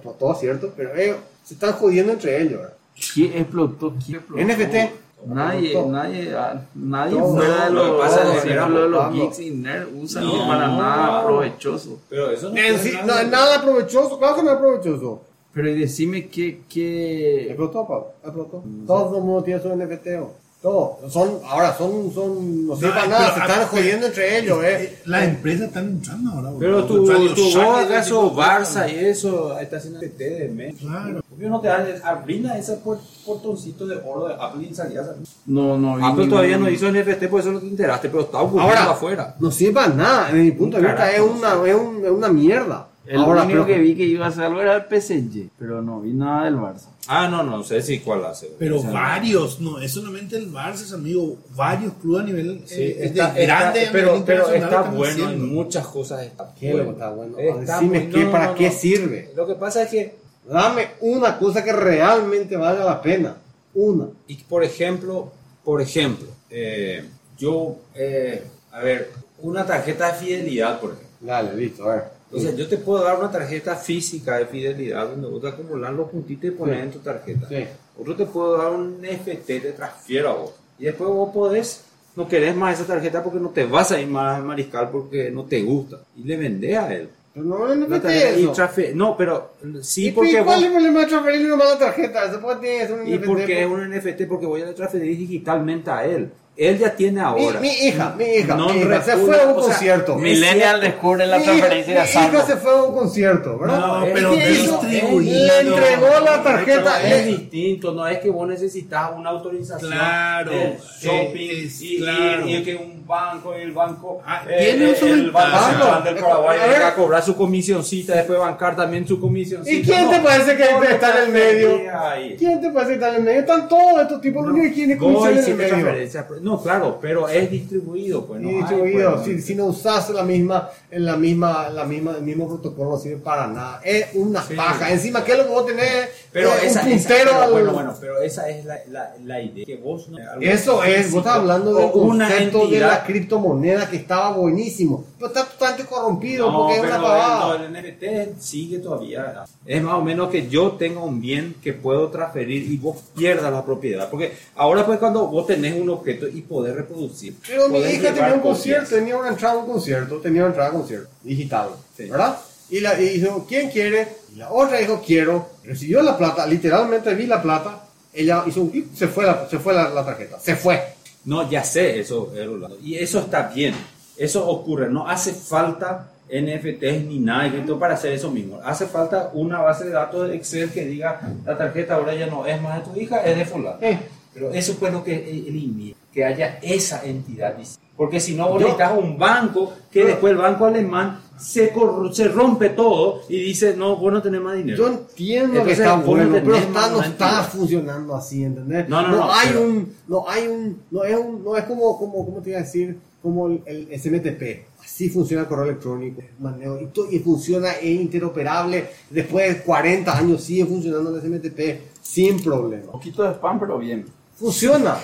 Speaker 3: no todo cierto, pero eh, se están jodiendo entre ellos. ¿verdad?
Speaker 6: ¿Quién explotó? ¿Quién explotó?
Speaker 3: NFT.
Speaker 6: Nadie,
Speaker 3: Todo.
Speaker 6: nadie, ah, nadie
Speaker 3: Todo.
Speaker 6: fuera de
Speaker 2: Lo que
Speaker 6: los,
Speaker 2: pasa es que
Speaker 6: por
Speaker 2: se
Speaker 6: ejemplo, de los
Speaker 3: estamos
Speaker 6: geeks y nerds usan
Speaker 2: No.
Speaker 6: para nada provechoso.
Speaker 2: Pero eso no
Speaker 3: Eh,
Speaker 2: tiene
Speaker 3: sí,
Speaker 2: nada
Speaker 3: no,
Speaker 2: de-
Speaker 3: nada provechoso, claro que no es provechoso.
Speaker 1: Pero y decime qué, qué...
Speaker 3: Explotó, Pablo. Explotó. Todo el mundo tiene su NFT. o. Todo. Son, ahora son, son, no sirve para
Speaker 4: eh,
Speaker 3: nada.
Speaker 4: pero,
Speaker 3: Se
Speaker 4: ah,
Speaker 3: están
Speaker 4: eh,
Speaker 3: jodiendo entre ellos, eh.
Speaker 4: Las empresas están entrando ahora, boludo.
Speaker 6: Pero tu,
Speaker 4: Radio
Speaker 6: tu
Speaker 4: Shack,
Speaker 6: vos
Speaker 4: ese
Speaker 6: acaso
Speaker 4: tipo de cosas,
Speaker 6: Barça y eso, ahí está haciendo TT de mes.
Speaker 4: Claro.
Speaker 2: ¿Por qué no te dan brinda ese por- portoncito de oro de Apple y salías a-
Speaker 1: No, no
Speaker 2: Ah,
Speaker 1: vi
Speaker 6: Apple
Speaker 1: ningún-
Speaker 6: todavía no hizo NFT, por eso no te enteraste, pero está ocurriendo
Speaker 3: Ahora.
Speaker 6: afuera.
Speaker 3: No sirve para nada. Desde mi punto de vista es una, es un- es una mierda.
Speaker 1: El único que vi que iba a hacer algo era el PSG, pero no vi nada del Barça.
Speaker 2: Ah, no, no sé si cuál hace.
Speaker 4: Pero
Speaker 2: O sea,
Speaker 4: varios, no, es solamente el Barça, amigo. Varios clubes a nivel
Speaker 2: sí,
Speaker 4: eh,
Speaker 2: está-
Speaker 4: de-
Speaker 2: está-
Speaker 4: grande, a
Speaker 2: pero,
Speaker 4: nivel
Speaker 2: pero
Speaker 4: internacional
Speaker 2: está
Speaker 4: están
Speaker 2: bueno en
Speaker 4: haciendo.
Speaker 2: muchas cosas. Está
Speaker 3: ¿Qué
Speaker 2: bueno.
Speaker 3: loco, está bueno?
Speaker 2: Está
Speaker 3: Decime
Speaker 2: muy-
Speaker 3: qué,
Speaker 2: Eh, no,
Speaker 3: para
Speaker 2: no,
Speaker 3: qué
Speaker 2: no.
Speaker 3: sirve.
Speaker 2: Lo que pasa es que,
Speaker 3: Dame una cosa que realmente valga la pena. Una.
Speaker 2: y por ejemplo, por ejemplo, eh, yo, eh, a ver, una tarjeta de fidelidad, por ejemplo.
Speaker 3: Dale, listo, a ver.
Speaker 2: O sea, yo te puedo dar una tarjeta física de fidelidad donde vos te acumulas los puntitos y pones
Speaker 3: Sí.
Speaker 2: en tu tarjeta.
Speaker 3: Sí.
Speaker 2: Otro te puedo dar un NFT, te transfiero a vos. Y después vos podés, no querés más esa tarjeta porque no te vas a ir más al mariscal porque no te gusta. Y le vendés a él.
Speaker 3: Pero no me
Speaker 2: La
Speaker 3: NFT
Speaker 2: tarjeta- y
Speaker 3: eso.
Speaker 2: transfe- no, pero sí
Speaker 3: ¿Y
Speaker 2: porque vos-
Speaker 3: cuál es el problema de transferirle nomás la tarjeta? Eso puede tiene que ser un
Speaker 2: y
Speaker 3: NFT,
Speaker 2: porque es
Speaker 3: pues.
Speaker 2: un NFT porque voy a transferir digitalmente a él. Él ya tiene ahora.
Speaker 3: Mi, mi hija, mi hija,
Speaker 2: No
Speaker 3: mi hija se
Speaker 2: recuerdo,
Speaker 3: fue a un
Speaker 2: o sea,
Speaker 3: concierto.
Speaker 2: mi-
Speaker 1: Millennial descubre la
Speaker 3: Mi hija-
Speaker 1: transferencia de
Speaker 3: mi hija
Speaker 1: Asano.
Speaker 3: se fue a un concierto, ¿verdad?
Speaker 4: No,
Speaker 2: es
Speaker 4: pero
Speaker 2: que
Speaker 3: eso-
Speaker 4: distribuido.
Speaker 3: le entregó la tarjeta,
Speaker 2: Pero es
Speaker 3: eh.
Speaker 2: distinto, no es que vos necesitas una autorización
Speaker 4: Claro,
Speaker 2: del shopping
Speaker 4: eh, es-
Speaker 2: y, y-
Speaker 4: claro.
Speaker 2: y que un banco y el banco eh,
Speaker 4: Ah, tiene su
Speaker 2: el banco
Speaker 4: ventaja.
Speaker 2: Central del
Speaker 3: Eh,
Speaker 2: Paraguay
Speaker 3: a ver.
Speaker 2: venga a cobrar su comisioncita, después bancar también su comisioncita.
Speaker 3: ¿Y quién te parece que
Speaker 2: no,
Speaker 3: está en el
Speaker 2: no,
Speaker 3: medio?
Speaker 2: ahí.
Speaker 3: ¿Quién te parece que está en el medio? Están todos estos tipos, lo único que tienen es
Speaker 2: Vos
Speaker 3: comisión en el
Speaker 2: hiciste
Speaker 3: medio.
Speaker 2: transferencia, pero- No, claro, pero es distribuido, pues no
Speaker 3: Y
Speaker 2: hay,
Speaker 3: distribuido,
Speaker 2: pues,
Speaker 3: si, si no usas la misma, en la misma, la misma, el mismo protocolo no sirve para nada. Es una
Speaker 2: Sí.
Speaker 3: paja. Encima, ¿qué es lo que vos tenés?
Speaker 2: Pero
Speaker 3: Eh,
Speaker 2: esa,
Speaker 3: un
Speaker 2: esa-
Speaker 3: puntero
Speaker 2: pero
Speaker 3: al-
Speaker 2: bueno, bueno, pero esa es la, la, la idea. Que vos no- algo
Speaker 3: Eso es, vos
Speaker 2: físico.
Speaker 3: estás hablando del
Speaker 2: O una
Speaker 3: concepto de
Speaker 2: entidad.
Speaker 3: la criptomoneda que estaba buenísimo. Pero está totalmente corrompido
Speaker 2: No,
Speaker 3: porque es
Speaker 2: pero
Speaker 3: una
Speaker 2: el-
Speaker 3: pavada.
Speaker 2: no, el NFT sigue todavía. Es más o menos que yo tenga un bien que puedo transferir y vos pierdas la propiedad. Porque ahora pues cuando vos tenés un objeto y podés reproducir.
Speaker 3: Pero mi
Speaker 2: podés
Speaker 3: hija tenía
Speaker 2: llevar
Speaker 3: un concierto,
Speaker 2: copias.
Speaker 3: tenía una entrada a un concierto, tenía una entrada a un concierto, digital,
Speaker 2: Sí.
Speaker 3: ¿verdad? Y, la, y dijo, ¿quién quiere? Y la otra dijo, quiero. Recibió la plata, literalmente vi la plata. Ella hizo un clic, se fue, la, se fue la, la tarjeta, se fue.
Speaker 2: No, ya sé eso, eh, Rolando. Y eso está bien. Eso ocurre. No hace falta NFTs ni nada de cripto para hacer eso mismo. Hace falta una base de datos de Excel que diga la tarjeta ahora ya no es más de tu hija, es de fulano.
Speaker 3: Eh,
Speaker 2: Pero eso fue lo que elimina, que haya esa entidad. dis- Porque si no, vos necesitas un banco que después el banco alemán se, corro- se rompe todo y dice, no, vos no tenés más dinero.
Speaker 3: yo entiendo
Speaker 2: Entonces,
Speaker 3: que está
Speaker 2: vos no
Speaker 3: bueno,
Speaker 2: tenés
Speaker 3: pero está,
Speaker 2: más
Speaker 3: no
Speaker 2: una
Speaker 3: está
Speaker 2: entidad.
Speaker 3: funcionando así, ¿entendés?
Speaker 2: No, no, no,
Speaker 3: hay
Speaker 2: pero-
Speaker 3: un, no hay un, no es un, no es como, como, ¿cómo te iba a decir? Como el, el SMTP. Así funciona el correo electrónico, manejo, y, to- y funciona, es interoperable. Después de 40 años sigue funcionando el SMTP sin problema.
Speaker 1: poquito de spam, pero bien.
Speaker 3: Funciona,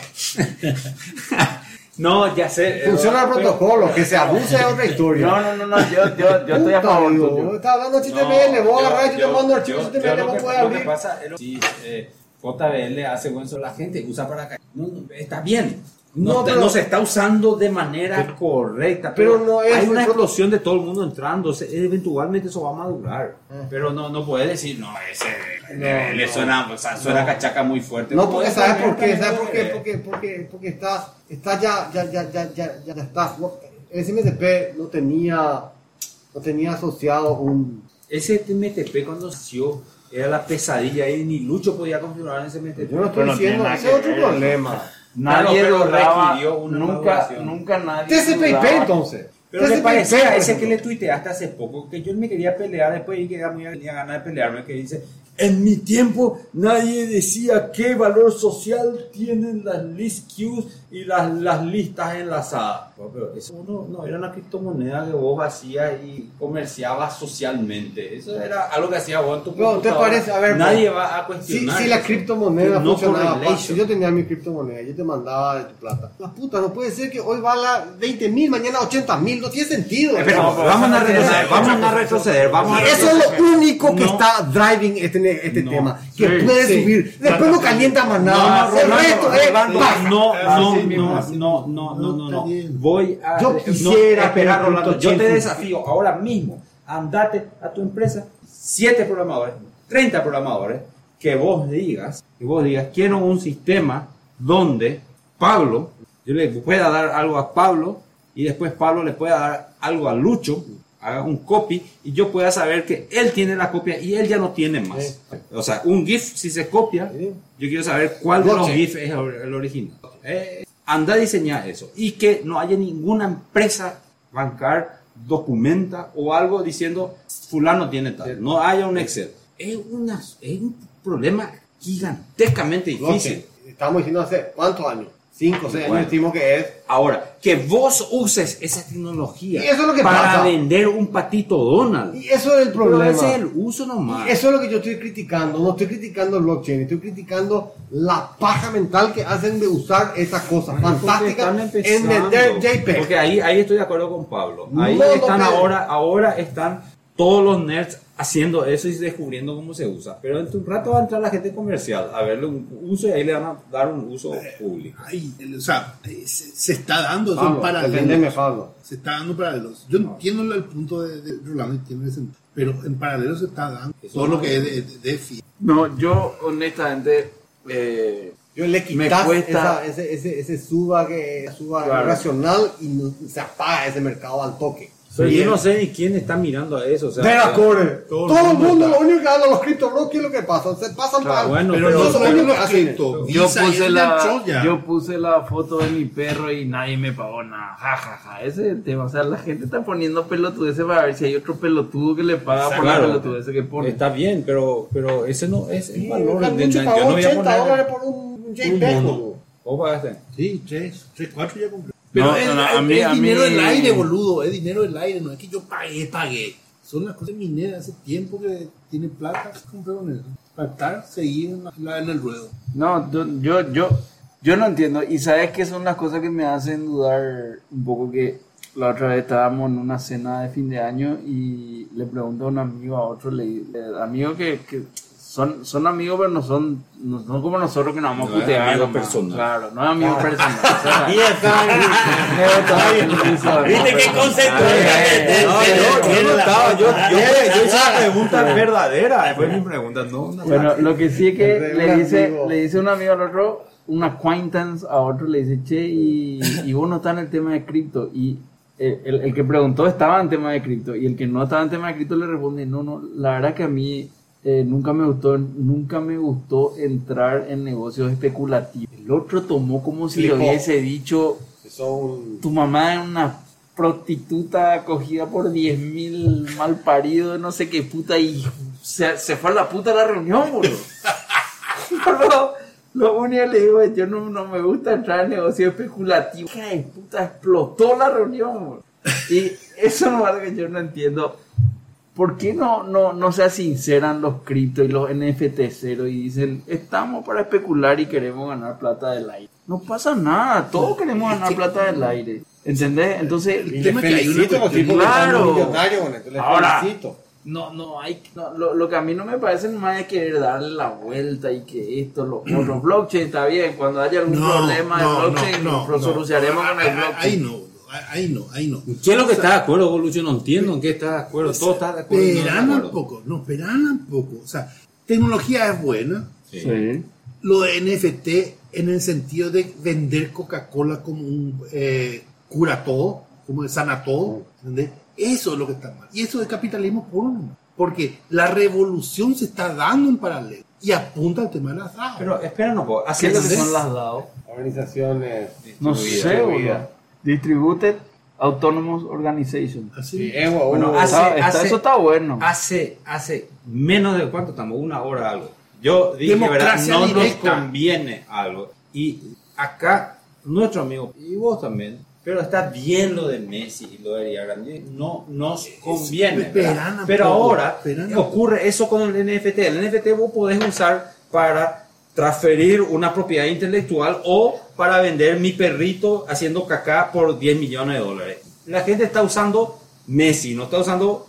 Speaker 2: No, ya sé. eh,
Speaker 3: funciona el
Speaker 2: pero-
Speaker 3: protocolo, que se abuse es otra historia.
Speaker 1: No, no, no, no, yo, yo, yo estoy a
Speaker 3: Puta,
Speaker 1: favor
Speaker 3: digo,
Speaker 1: tuyo.
Speaker 3: Está hablando de
Speaker 2: No,
Speaker 3: HTML, vos
Speaker 2: yo-
Speaker 3: agarrás y yo
Speaker 2: yo-
Speaker 3: te mando archivos
Speaker 2: yo-
Speaker 3: HTML,
Speaker 2: yo
Speaker 3: vos
Speaker 2: lo que-
Speaker 3: puedes
Speaker 2: lo que
Speaker 3: abrir.
Speaker 2: pasa es lo- si eh, JBL hace buen uso, la gente usa para acá. No, no, está bien. No,
Speaker 3: No,
Speaker 2: te-
Speaker 3: pero-
Speaker 2: no se está usando de manera correcta, pero,
Speaker 3: pero no es-
Speaker 2: hay una
Speaker 3: yo-
Speaker 2: explosión de todo el mundo entrando. se- eventualmente eso va a madurar.
Speaker 3: Ah.
Speaker 2: Pero no, no puedes decir, no, ese JBL suena, o sea, suena cachaca muy fuerte.
Speaker 3: No, porque
Speaker 2: Puedes
Speaker 3: sabes
Speaker 2: poner
Speaker 3: por qué,
Speaker 2: también
Speaker 3: sabes por qué,
Speaker 2: JBL.
Speaker 3: porque, porque, porque está, está ya, ya, ya, ya, ya, ya, ya está. No, El SMTP no tenía, no tenía asociado un.
Speaker 2: Ese MTP cuando nació era la pesadilla y ni Lucho podía configurar ese MTP.
Speaker 3: Yo no estoy
Speaker 1: Pero no tiene
Speaker 3: diciendo,
Speaker 1: nada
Speaker 3: ese
Speaker 1: que
Speaker 3: es otro
Speaker 1: ver.
Speaker 3: problema.
Speaker 1: Nadie
Speaker 2: Claro, pero
Speaker 1: lo daba,
Speaker 2: requirió una
Speaker 1: nunca,
Speaker 2: maduración.
Speaker 1: nunca nadie
Speaker 3: TCP/IP
Speaker 1: dudaba.
Speaker 3: entonces.
Speaker 2: Pero me
Speaker 3: TCP/IP,
Speaker 2: parece
Speaker 3: por
Speaker 2: a ese que
Speaker 3: ejemplo.
Speaker 2: le tuiteaste hace poco, que yo me quería pelear después y quedaba muy tenía ganas de pelearme, que dice, en mi tiempo nadie decía qué valor social tienen las list queues y las, las listas enlazadas. Bueno, Pero eso no, no era una criptomoneda que vos hacías y comerciabas socialmente. Eso era algo que hacías vos en tu
Speaker 3: No, ¿te
Speaker 2: computadora.
Speaker 3: parece? A ver,
Speaker 2: Nadie
Speaker 3: vos-
Speaker 2: va a pues,
Speaker 3: Si,
Speaker 2: cuestionar.
Speaker 3: si la
Speaker 2: eso.
Speaker 3: criptomoneda
Speaker 2: Que no
Speaker 3: funcionaba, pa,
Speaker 2: correlation.
Speaker 3: si yo tenía mi criptomoneda, yo te mandaba de tu plata. La puta, no puede ser que hoy valga 20 mil, mañana 80 mil, no tiene sentido.
Speaker 2: Eh, Pero
Speaker 3: No,
Speaker 2: vamos a retroceder, vamos a retroceder, vamos a
Speaker 3: Y Eso
Speaker 2: retroceder.
Speaker 3: es lo único que
Speaker 2: No.
Speaker 3: está driving este, este
Speaker 2: No.
Speaker 3: tema. Que
Speaker 1: Sí,
Speaker 3: puede
Speaker 1: sí.
Speaker 3: subir. Después no calienta más nada.
Speaker 1: No, no,
Speaker 3: El
Speaker 1: Rolando,
Speaker 3: resto eh, es
Speaker 1: Rolando,
Speaker 3: baja.
Speaker 2: No, no,
Speaker 1: Así mismo,
Speaker 2: no,
Speaker 1: así.
Speaker 2: no, no, no, no,
Speaker 4: Está
Speaker 2: no.
Speaker 4: bien.
Speaker 2: Voy a.
Speaker 3: Yo
Speaker 2: no,
Speaker 3: quisiera
Speaker 2: espera,
Speaker 3: que
Speaker 2: Rolando. Yo te
Speaker 3: Chelsea-
Speaker 2: desafío ahora mismo. Andate a tu empresa. Siete programadores. 30 programadores, que vos digas, que vos digas, quiero un sistema donde Pablo, yo le pueda dar algo a Pablo y después Pablo le pueda dar algo a Lucho, haga un copy y yo pueda saber que él tiene la copia y él ya no tiene más. O sea, un GIF si se copia, yo quiero saber cuál de los
Speaker 3: Blockchain.
Speaker 2: GIF es el or- el original. Eh, anda a diseñar eso y que no haya ninguna empresa bancar documenta o algo diciendo fulano tiene tal, no haya un Excel. Es, una, es un problema gigantescamente difícil.
Speaker 3: Blockchain. Estamos diciendo hace cuántos años, 5 o 6 años
Speaker 2: Bueno.
Speaker 3: decimos que es.
Speaker 2: Ahora, que vos uses esa tecnología
Speaker 3: Y eso es lo que
Speaker 2: para
Speaker 3: pasa.
Speaker 2: vender un patito Donald.
Speaker 3: Y eso es el
Speaker 2: Pero
Speaker 3: problema.
Speaker 2: ese es el uso nomás.
Speaker 3: Eso es lo que yo estoy criticando. No estoy criticando el blockchain, estoy criticando la paja mental que hacen de usar esas cosas fantásticas
Speaker 2: Porque están
Speaker 3: en vender
Speaker 2: empezando.
Speaker 3: JPEG.
Speaker 2: Porque ahí, ahí estoy de acuerdo con Pablo. Ahí
Speaker 3: No, no,
Speaker 2: están
Speaker 3: pero-
Speaker 2: ahora, ahora están todos los nerds haciendo eso y descubriendo cómo se usa. Pero en un rato va a entrar la gente comercial a verle un uso y ahí le van a dar un uso público.
Speaker 4: Ay, el- o sea, eh, se, se está dando, eso en
Speaker 3: Pablo,
Speaker 4: paralelo.
Speaker 3: defendeme, Pablo.
Speaker 4: Se está dando paralelos. Yo entiendo el punto de, de Rolando, entiendo ese- pero en paralelo se está dando todo lo que es de, de, de fi-
Speaker 1: No, yo honestamente eh,
Speaker 3: Yo le
Speaker 1: Me
Speaker 3: quitas
Speaker 1: cuesta-
Speaker 3: esa- ese, ese, ese suba que suba
Speaker 1: Claro.
Speaker 3: racional y, no- y se apaga ese mercado al toque.
Speaker 2: Pero
Speaker 3: Bien.
Speaker 2: yo no sé ni quién está mirando a eso. O sea,
Speaker 3: Veracore.
Speaker 4: todo
Speaker 3: Todo,
Speaker 4: el
Speaker 3: el
Speaker 4: mundo
Speaker 3: mundo,
Speaker 4: está.
Speaker 3: lo único que hablan los criptobloques es lo que pasa. Se pasan
Speaker 2: Claro,
Speaker 3: para
Speaker 2: bueno,
Speaker 4: Pero,
Speaker 2: pero-
Speaker 4: no
Speaker 3: eso es
Speaker 4: solo
Speaker 3: lo
Speaker 4: lo
Speaker 3: que hacen.
Speaker 4: cripto,
Speaker 1: yo
Speaker 4: Visa y
Speaker 1: puse,
Speaker 4: el
Speaker 1: la,
Speaker 4: Choya.
Speaker 1: yo puse la foto de mi perro y nadie me pagó nada. Ja, ja, ja. Ese es el tema. O sea, la gente está poniendo pelotudeces para ver si hay otro pelotudo que le paga por la
Speaker 2: Claro.
Speaker 1: pelotudez que pone.
Speaker 2: Está bien, pero, pero ese no es el
Speaker 3: Sí,
Speaker 2: valor. de-
Speaker 3: Carlucci
Speaker 2: yo
Speaker 3: pagó
Speaker 2: no voy a
Speaker 3: 80
Speaker 2: poner-
Speaker 3: dólares por un JPEG. boludo.
Speaker 2: ¿Vos pagaste?
Speaker 4: Sí, tres, tres, cuatro ya compré.
Speaker 1: No,
Speaker 4: Pero
Speaker 1: no,
Speaker 4: es,
Speaker 1: no,
Speaker 4: es-
Speaker 1: a mí-
Speaker 4: es
Speaker 1: a mí-
Speaker 4: dinero del aire, boludo. Es dinero del aire. No es que yo pagué, pagué. Son las cosas mineras. Hace tiempo que tiene plata. Se compraron eso. Para estar seguir en, la- en el ruedo.
Speaker 1: No, yo, yo, yo, yo no entiendo. Y sabes que son las cosas que me hacen dudar un poco que la otra vez estábamos en una cena de fin de año y le pregunto a un amigo, a otro, le, le- amigo que, que son, son amigos pero no son, no son como nosotros que nos vamos a
Speaker 2: No es
Speaker 1: putear.
Speaker 2: amigo
Speaker 1: nomás.
Speaker 2: personal.
Speaker 1: Claro, no es amigo personal. o sea,
Speaker 5: Y está. ¿Viste qué concepto?
Speaker 2: No, yo, yo no estaba, yo, yo, yo hice la pregunta verdadera, fue mi pregunta, no. no.
Speaker 1: Bueno, lo que sí es
Speaker 3: Entre
Speaker 1: que le
Speaker 3: un
Speaker 1: dice,
Speaker 3: amigo.
Speaker 1: le dice un amigo al otro, un acquaintance a otro, le dice, che, y, y vos no estás en el tema de cripto. Y el, el- el que preguntó estaba en tema de cripto. Y el que no estaba en tema de cripto le responde, no, no, la verdad que a mí eh, nunca me gustó, nunca me gustó entrar en negocios especulativos. El otro tomó como si le
Speaker 3: Flipó.
Speaker 1: hubiese dicho,
Speaker 3: Son
Speaker 1: tu mamá es una prostituta cogida por 10 mil mal parido, no sé qué puta, y se, se fue a la puta a la reunión, boludo. Boludo, Lo único que le digo es, yo no, no me gusta entrar en negocio especulativo. Hija de puta, explotó la reunión, boludo. Y eso no es algo que yo no entiendo. ¿Por qué no, no, no se sinceran los cripto y los NFT cero y dicen, estamos para especular y queremos ganar plata del aire? No pasa nada, todos queremos ganar plata del aire. ¿Entendés?
Speaker 3: Y
Speaker 1: Entonces,
Speaker 3: le
Speaker 4: tema es que hay una
Speaker 3: felicito a los
Speaker 4: cuestión-
Speaker 3: tipos que están
Speaker 1: Claro.
Speaker 3: muy millonarios con esto, les
Speaker 1: Ahora.
Speaker 3: felicito.
Speaker 1: no, no, hay, no, lo, lo que a mí no me parece más es querer darle la vuelta y que esto, lo otro. Blockchain está bien, cuando haya algún problema de blockchain, lo solucionaremos con el
Speaker 4: Ah, ah, Ahí
Speaker 1: blockchain.
Speaker 4: no, boludo. Ah, ahí no, ahí no.
Speaker 2: ¿Quién es lo que está de acuerdo, vos, Lucho? No entiendo en qué está de acuerdo. Todo está de acuerdo. y no está de
Speaker 4: Esperan un
Speaker 2: acuerdo.
Speaker 4: poco, no, esperan un poco. O sea, tecnología es buena.
Speaker 1: Sí.
Speaker 4: Lo de NFT en el sentido de vender Coca-Cola como un eh, cura todo, como el sana todo. ¿entendés? Eso es lo que está mal. Y eso es capitalismo puro. ¿no? Porque la revolución se está dando en paralelo y apunta al tema de las DAO.
Speaker 2: Pero espera un poco.
Speaker 1: ¿Qué
Speaker 2: Así
Speaker 1: es lo que
Speaker 2: es.
Speaker 1: son las DAO?
Speaker 3: Organizaciones.
Speaker 1: No
Speaker 2: Distribuida.
Speaker 1: sé, boludo. Distributed Autonomous Organization.
Speaker 4: Así.
Speaker 3: Sí, es guau,
Speaker 2: Bueno,
Speaker 3: guau.
Speaker 2: hace-
Speaker 1: Está- está-
Speaker 2: Ah, hace- Ah,
Speaker 1: eso está bueno.
Speaker 2: Hace, hace menos de cuánto estamos, una hora algo. Yo dije, ¿verdad?
Speaker 4: Democracia
Speaker 2: No nos
Speaker 4: directa.
Speaker 2: conviene algo. Y acá, nuestro amigo, y vos también, pero está bien lo de Messi y lo de Ariagandi, no nos conviene. ¿verdad?
Speaker 4: esperan a
Speaker 2: Pero
Speaker 4: poco,
Speaker 2: ahora
Speaker 4: esperan a
Speaker 2: ocurre eso con el NFT. El NFT vos podés usar para transferir una propiedad intelectual o para vender mi perrito haciendo caca por 10 millones de dólares. La gente está usando Messi, no está usando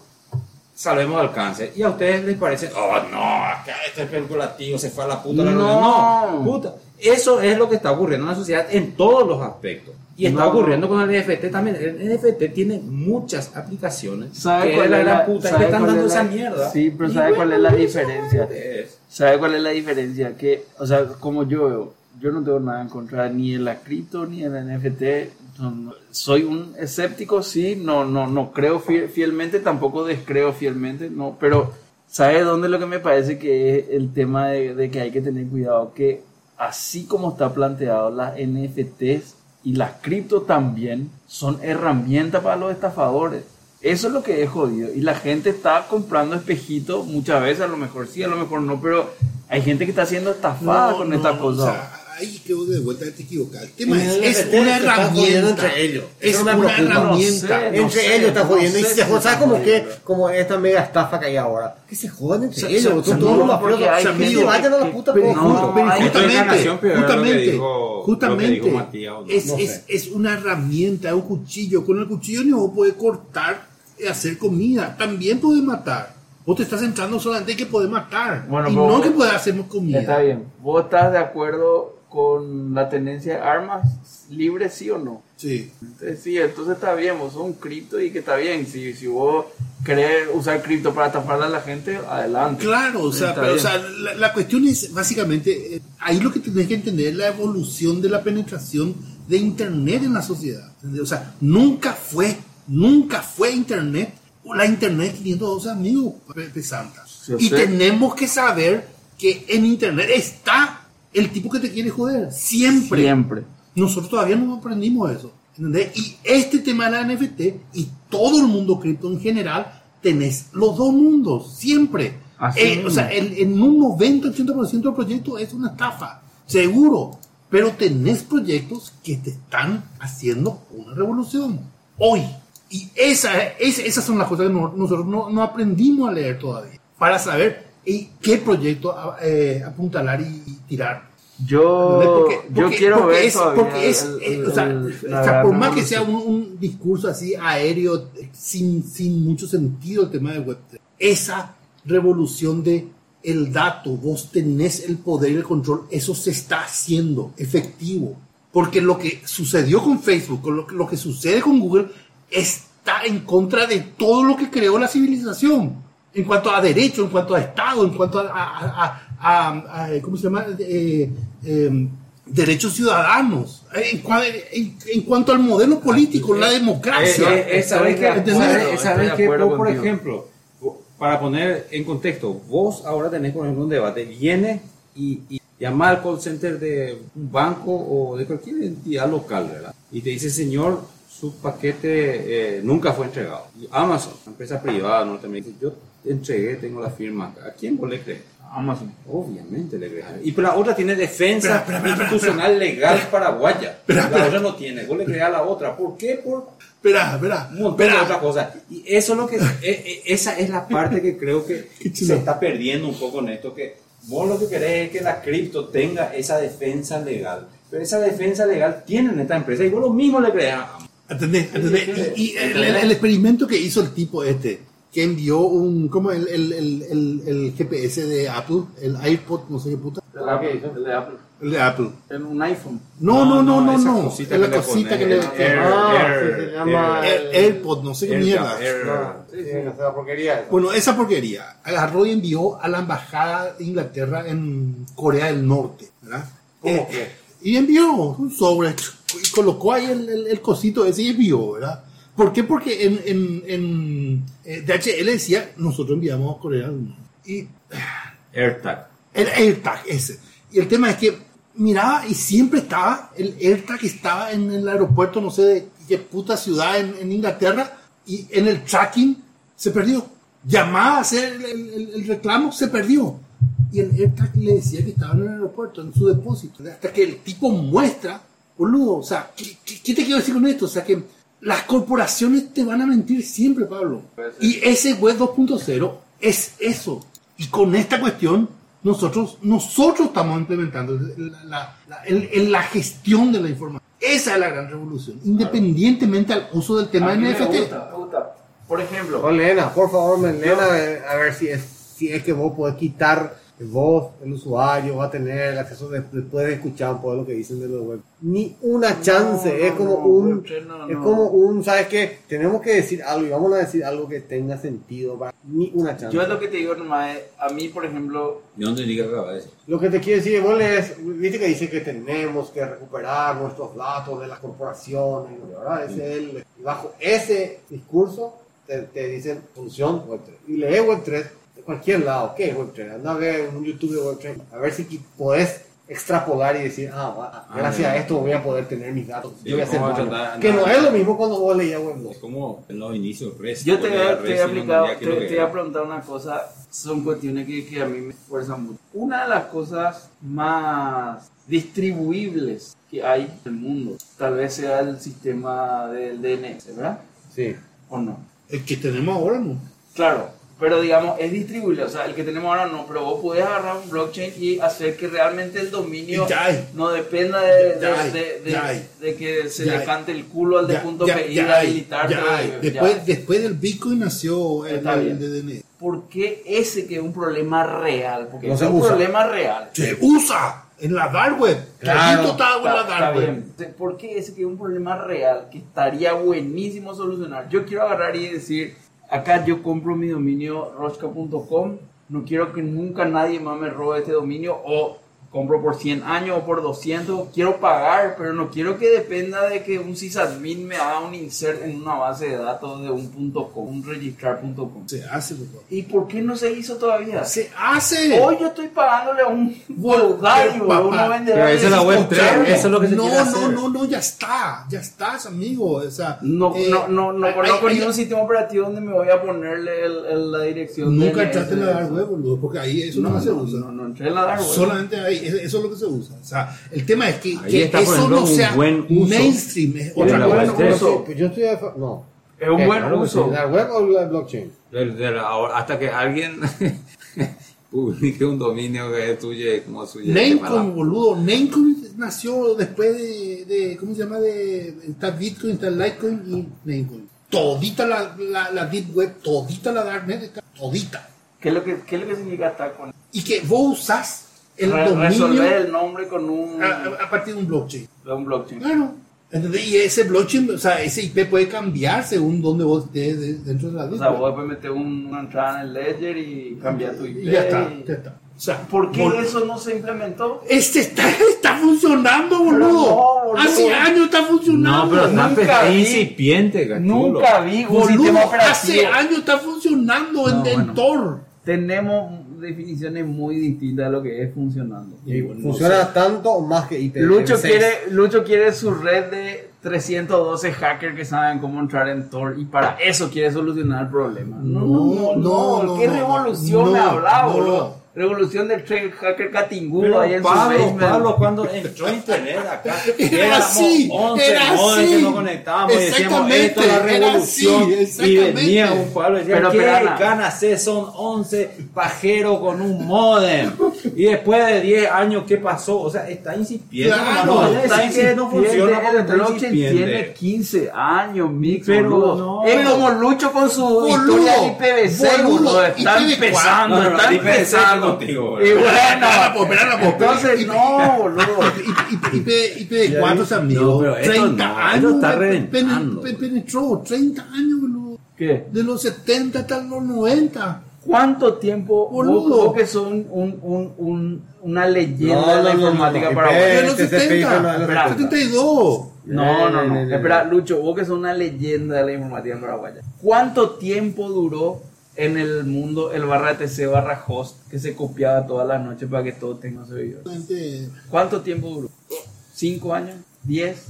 Speaker 2: salvemos al cáncer. Y a ustedes les parece, oh no, acá este especulativo se fue a la puta. la
Speaker 1: No.
Speaker 2: luna". no puta. Eso es lo que está ocurriendo en la sociedad en todos los aspectos. Y está
Speaker 1: No.
Speaker 2: ocurriendo con el EFT también. El EFT tiene muchas aplicaciones.
Speaker 1: ¿Sabe
Speaker 2: que
Speaker 1: cuál
Speaker 2: es la
Speaker 1: es
Speaker 2: gran
Speaker 1: la-
Speaker 2: puta?
Speaker 1: sabe
Speaker 2: que están
Speaker 1: cuál
Speaker 2: dando
Speaker 1: es la-
Speaker 2: esa mierda.
Speaker 1: Sí, pero
Speaker 2: Y
Speaker 1: ¿sabe
Speaker 2: bueno,
Speaker 1: cuál es la
Speaker 2: eso
Speaker 1: diferencia?
Speaker 2: es.
Speaker 1: ¿Sabe cuál es la diferencia? Que, o sea, como yo veo, yo no tengo nada en contra ni de la cripto ni de la NFT. No, no. Soy un escéptico, sí, no, no, no creo fi- fielmente, tampoco descreo fielmente, no, pero ¿sabe dónde lo que me parece que es el tema de, de que hay que tener cuidado? Que así como está planteado, las NFTs y las cripto también son herramientas para los estafadores. Eso es lo que es jodido. Y la gente está comprando espejitos muchas veces, a lo mejor sí, a lo mejor no, pero hay gente que está siendo estafada
Speaker 4: No,
Speaker 1: con
Speaker 4: no,
Speaker 1: estas
Speaker 4: no,
Speaker 1: cosas.
Speaker 4: o sea, ahí quedó de vuelta te equivocas. El tema
Speaker 3: En el
Speaker 4: Pues es, es
Speaker 3: NFT
Speaker 4: una
Speaker 3: se está jodiendo
Speaker 4: herramienta.
Speaker 3: entre ellos.
Speaker 4: Es
Speaker 3: Eso me
Speaker 4: una
Speaker 3: preocupa.
Speaker 4: herramienta.
Speaker 1: No
Speaker 3: entre
Speaker 1: sé,
Speaker 3: ellos está
Speaker 1: no
Speaker 3: jodiendo.
Speaker 1: sé
Speaker 3: y se
Speaker 1: si
Speaker 3: jodan
Speaker 1: está
Speaker 3: como que,
Speaker 1: jodiendo.
Speaker 3: como esta mega estafa que hay ahora. Que se jodan entre
Speaker 1: Se-
Speaker 3: ellos.
Speaker 1: se-
Speaker 3: Son
Speaker 1: se-
Speaker 3: todos
Speaker 1: no,
Speaker 3: los mafiosos.
Speaker 1: porque hay
Speaker 3: Se
Speaker 1: gente
Speaker 3: vayan a la
Speaker 1: que-
Speaker 3: puta
Speaker 1: pero
Speaker 3: todos
Speaker 1: no,
Speaker 3: juntos.
Speaker 1: pero
Speaker 3: Ay,
Speaker 4: Ah, justamente,
Speaker 2: Encarnación, pero era lo que
Speaker 4: justamente,
Speaker 2: dijo-
Speaker 4: justamente,
Speaker 2: lo que dijo Matías, ¿o no?
Speaker 4: es,
Speaker 2: No
Speaker 4: es-
Speaker 2: sé.
Speaker 4: es una herramienta, es un cuchillo. Con el cuchillo ni vos podés cortar y hacer comida. También podés matar. Vos te estás centrando solamente en que podés matar.
Speaker 1: Bueno,
Speaker 4: y
Speaker 1: vos-
Speaker 4: no que podés hacer comida.
Speaker 1: Está bien. ¿Vos estás de acuerdo con la tendencia de armas libres, sí o no?
Speaker 4: Sí.
Speaker 1: Entonces, sí, entonces está bien, vos sos un cripto y que está bien. Si, si vos querés usar cripto para taparle a la gente, adelante.
Speaker 4: Claro, o sea,
Speaker 1: Está
Speaker 4: pero, o
Speaker 1: bien.
Speaker 4: sea, la, la cuestión es básicamente, eh, ahí lo que tenés que entender es la evolución de la penetración de Internet en la sociedad. ¿entendés? O sea, nunca fue, nunca fue Internet, la Internet 512 amigos, pe- pesanta.
Speaker 1: Yo
Speaker 4: y
Speaker 1: sé.
Speaker 4: tenemos que saber que en Internet está el tipo que te quiere joder, siempre.
Speaker 1: Siempre.
Speaker 4: Nosotros todavía no aprendimos eso. ¿entendés? Y este tema de la NFT y todo el mundo cripto en general, tenés los dos mundos, siempre.
Speaker 1: Así
Speaker 4: Eh, o
Speaker 1: mismo.
Speaker 4: sea, el- en un 90-80% del proyecto es una estafa, seguro. Pero tenés proyectos que te están haciendo una revolución hoy. Y esa, es- esas son las cosas que no- nosotros no, no aprendimos a leer todavía para saber eh, qué proyecto a- eh, apuntalar y- y tirar. ¿Entendés?
Speaker 1: Yo,
Speaker 4: Porque-
Speaker 1: yo
Speaker 4: porque-
Speaker 1: quiero
Speaker 4: porque
Speaker 1: ver
Speaker 4: es,
Speaker 1: todavía
Speaker 4: porque es,
Speaker 1: el-
Speaker 4: eh,
Speaker 1: el-
Speaker 4: o sea,
Speaker 1: el-
Speaker 4: o
Speaker 1: la
Speaker 4: sea, por
Speaker 1: gran
Speaker 4: más que sea
Speaker 1: revolución.
Speaker 4: un, un discurso así aéreo, eh, sin, sin mucho sentido el tema de Web3, esa revolución de el dato, vos tenés el poder y el control, eso se está haciendo efectivo. Porque lo que sucedió con Facebook, con lo, que- lo que sucede con Google, está en contra de todo lo que creó la civilización. En cuanto a derecho, en cuanto a Estado, en cuanto a, a- a- a- a- ¿cómo se llama? Eh, eh, derechos ciudadanos, eh, en, cua- en- en cuanto al modelo político, la democracia.
Speaker 2: Ah, Eh, eh, eh, ¿sabes qué?
Speaker 4: ¿Entendés?
Speaker 2: ¿Sabes-
Speaker 1: estoy
Speaker 2: sabes
Speaker 1: Ah, de
Speaker 2: qué?
Speaker 1: acuerdo
Speaker 2: Vos, por
Speaker 1: contigo.
Speaker 2: ejemplo, vo- para poner en contexto, vos ahora tenés, por ejemplo, un debate, viene y, y llama al call center de un banco o de cualquier entidad local, ¿verdad? Y te dice, señor, su paquete eh, nunca fue entregado. Y Amazon, empresa privada norteamericana, dice, yo entregué, tengo la firma. acá. ¿A quién vos le crees? Amazon, obviamente le crees. a él. Y pero la otra tiene defensa
Speaker 4: Espera, espera, espera,
Speaker 2: institucional legal paraguaya. la otra no tiene. Vos le crees a la otra. ¿Por qué? Por
Speaker 4: Espera, espera,
Speaker 2: un montón de otras
Speaker 4: espera.
Speaker 2: cosas. Y eso es lo que, e- e- esa es la parte que creo que se está perdiendo un poco en esto, que vos lo que querés es que la cripto tenga esa defensa legal. Pero esa defensa legal tienen esta empresa y vos lo mismo le creas.
Speaker 4: ¿Entendés? ¿Entendés? Y, y el, el- el experimento que hizo el tipo este, que envió un, ¿cómo? El, el, el, el- el GPS de Apple, el iPod, no sé qué puta, el de Apple.
Speaker 1: En un iPhone.
Speaker 4: No, no, no, no,
Speaker 2: esa
Speaker 4: no.
Speaker 2: cosita
Speaker 4: Es
Speaker 2: que
Speaker 4: la
Speaker 2: le
Speaker 4: cosita
Speaker 2: ponen,
Speaker 4: que le...
Speaker 2: el air-
Speaker 7: Ah,
Speaker 2: air-
Speaker 7: sí, se llama-
Speaker 4: el Eh, AirPod, no sé qué
Speaker 2: air-
Speaker 4: mierda.
Speaker 2: air-
Speaker 7: Sí, sí, o sea, porquería eso.
Speaker 4: Bueno, esa porquería agarró y envió a la embajada de Inglaterra en Corea del Norte, ¿verdad?
Speaker 7: ¿Cómo
Speaker 4: Eh,
Speaker 7: qué?
Speaker 4: Y envió un sobre y colocó ahí el, el- el cosito ese y envió, ¿verdad? ¿Por qué? Porque en, en, en, eh, DHL decía, nosotros enviamos a Corea del Norte. Y
Speaker 2: AirTag.
Speaker 4: el AirTag ese. Y el tema es que miraba y siempre estaba, el AirTag estaba en el aeropuerto, no sé de qué puta ciudad en, en Inglaterra, y en el tracking se perdió. Llamaba a hacer el, el- el- el reclamo, se perdió. Y el AirTag le decía que estaba en el aeropuerto, en su depósito. Hasta que el tipo muestra, boludo, o sea, ¿qué, qué- qué te quiero decir con esto? O sea, que las corporaciones te van a mentir siempre, Pablo. Y ese web 2.0 es eso. Y con esta cuestión, nosotros, nosotros estamos implementando la, la- la- el- el- la gestión de la información. Esa es la gran revolución, independientemente al uso del tema
Speaker 1: A mí
Speaker 4: de
Speaker 1: me
Speaker 4: NFT.
Speaker 1: gusta, me gusta.
Speaker 6: Por ejemplo,
Speaker 3: No, Lena, por favor, me- Lena, eh, a ver si es, si es que vos podés quitar vos, el usuario, va a tener el acceso de- después de escuchar un poco lo que dicen de los web. Ni una chance,
Speaker 6: no,
Speaker 3: es como
Speaker 6: no,
Speaker 3: un,
Speaker 6: web, no,
Speaker 3: es
Speaker 6: no.
Speaker 3: como un, ¿sabes qué? Tenemos que decir algo y vamos a decir algo que tenga sentido, para, ni una chance.
Speaker 6: yo es lo que te digo nomás, eh, a mí, por ejemplo,
Speaker 8: Yo no entendí qué acaba de decir.
Speaker 3: Lo que te quiero decir, vos lees, viste que dice que tenemos que recuperar nuestros datos de las corporaciones, ¿verdad? Ese es el- y bajo ese discurso te, te dicen función Web3. Y lees Web3 de cualquier lado, ¿qué es Web3? Anda a ver un YouTube de Web3, a ver si qui- podés extrapolar y decir, ah, va,
Speaker 8: Ah,
Speaker 3: gracias a
Speaker 8: ya.
Speaker 3: esto voy a poder tener mis datos,
Speaker 8: Sí,
Speaker 3: yo voy a hacer
Speaker 8: ¿cómo
Speaker 3: daño.
Speaker 8: va a tratar?
Speaker 3: Que no
Speaker 8: No.
Speaker 3: es lo mismo cuando vos leías
Speaker 8: Es
Speaker 3: Web2.
Speaker 8: como en los inicios,
Speaker 2: Este
Speaker 8: Res.
Speaker 6: yo te voy,
Speaker 8: volver
Speaker 6: a-
Speaker 8: Res
Speaker 6: te voy
Speaker 8: y
Speaker 6: a
Speaker 8: no
Speaker 6: aplicar-
Speaker 8: entendía qué
Speaker 6: te-
Speaker 8: es lo que
Speaker 6: te voy
Speaker 8: era.
Speaker 6: a preguntar una cosa, son cuestiones que, que a mí me esfuerzan mucho. Una de las cosas más distribuibles que hay en el mundo, tal vez sea el sistema del DNS, ¿verdad?
Speaker 3: Sí.
Speaker 6: ¿O no?
Speaker 4: El que tenemos ahora no.
Speaker 6: Claro, pero digamos, es distribuible. O sea, el que tenemos ahora no, pero vos podés agarrar un blockchain y hacer que realmente el dominio
Speaker 4: Y ya hay.
Speaker 6: no dependa de, de-
Speaker 4: Ya hay,
Speaker 6: de- de-
Speaker 4: ya hay.
Speaker 6: de que se
Speaker 4: Ya
Speaker 6: le
Speaker 4: hay.
Speaker 6: cante el culo al de
Speaker 4: Ya-
Speaker 6: punto
Speaker 4: ya-
Speaker 6: PI
Speaker 4: ya
Speaker 6: de
Speaker 4: hay,
Speaker 6: habilitar.
Speaker 4: ya
Speaker 6: pero-
Speaker 4: hay.
Speaker 6: ya.
Speaker 4: Después, después del Bitcoin nació el,
Speaker 6: Está bien.
Speaker 4: el DDN.
Speaker 6: ¿Por qué ese que es un problema real? Porque
Speaker 3: No
Speaker 6: es
Speaker 3: se
Speaker 6: un
Speaker 3: usa.
Speaker 6: problema real.
Speaker 4: Se usa en la dark web.
Speaker 3: Claro.
Speaker 4: Clarito está en la
Speaker 6: Está- está
Speaker 4: dark web.
Speaker 6: bien. Entonces, ¿Por qué ese que es un problema real que estaría buenísimo solucionar? Yo quiero agarrar y decir, acá yo compro mi dominio rochka.com, no quiero que nunca nadie más me robe este dominio o compro por 100 años o por 200, quiero pagar, pero no quiero que dependa de que un sysadmin me haga un insert en una base de datos de un punto .com, un registrar.com.
Speaker 4: Se hace, por favor.
Speaker 6: ¿Y por qué no se hizo todavía?
Speaker 4: Se hace.
Speaker 6: Hoy yo estoy pagándole a un voluntario, a
Speaker 4: papá,
Speaker 6: un vendedor.
Speaker 1: pero esa es la
Speaker 6: de-
Speaker 1: web tres,
Speaker 4: Claro.
Speaker 1: eso es lo que se
Speaker 4: no,
Speaker 1: quiere
Speaker 4: no,
Speaker 1: hacer.
Speaker 4: no, no, ya está, ya estás, amigo. O sea,
Speaker 6: No,
Speaker 4: eh,
Speaker 6: no, no, no
Speaker 4: hay-
Speaker 6: conozco
Speaker 4: hay-
Speaker 6: ningún sistema operativo donde me voy a ponerle el- el- la dirección.
Speaker 4: Nunca
Speaker 6: DNS.
Speaker 4: entraste en la dark web, boludo, porque ahí eso no,
Speaker 6: No,
Speaker 4: se
Speaker 6: no,
Speaker 4: usa.
Speaker 6: no, no entré en la dark web.
Speaker 4: Solamente ahí, eso eso es lo que se usa. O sea, el tema es que,
Speaker 2: Ahí
Speaker 4: que
Speaker 2: está, por
Speaker 4: eso
Speaker 2: ejemplo,
Speaker 4: no
Speaker 2: un
Speaker 4: sea
Speaker 2: buen uso.
Speaker 4: mainstream, es otra
Speaker 2: la
Speaker 4: cosa.
Speaker 2: web tres.
Speaker 3: Sí, pues yo estoy de fa- No.
Speaker 6: Es un
Speaker 3: Eh,
Speaker 6: buen
Speaker 3: claro que sí,
Speaker 6: uso.
Speaker 3: ¿La web o la blockchain?
Speaker 8: Del- del ahora- hasta que alguien publique un dominio que es tuyo y como suyo.
Speaker 4: Namecom, boludo. Namecom nació después de, de- ¿Cómo se llama? De, está Bitcoin, está Litecoin y Namecom. Todita la, la, la Deep Web, todita la Darknet, está todita.
Speaker 6: ¿Qué es lo que, qué es lo que significa estar con
Speaker 4: Y que vos usás el
Speaker 6: Re-
Speaker 4: dominio Ah,
Speaker 6: Resolver el nombre con un,
Speaker 4: a, a- a partir de un blockchain.
Speaker 6: de un blockchain.
Speaker 4: Claro. ¿Entendés? Y ese blockchain, o sea, ese IP puede cambiar según donde vos estés de- dentro de la
Speaker 6: O
Speaker 4: Deep
Speaker 6: sea,
Speaker 4: Web.
Speaker 6: vos después metes un- una entrada en el ledger y cambias tu IP.
Speaker 4: Y ya está,
Speaker 6: y-
Speaker 4: ya está. O sea,
Speaker 6: ¿Por qué
Speaker 4: vol-
Speaker 6: eso no se implementó?
Speaker 4: Este está, está funcionando, boludo.
Speaker 6: boludo.
Speaker 4: Hace años está funcionando.
Speaker 2: No, pero está
Speaker 6: Nunca
Speaker 2: pe-
Speaker 6: vi-
Speaker 2: incipiente, cachulo.
Speaker 6: Nunca vi un
Speaker 4: Boludo,
Speaker 6: sistema
Speaker 4: hace
Speaker 6: operativo.
Speaker 4: años está funcionando en
Speaker 6: No, bueno.
Speaker 4: Dentor.
Speaker 6: Tenemos definiciones muy distintas de lo que es funcionando.
Speaker 3: Y funciona tanto o más que IPv6.
Speaker 6: Lucho quiere, Lucho quiere su red de 312 hackers que saben cómo entrar en Tor y para eso quiere solucionar el problema. No, no, no, no,
Speaker 4: No, no,
Speaker 6: ¿qué
Speaker 4: no,
Speaker 6: revolución
Speaker 4: no,
Speaker 6: me hablaba,
Speaker 4: no.
Speaker 6: boludo? Revolución del tra- hacker Catinguro
Speaker 2: Pero
Speaker 6: ahí en su
Speaker 2: Pablo,
Speaker 6: basement.
Speaker 2: Pablo, cuando entró internet acá,
Speaker 4: Era
Speaker 2: éramos
Speaker 4: así,
Speaker 2: 11
Speaker 4: era
Speaker 2: modems
Speaker 4: así.
Speaker 2: que nos conectábamos y decíamos,
Speaker 4: Exactamente,
Speaker 2: esto es la
Speaker 4: era
Speaker 2: revolución.
Speaker 4: así,
Speaker 2: y
Speaker 4: exactamente.
Speaker 2: venía un Pablo y decía,
Speaker 6: Pero,
Speaker 2: ¿qué
Speaker 6: pero,
Speaker 2: ganas es? Son 11 pajeros con un modem. Y después de 10 años, ¿qué pasó? O sea, está incipiente.
Speaker 4: Claro,
Speaker 2: no,
Speaker 6: Está
Speaker 2: está incipiente, no funciona
Speaker 6: incipiente,
Speaker 2: porque
Speaker 6: el
Speaker 2: está
Speaker 6: blockchain tiene
Speaker 2: incipiente.
Speaker 6: 15 años, Mix,
Speaker 2: Pero
Speaker 6: boludo.
Speaker 2: no.
Speaker 6: es como Lucho con su
Speaker 4: Boludo,
Speaker 6: historia de IPv6,
Speaker 4: boludo,
Speaker 6: boludo. Está
Speaker 4: IPv4.
Speaker 6: empezando,
Speaker 8: No, no, no,
Speaker 6: está
Speaker 8: IPv6
Speaker 6: empezando.
Speaker 8: contigo,
Speaker 6: y
Speaker 2: Eh,
Speaker 8: boludo.
Speaker 6: bueno,
Speaker 4: Espera, pues, espera, pues, espera.
Speaker 6: entonces no, boludo.
Speaker 4: IP4
Speaker 2: No,
Speaker 4: amigos.
Speaker 2: pero esto
Speaker 4: 30
Speaker 2: no, esto
Speaker 4: años.
Speaker 2: está
Speaker 4: pe- pe-
Speaker 2: reventando,
Speaker 4: pe- penetró 30 años, boludo.
Speaker 6: ¿Qué?
Speaker 4: De los 70 hasta los 90.
Speaker 6: ¿Cuánto tiempo vos-
Speaker 4: Boludo.
Speaker 6: vos que son un, un, un, una leyenda de la informática
Speaker 3: no,
Speaker 6: para
Speaker 3: espera,
Speaker 4: De
Speaker 6: vos?
Speaker 4: los
Speaker 3: este se fija, no, de los
Speaker 4: 70. 72.
Speaker 6: No, no, no.
Speaker 3: Eh, no, no, no.
Speaker 6: Espera, Lucho, vos que sos una leyenda de la informática paraguaya. ¿Cuánto tiempo duró en el mundo el barra TC barra host que se copiaba todas las noches para que todo tenga servidor?
Speaker 4: Gente,
Speaker 6: ¿Cuánto tiempo duró? ¿Cinco años? ¿Diez?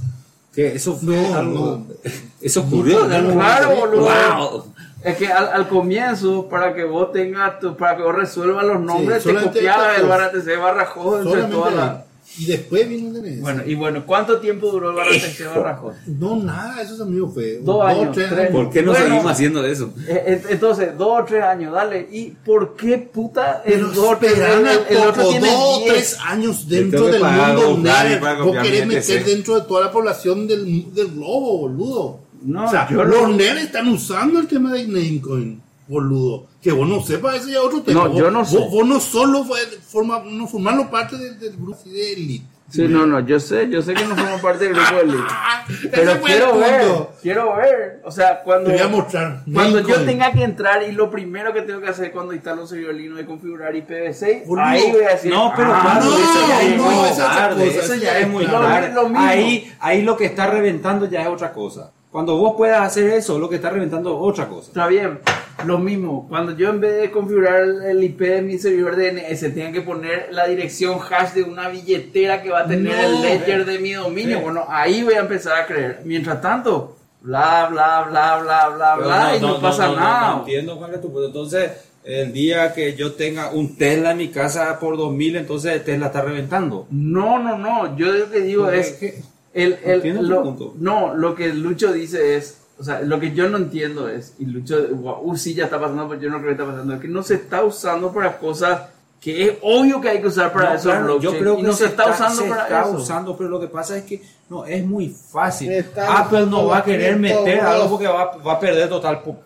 Speaker 2: Que eso fue
Speaker 4: No,
Speaker 2: algo-
Speaker 4: no.
Speaker 2: Eso ocurrió en algún
Speaker 6: Claro,
Speaker 2: momento.
Speaker 6: boludo.
Speaker 2: Wow.
Speaker 6: Es que al, al comienzo, para que vos tengas, tu- para que vos resuelvas los nombres, te
Speaker 4: solamente
Speaker 6: copiaba
Speaker 4: barra
Speaker 6: el
Speaker 4: host.
Speaker 6: barra TC barra host entre
Speaker 4: Solamente
Speaker 6: todas
Speaker 4: ahí.
Speaker 6: las...
Speaker 4: Y después vino un DNS.
Speaker 6: Bueno, y bueno, ¿cuánto tiempo duró el barratense Barrajón?
Speaker 4: No, nada, esos amigos fue.
Speaker 6: Dos años, tres.
Speaker 8: ¿Por qué no
Speaker 6: Bueno.
Speaker 8: seguimos haciendo eso?
Speaker 6: Eh, eh, Entonces, dos o tres años, dale. ¿Y por qué puta el,
Speaker 4: Pero
Speaker 6: dos, o tres-
Speaker 4: esperan
Speaker 6: el-
Speaker 4: a
Speaker 6: el otro
Speaker 4: poco,
Speaker 6: tiene
Speaker 4: dos o
Speaker 6: 10?
Speaker 4: tres años
Speaker 8: Le
Speaker 4: dentro
Speaker 8: tengo que
Speaker 4: del
Speaker 8: pagar
Speaker 4: mundo
Speaker 8: dos dólares
Speaker 4: lunar.
Speaker 8: para
Speaker 4: Vos
Speaker 8: copiar
Speaker 4: querés
Speaker 8: mi
Speaker 4: meter
Speaker 8: TC.
Speaker 4: dentro de toda la población del, del globo, boludo.
Speaker 6: No,
Speaker 4: o sea,
Speaker 6: yo
Speaker 4: los
Speaker 6: no-
Speaker 4: nenes están usando el tema de Namecoin, boludo. Que vos no sepas, ese ya es otro tema.
Speaker 9: No,
Speaker 4: Vos-
Speaker 9: yo no sé.
Speaker 4: Vos, vos no solo fue- forma, no formalo parte del, del grupo de élite.
Speaker 9: Sí, no, no, yo sé, yo sé que no formo parte del grupo de Elite.
Speaker 4: Ah,
Speaker 9: Pero
Speaker 4: ese fue el
Speaker 9: quiero ver,
Speaker 4: punto.
Speaker 6: quiero ver. O sea, cuando,
Speaker 4: Te voy a mostrar.
Speaker 6: cuando yo
Speaker 4: Namecoin.
Speaker 6: tenga que entrar y lo primero que tengo que hacer cuando instalo un servidor Linux es configurar IPv6,
Speaker 4: Boludo.
Speaker 6: ahí voy a decir.
Speaker 2: No, pero
Speaker 6: ah,
Speaker 2: claro,
Speaker 4: no,
Speaker 2: eso ya es
Speaker 4: no,
Speaker 2: muy
Speaker 4: esa es otra
Speaker 2: tarde.
Speaker 4: cosa,
Speaker 2: Eso
Speaker 4: esa
Speaker 2: ya
Speaker 4: es
Speaker 2: es muy
Speaker 4: otra.
Speaker 2: tarde.
Speaker 6: Lo mismo.
Speaker 2: Ahí, ahí lo que está reventando ya es otra cosa. Cuando vos puedas hacer eso, lo que está reventando es otra cosa.
Speaker 6: Está bien, lo mismo. Cuando yo en vez de configurar el- el IP de mi servidor DNS, tenía que poner la dirección hash de una billetera que va a tener el ledger de mi dominio. Bueno, ahí voy a empezar a creer. Mientras tanto, bla, bla, bla, bla, bla,
Speaker 1: Pero
Speaker 6: bla, y no, pasa nada.
Speaker 1: no entiendo cuál es tu punto. Entonces, el día que yo tenga un Tesla en mi casa por 2000, entonces Tesla está reventando.
Speaker 6: No, no, no. Yo lo que digo
Speaker 2: Pues,
Speaker 1: Porque
Speaker 6: es
Speaker 1: es que
Speaker 6: el,
Speaker 1: no
Speaker 6: el-
Speaker 1: entiendo tu
Speaker 6: lo-
Speaker 1: punto.
Speaker 6: no, lo que Lucho dice es, o sea, lo que yo no entiendo es, y Lucho, guau, uh, sí, ya está pasando, pero yo no creo que está pasando, es que no se está usando para cosas que es obvio que hay que usar para
Speaker 2: No,
Speaker 6: eso.
Speaker 2: claro,
Speaker 6: blockchain,
Speaker 2: yo creo
Speaker 6: y
Speaker 2: que
Speaker 6: no se, está, usando
Speaker 2: se
Speaker 6: para
Speaker 2: está
Speaker 6: eso.
Speaker 2: usando, pero lo que pasa es que no es muy fácil.
Speaker 3: Está
Speaker 2: Apple no va a querer
Speaker 3: usando
Speaker 2: meter
Speaker 3: todo.
Speaker 2: algo porque va, va a perder total. po-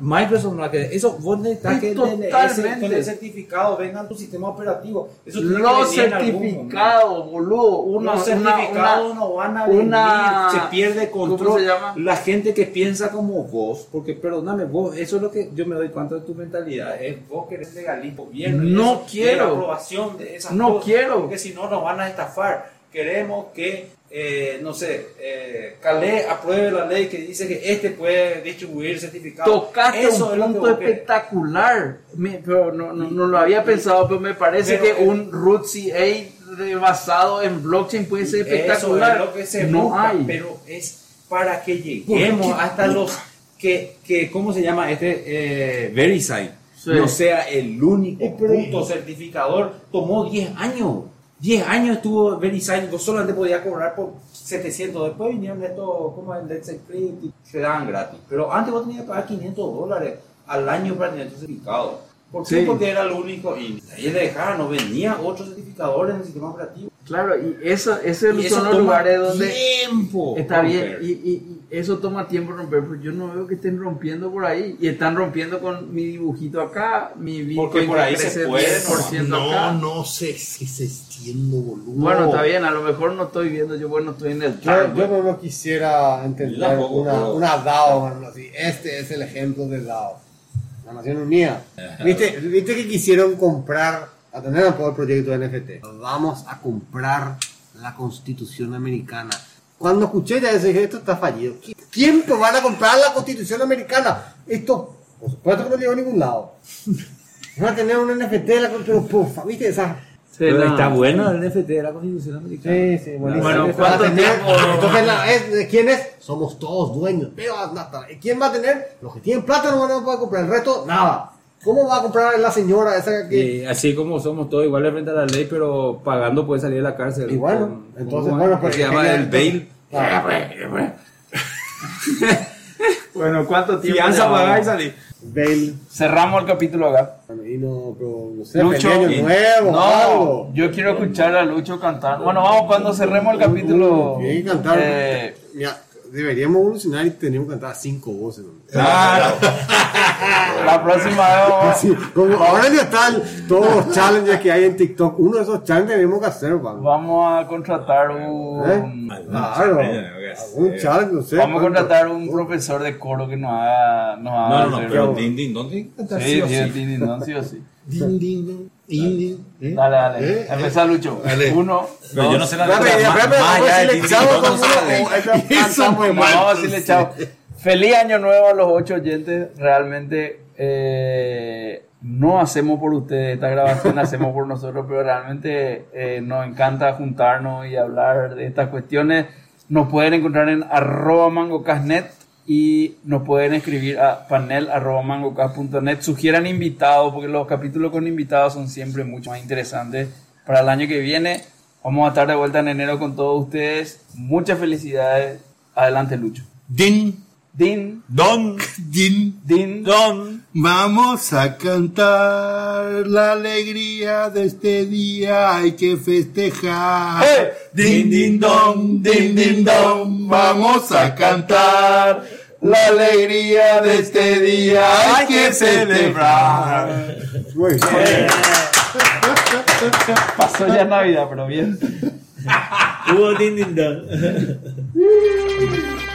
Speaker 2: Microsoft no va a querer. Eso vos necesitas
Speaker 6: Sí,
Speaker 2: que el DNS
Speaker 6: totalmente.
Speaker 2: con el certificado vengan tu sistema operativo. Eso tiene que
Speaker 6: Los
Speaker 2: venir en algún momento.
Speaker 6: certificados, boludo. Uno,
Speaker 2: Los
Speaker 6: una-
Speaker 2: certificados
Speaker 6: una-
Speaker 2: no van a
Speaker 6: una-
Speaker 2: venir, se pierde
Speaker 6: ¿cómo
Speaker 2: control.
Speaker 6: se llama?
Speaker 2: La gente que piensa como vos, porque perdóname, vos, eso es lo que yo me doy cuenta de tu mentalidad, es vos querés legalismo, gobierno, y
Speaker 6: No
Speaker 2: eso,
Speaker 6: quiero.
Speaker 2: y la aprobación de esas
Speaker 6: No
Speaker 2: cosas,
Speaker 6: quiero.
Speaker 2: porque si no nos van a estafar. Queremos que, eh, no sé, eh, Calé apruebe la ley que dice que este puede distribuir certificados.
Speaker 6: Tocaste
Speaker 2: eso es
Speaker 6: un
Speaker 2: lo que
Speaker 6: punto
Speaker 2: vos querés.
Speaker 6: espectacular. Me- pero no, no, no lo había pensado, pero me parece
Speaker 2: Pero
Speaker 6: que
Speaker 2: el-
Speaker 6: un root CA de- basado en blockchain puede ser espectacular.
Speaker 2: Eso es lo que se
Speaker 6: no
Speaker 2: busca,
Speaker 6: hay.
Speaker 2: pero es para que lleguemos hasta los que, que, ¿cómo se llama este? Eh, VeriSign.
Speaker 6: Sí.
Speaker 2: No sea el único punto certificador. Tomó 10 años. 10 años estuvo VeriSign. Vos solamente podías cobrar por 700. Después vinieron estos, como el Let's Encrypt, y se daban gratis. Pero antes vos tenías que pagar 500 dólares al año para tener tu certificado. ¿Por qué?
Speaker 6: Sí.
Speaker 2: Porque era el único. Y ahí le dejaban, no venía otros certificadores en el sistema operativo.
Speaker 6: Claro, y eso, ese
Speaker 2: Y eso
Speaker 6: son los
Speaker 2: toma
Speaker 6: lugares donde
Speaker 2: tiempo
Speaker 6: está bien.
Speaker 2: romper.
Speaker 6: Y, y- y eso toma tiempo romper, pero yo no veo que estén rompiendo por ahí. Y están rompiendo con mi dibujito acá, mi Bitcoin
Speaker 1: por
Speaker 6: que
Speaker 1: ahí se
Speaker 6: crece
Speaker 1: puede,
Speaker 6: 10%
Speaker 4: No,
Speaker 6: acá.
Speaker 4: no sé si se extiende, boludo.
Speaker 6: Bueno, está bien, a lo mejor no estoy viendo, yo bueno, estoy en el
Speaker 3: Yo,
Speaker 6: chat.
Speaker 3: yo no lo quisiera entender
Speaker 1: Yo tampoco,
Speaker 3: una,
Speaker 1: pero-
Speaker 3: una DAO, mano, así. Este es el ejemplo de DAO. La Nación Unida. ¿Viste, viste que quisieron comprar, a tener un poco el proyecto de NFT.
Speaker 10: Vamos a comprar la constitución americana.
Speaker 3: Cuando escuché ya dije, esto está fallido. ¿Qui- ¿Quién te van a comprar la constitución americana? Esto, por supuesto que no llegó a ningún lado. Van a tener un NFT de la constitución, pufa, ¿viste? Esa...
Speaker 2: Pero está bueno el NFT de la Constitución Americana.
Speaker 3: Sí, sí, buenísimo.
Speaker 6: Bueno,
Speaker 3: Van a
Speaker 6: ¿cuánto
Speaker 3: tener-
Speaker 6: tiempo?
Speaker 3: Entonces, la- es- ¿quién es? Somos todos dueños. Pero hasta- ¿quién va a tener? Los que tienen plata no van a poder comprar. El resto, nada. ¿Cómo va a comprar la señora esa que...
Speaker 2: Y eh, así como somos todos iguales frente a la ley, pero pagando puede salir de la cárcel.
Speaker 3: Y bueno, entonces, bueno, pues,
Speaker 2: se llama
Speaker 3: genial,
Speaker 2: el bail.
Speaker 3: Ah,
Speaker 6: Bueno, ¿cuánto tiempo?
Speaker 2: Fianza
Speaker 6: llevamos?
Speaker 2: pagar y salir.
Speaker 3: Bale,
Speaker 6: Cerramos el capítulo acá.
Speaker 3: y no, pero, no sé,
Speaker 6: Lucho,
Speaker 3: feliz año
Speaker 6: y-
Speaker 3: nuevo,
Speaker 6: No,
Speaker 3: algo.
Speaker 6: yo quiero escuchar a Lucho cantar. Bueno, vamos cuando cerremos el capítulo.
Speaker 3: Uy, Uh, tiene que cantar.
Speaker 6: eh,
Speaker 3: Mira, deberíamos evolucionar y tenemos que cantar cinco voces. ¿no?
Speaker 6: la próxima vez vamos-
Speaker 3: Así, como ahora ya están todos los challenges que hay en TikTok. Uno de esos challenges debemos que hacer, vamos.
Speaker 6: vamos a contratar un.
Speaker 3: ¿Eh? Claro, un challenge, no sé.
Speaker 6: Vamos
Speaker 3: cuánto.
Speaker 6: a contratar un profesor de coro que nos haga. Nos
Speaker 1: No,
Speaker 6: haga
Speaker 1: no,
Speaker 6: hacer-
Speaker 1: no, pero Din Din Don Din.
Speaker 6: Sí, sí, sí, sí, no, sí o sí.
Speaker 4: Din, din, din, din, din, ¿eh?
Speaker 6: Dale, dale.
Speaker 4: Eh,
Speaker 6: Empezá, Lucho.
Speaker 4: Dale.
Speaker 6: Uno.
Speaker 1: Pero yo no sé la
Speaker 3: Espérame,
Speaker 1: letra.
Speaker 3: espérame,
Speaker 1: más
Speaker 3: vamos a
Speaker 1: allá de
Speaker 3: decirle
Speaker 1: Din Din
Speaker 3: chavo
Speaker 1: Don
Speaker 3: como
Speaker 1: Don, sabe.
Speaker 3: uno, o- o- cantamos
Speaker 4: muy
Speaker 3: en
Speaker 6: No,
Speaker 4: mal.
Speaker 6: vamos a decirle chao. Feliz año nuevo a los ocho oyentes. Realmente eh, no hacemos por ustedes esta grabación, hacemos por nosotros, pero realmente eh, nos encanta juntarnos y hablar de estas cuestiones. Nos pueden encontrar en arroba mangocasnet y nos pueden escribir a panel arroba mangocas.net. Sugieran invitados, porque los capítulos con invitados son siempre mucho más interesantes para el año que viene. Vamos a estar de vuelta en enero con todos ustedes. Muchas felicidades. Adelante, Lucho.
Speaker 4: Din,
Speaker 1: Din,
Speaker 2: Don,
Speaker 4: Din,
Speaker 1: din,
Speaker 2: don.
Speaker 4: Vamos a cantar la alegría de este día, hay que festejar.
Speaker 6: ¡eh!
Speaker 4: Din din dom, din din dom, vamos a cantar la alegría de este día, hay que celebrar.
Speaker 3: Muy bien.
Speaker 1: pasó ya Navidad, pero bien.
Speaker 5: Hubo din, din, don.